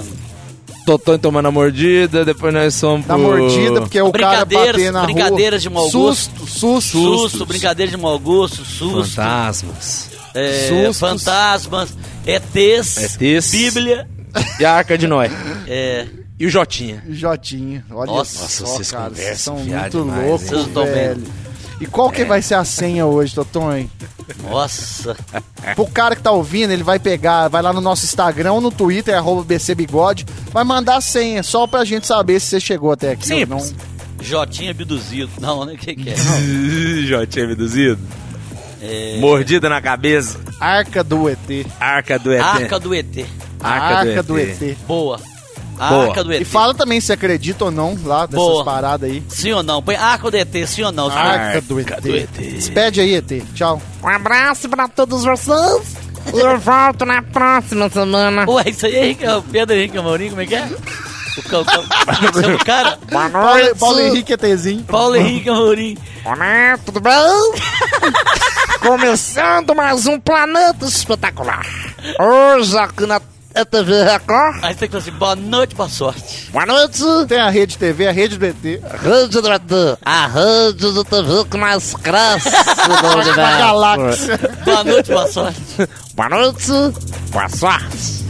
[SPEAKER 5] Totão tomando a mordida, depois nós somos
[SPEAKER 1] Da
[SPEAKER 5] pro...
[SPEAKER 1] mordida, porque é o cara
[SPEAKER 3] Brincadeiras-
[SPEAKER 1] bater na
[SPEAKER 3] brincadeiras de
[SPEAKER 1] rua.
[SPEAKER 3] mau
[SPEAKER 1] Susto, susto.
[SPEAKER 3] Susto, brincadeira de mau gosto,
[SPEAKER 5] é
[SPEAKER 3] susto,
[SPEAKER 5] Fantasmas.
[SPEAKER 3] é,
[SPEAKER 1] sustos. É
[SPEAKER 3] fantasmas, ETs,
[SPEAKER 5] ETs.
[SPEAKER 3] Bíblia.
[SPEAKER 5] E a Arca de Noé.
[SPEAKER 3] É,
[SPEAKER 5] E o Jotinha.
[SPEAKER 1] Jotinho. Olha
[SPEAKER 3] Nossa,
[SPEAKER 1] só,
[SPEAKER 5] vocês
[SPEAKER 1] cara. Vocês
[SPEAKER 5] conversam,
[SPEAKER 1] são
[SPEAKER 5] viado
[SPEAKER 1] muito
[SPEAKER 5] demais,
[SPEAKER 1] loucos,
[SPEAKER 3] hein? Vocês não tão É.
[SPEAKER 1] velho. E qual que vai ser a senha hoje, Totonho?
[SPEAKER 3] nossa.
[SPEAKER 1] Pro cara que tá ouvindo, ele vai pegar, vai lá no nosso Instagram ou no Twitter, arroba BCBigode, vai mandar a senha, só pra gente saber se você chegou até aqui ou não.
[SPEAKER 3] Jotinha abduzido. Não, né? O que, que é?
[SPEAKER 5] Jotinha reduzido.
[SPEAKER 3] É.
[SPEAKER 5] Mordida na cabeça.
[SPEAKER 1] Arca do ET.
[SPEAKER 5] Arca do ET.
[SPEAKER 3] Arca do ET.
[SPEAKER 1] Arca, do, ET.
[SPEAKER 3] Boa.
[SPEAKER 5] Boa.
[SPEAKER 3] Arca do ET.
[SPEAKER 1] E fala também se acredita ou não lá dessas
[SPEAKER 3] Boa.
[SPEAKER 1] paradas aí.
[SPEAKER 3] Sim ou não? Põe Arca do ET, sim ou não?
[SPEAKER 1] Arca do ET.
[SPEAKER 3] do ET.
[SPEAKER 1] Despede aí, ET. Tchau.
[SPEAKER 7] Um abraço pra todos vocês. Eu volto na próxima semana.
[SPEAKER 3] Ué, isso aí é Henrique- é o Pedro Henrique Amorim, como é que é? O, ca- o, ca- como é que chama o cara?
[SPEAKER 7] Boa
[SPEAKER 1] Paulo,
[SPEAKER 7] noite.
[SPEAKER 1] Paulo Henrique ETzinho.
[SPEAKER 3] Paulo Henrique Amorim.
[SPEAKER 7] Olá, tudo bom? Começando mais um Planeta Espetacular. Hoje aqui na TV Record.
[SPEAKER 3] Aí você tem que falar assim, boa noite, boa sorte.
[SPEAKER 7] Boa noite,
[SPEAKER 1] Tem a rede TV, a rede do ET.
[SPEAKER 7] Rede do ET. A rede do TV que mais cresce do
[SPEAKER 1] A
[SPEAKER 7] universo.
[SPEAKER 1] galáxia.
[SPEAKER 3] Boa noite, boa sorte.
[SPEAKER 7] Boa noite, boa sorte.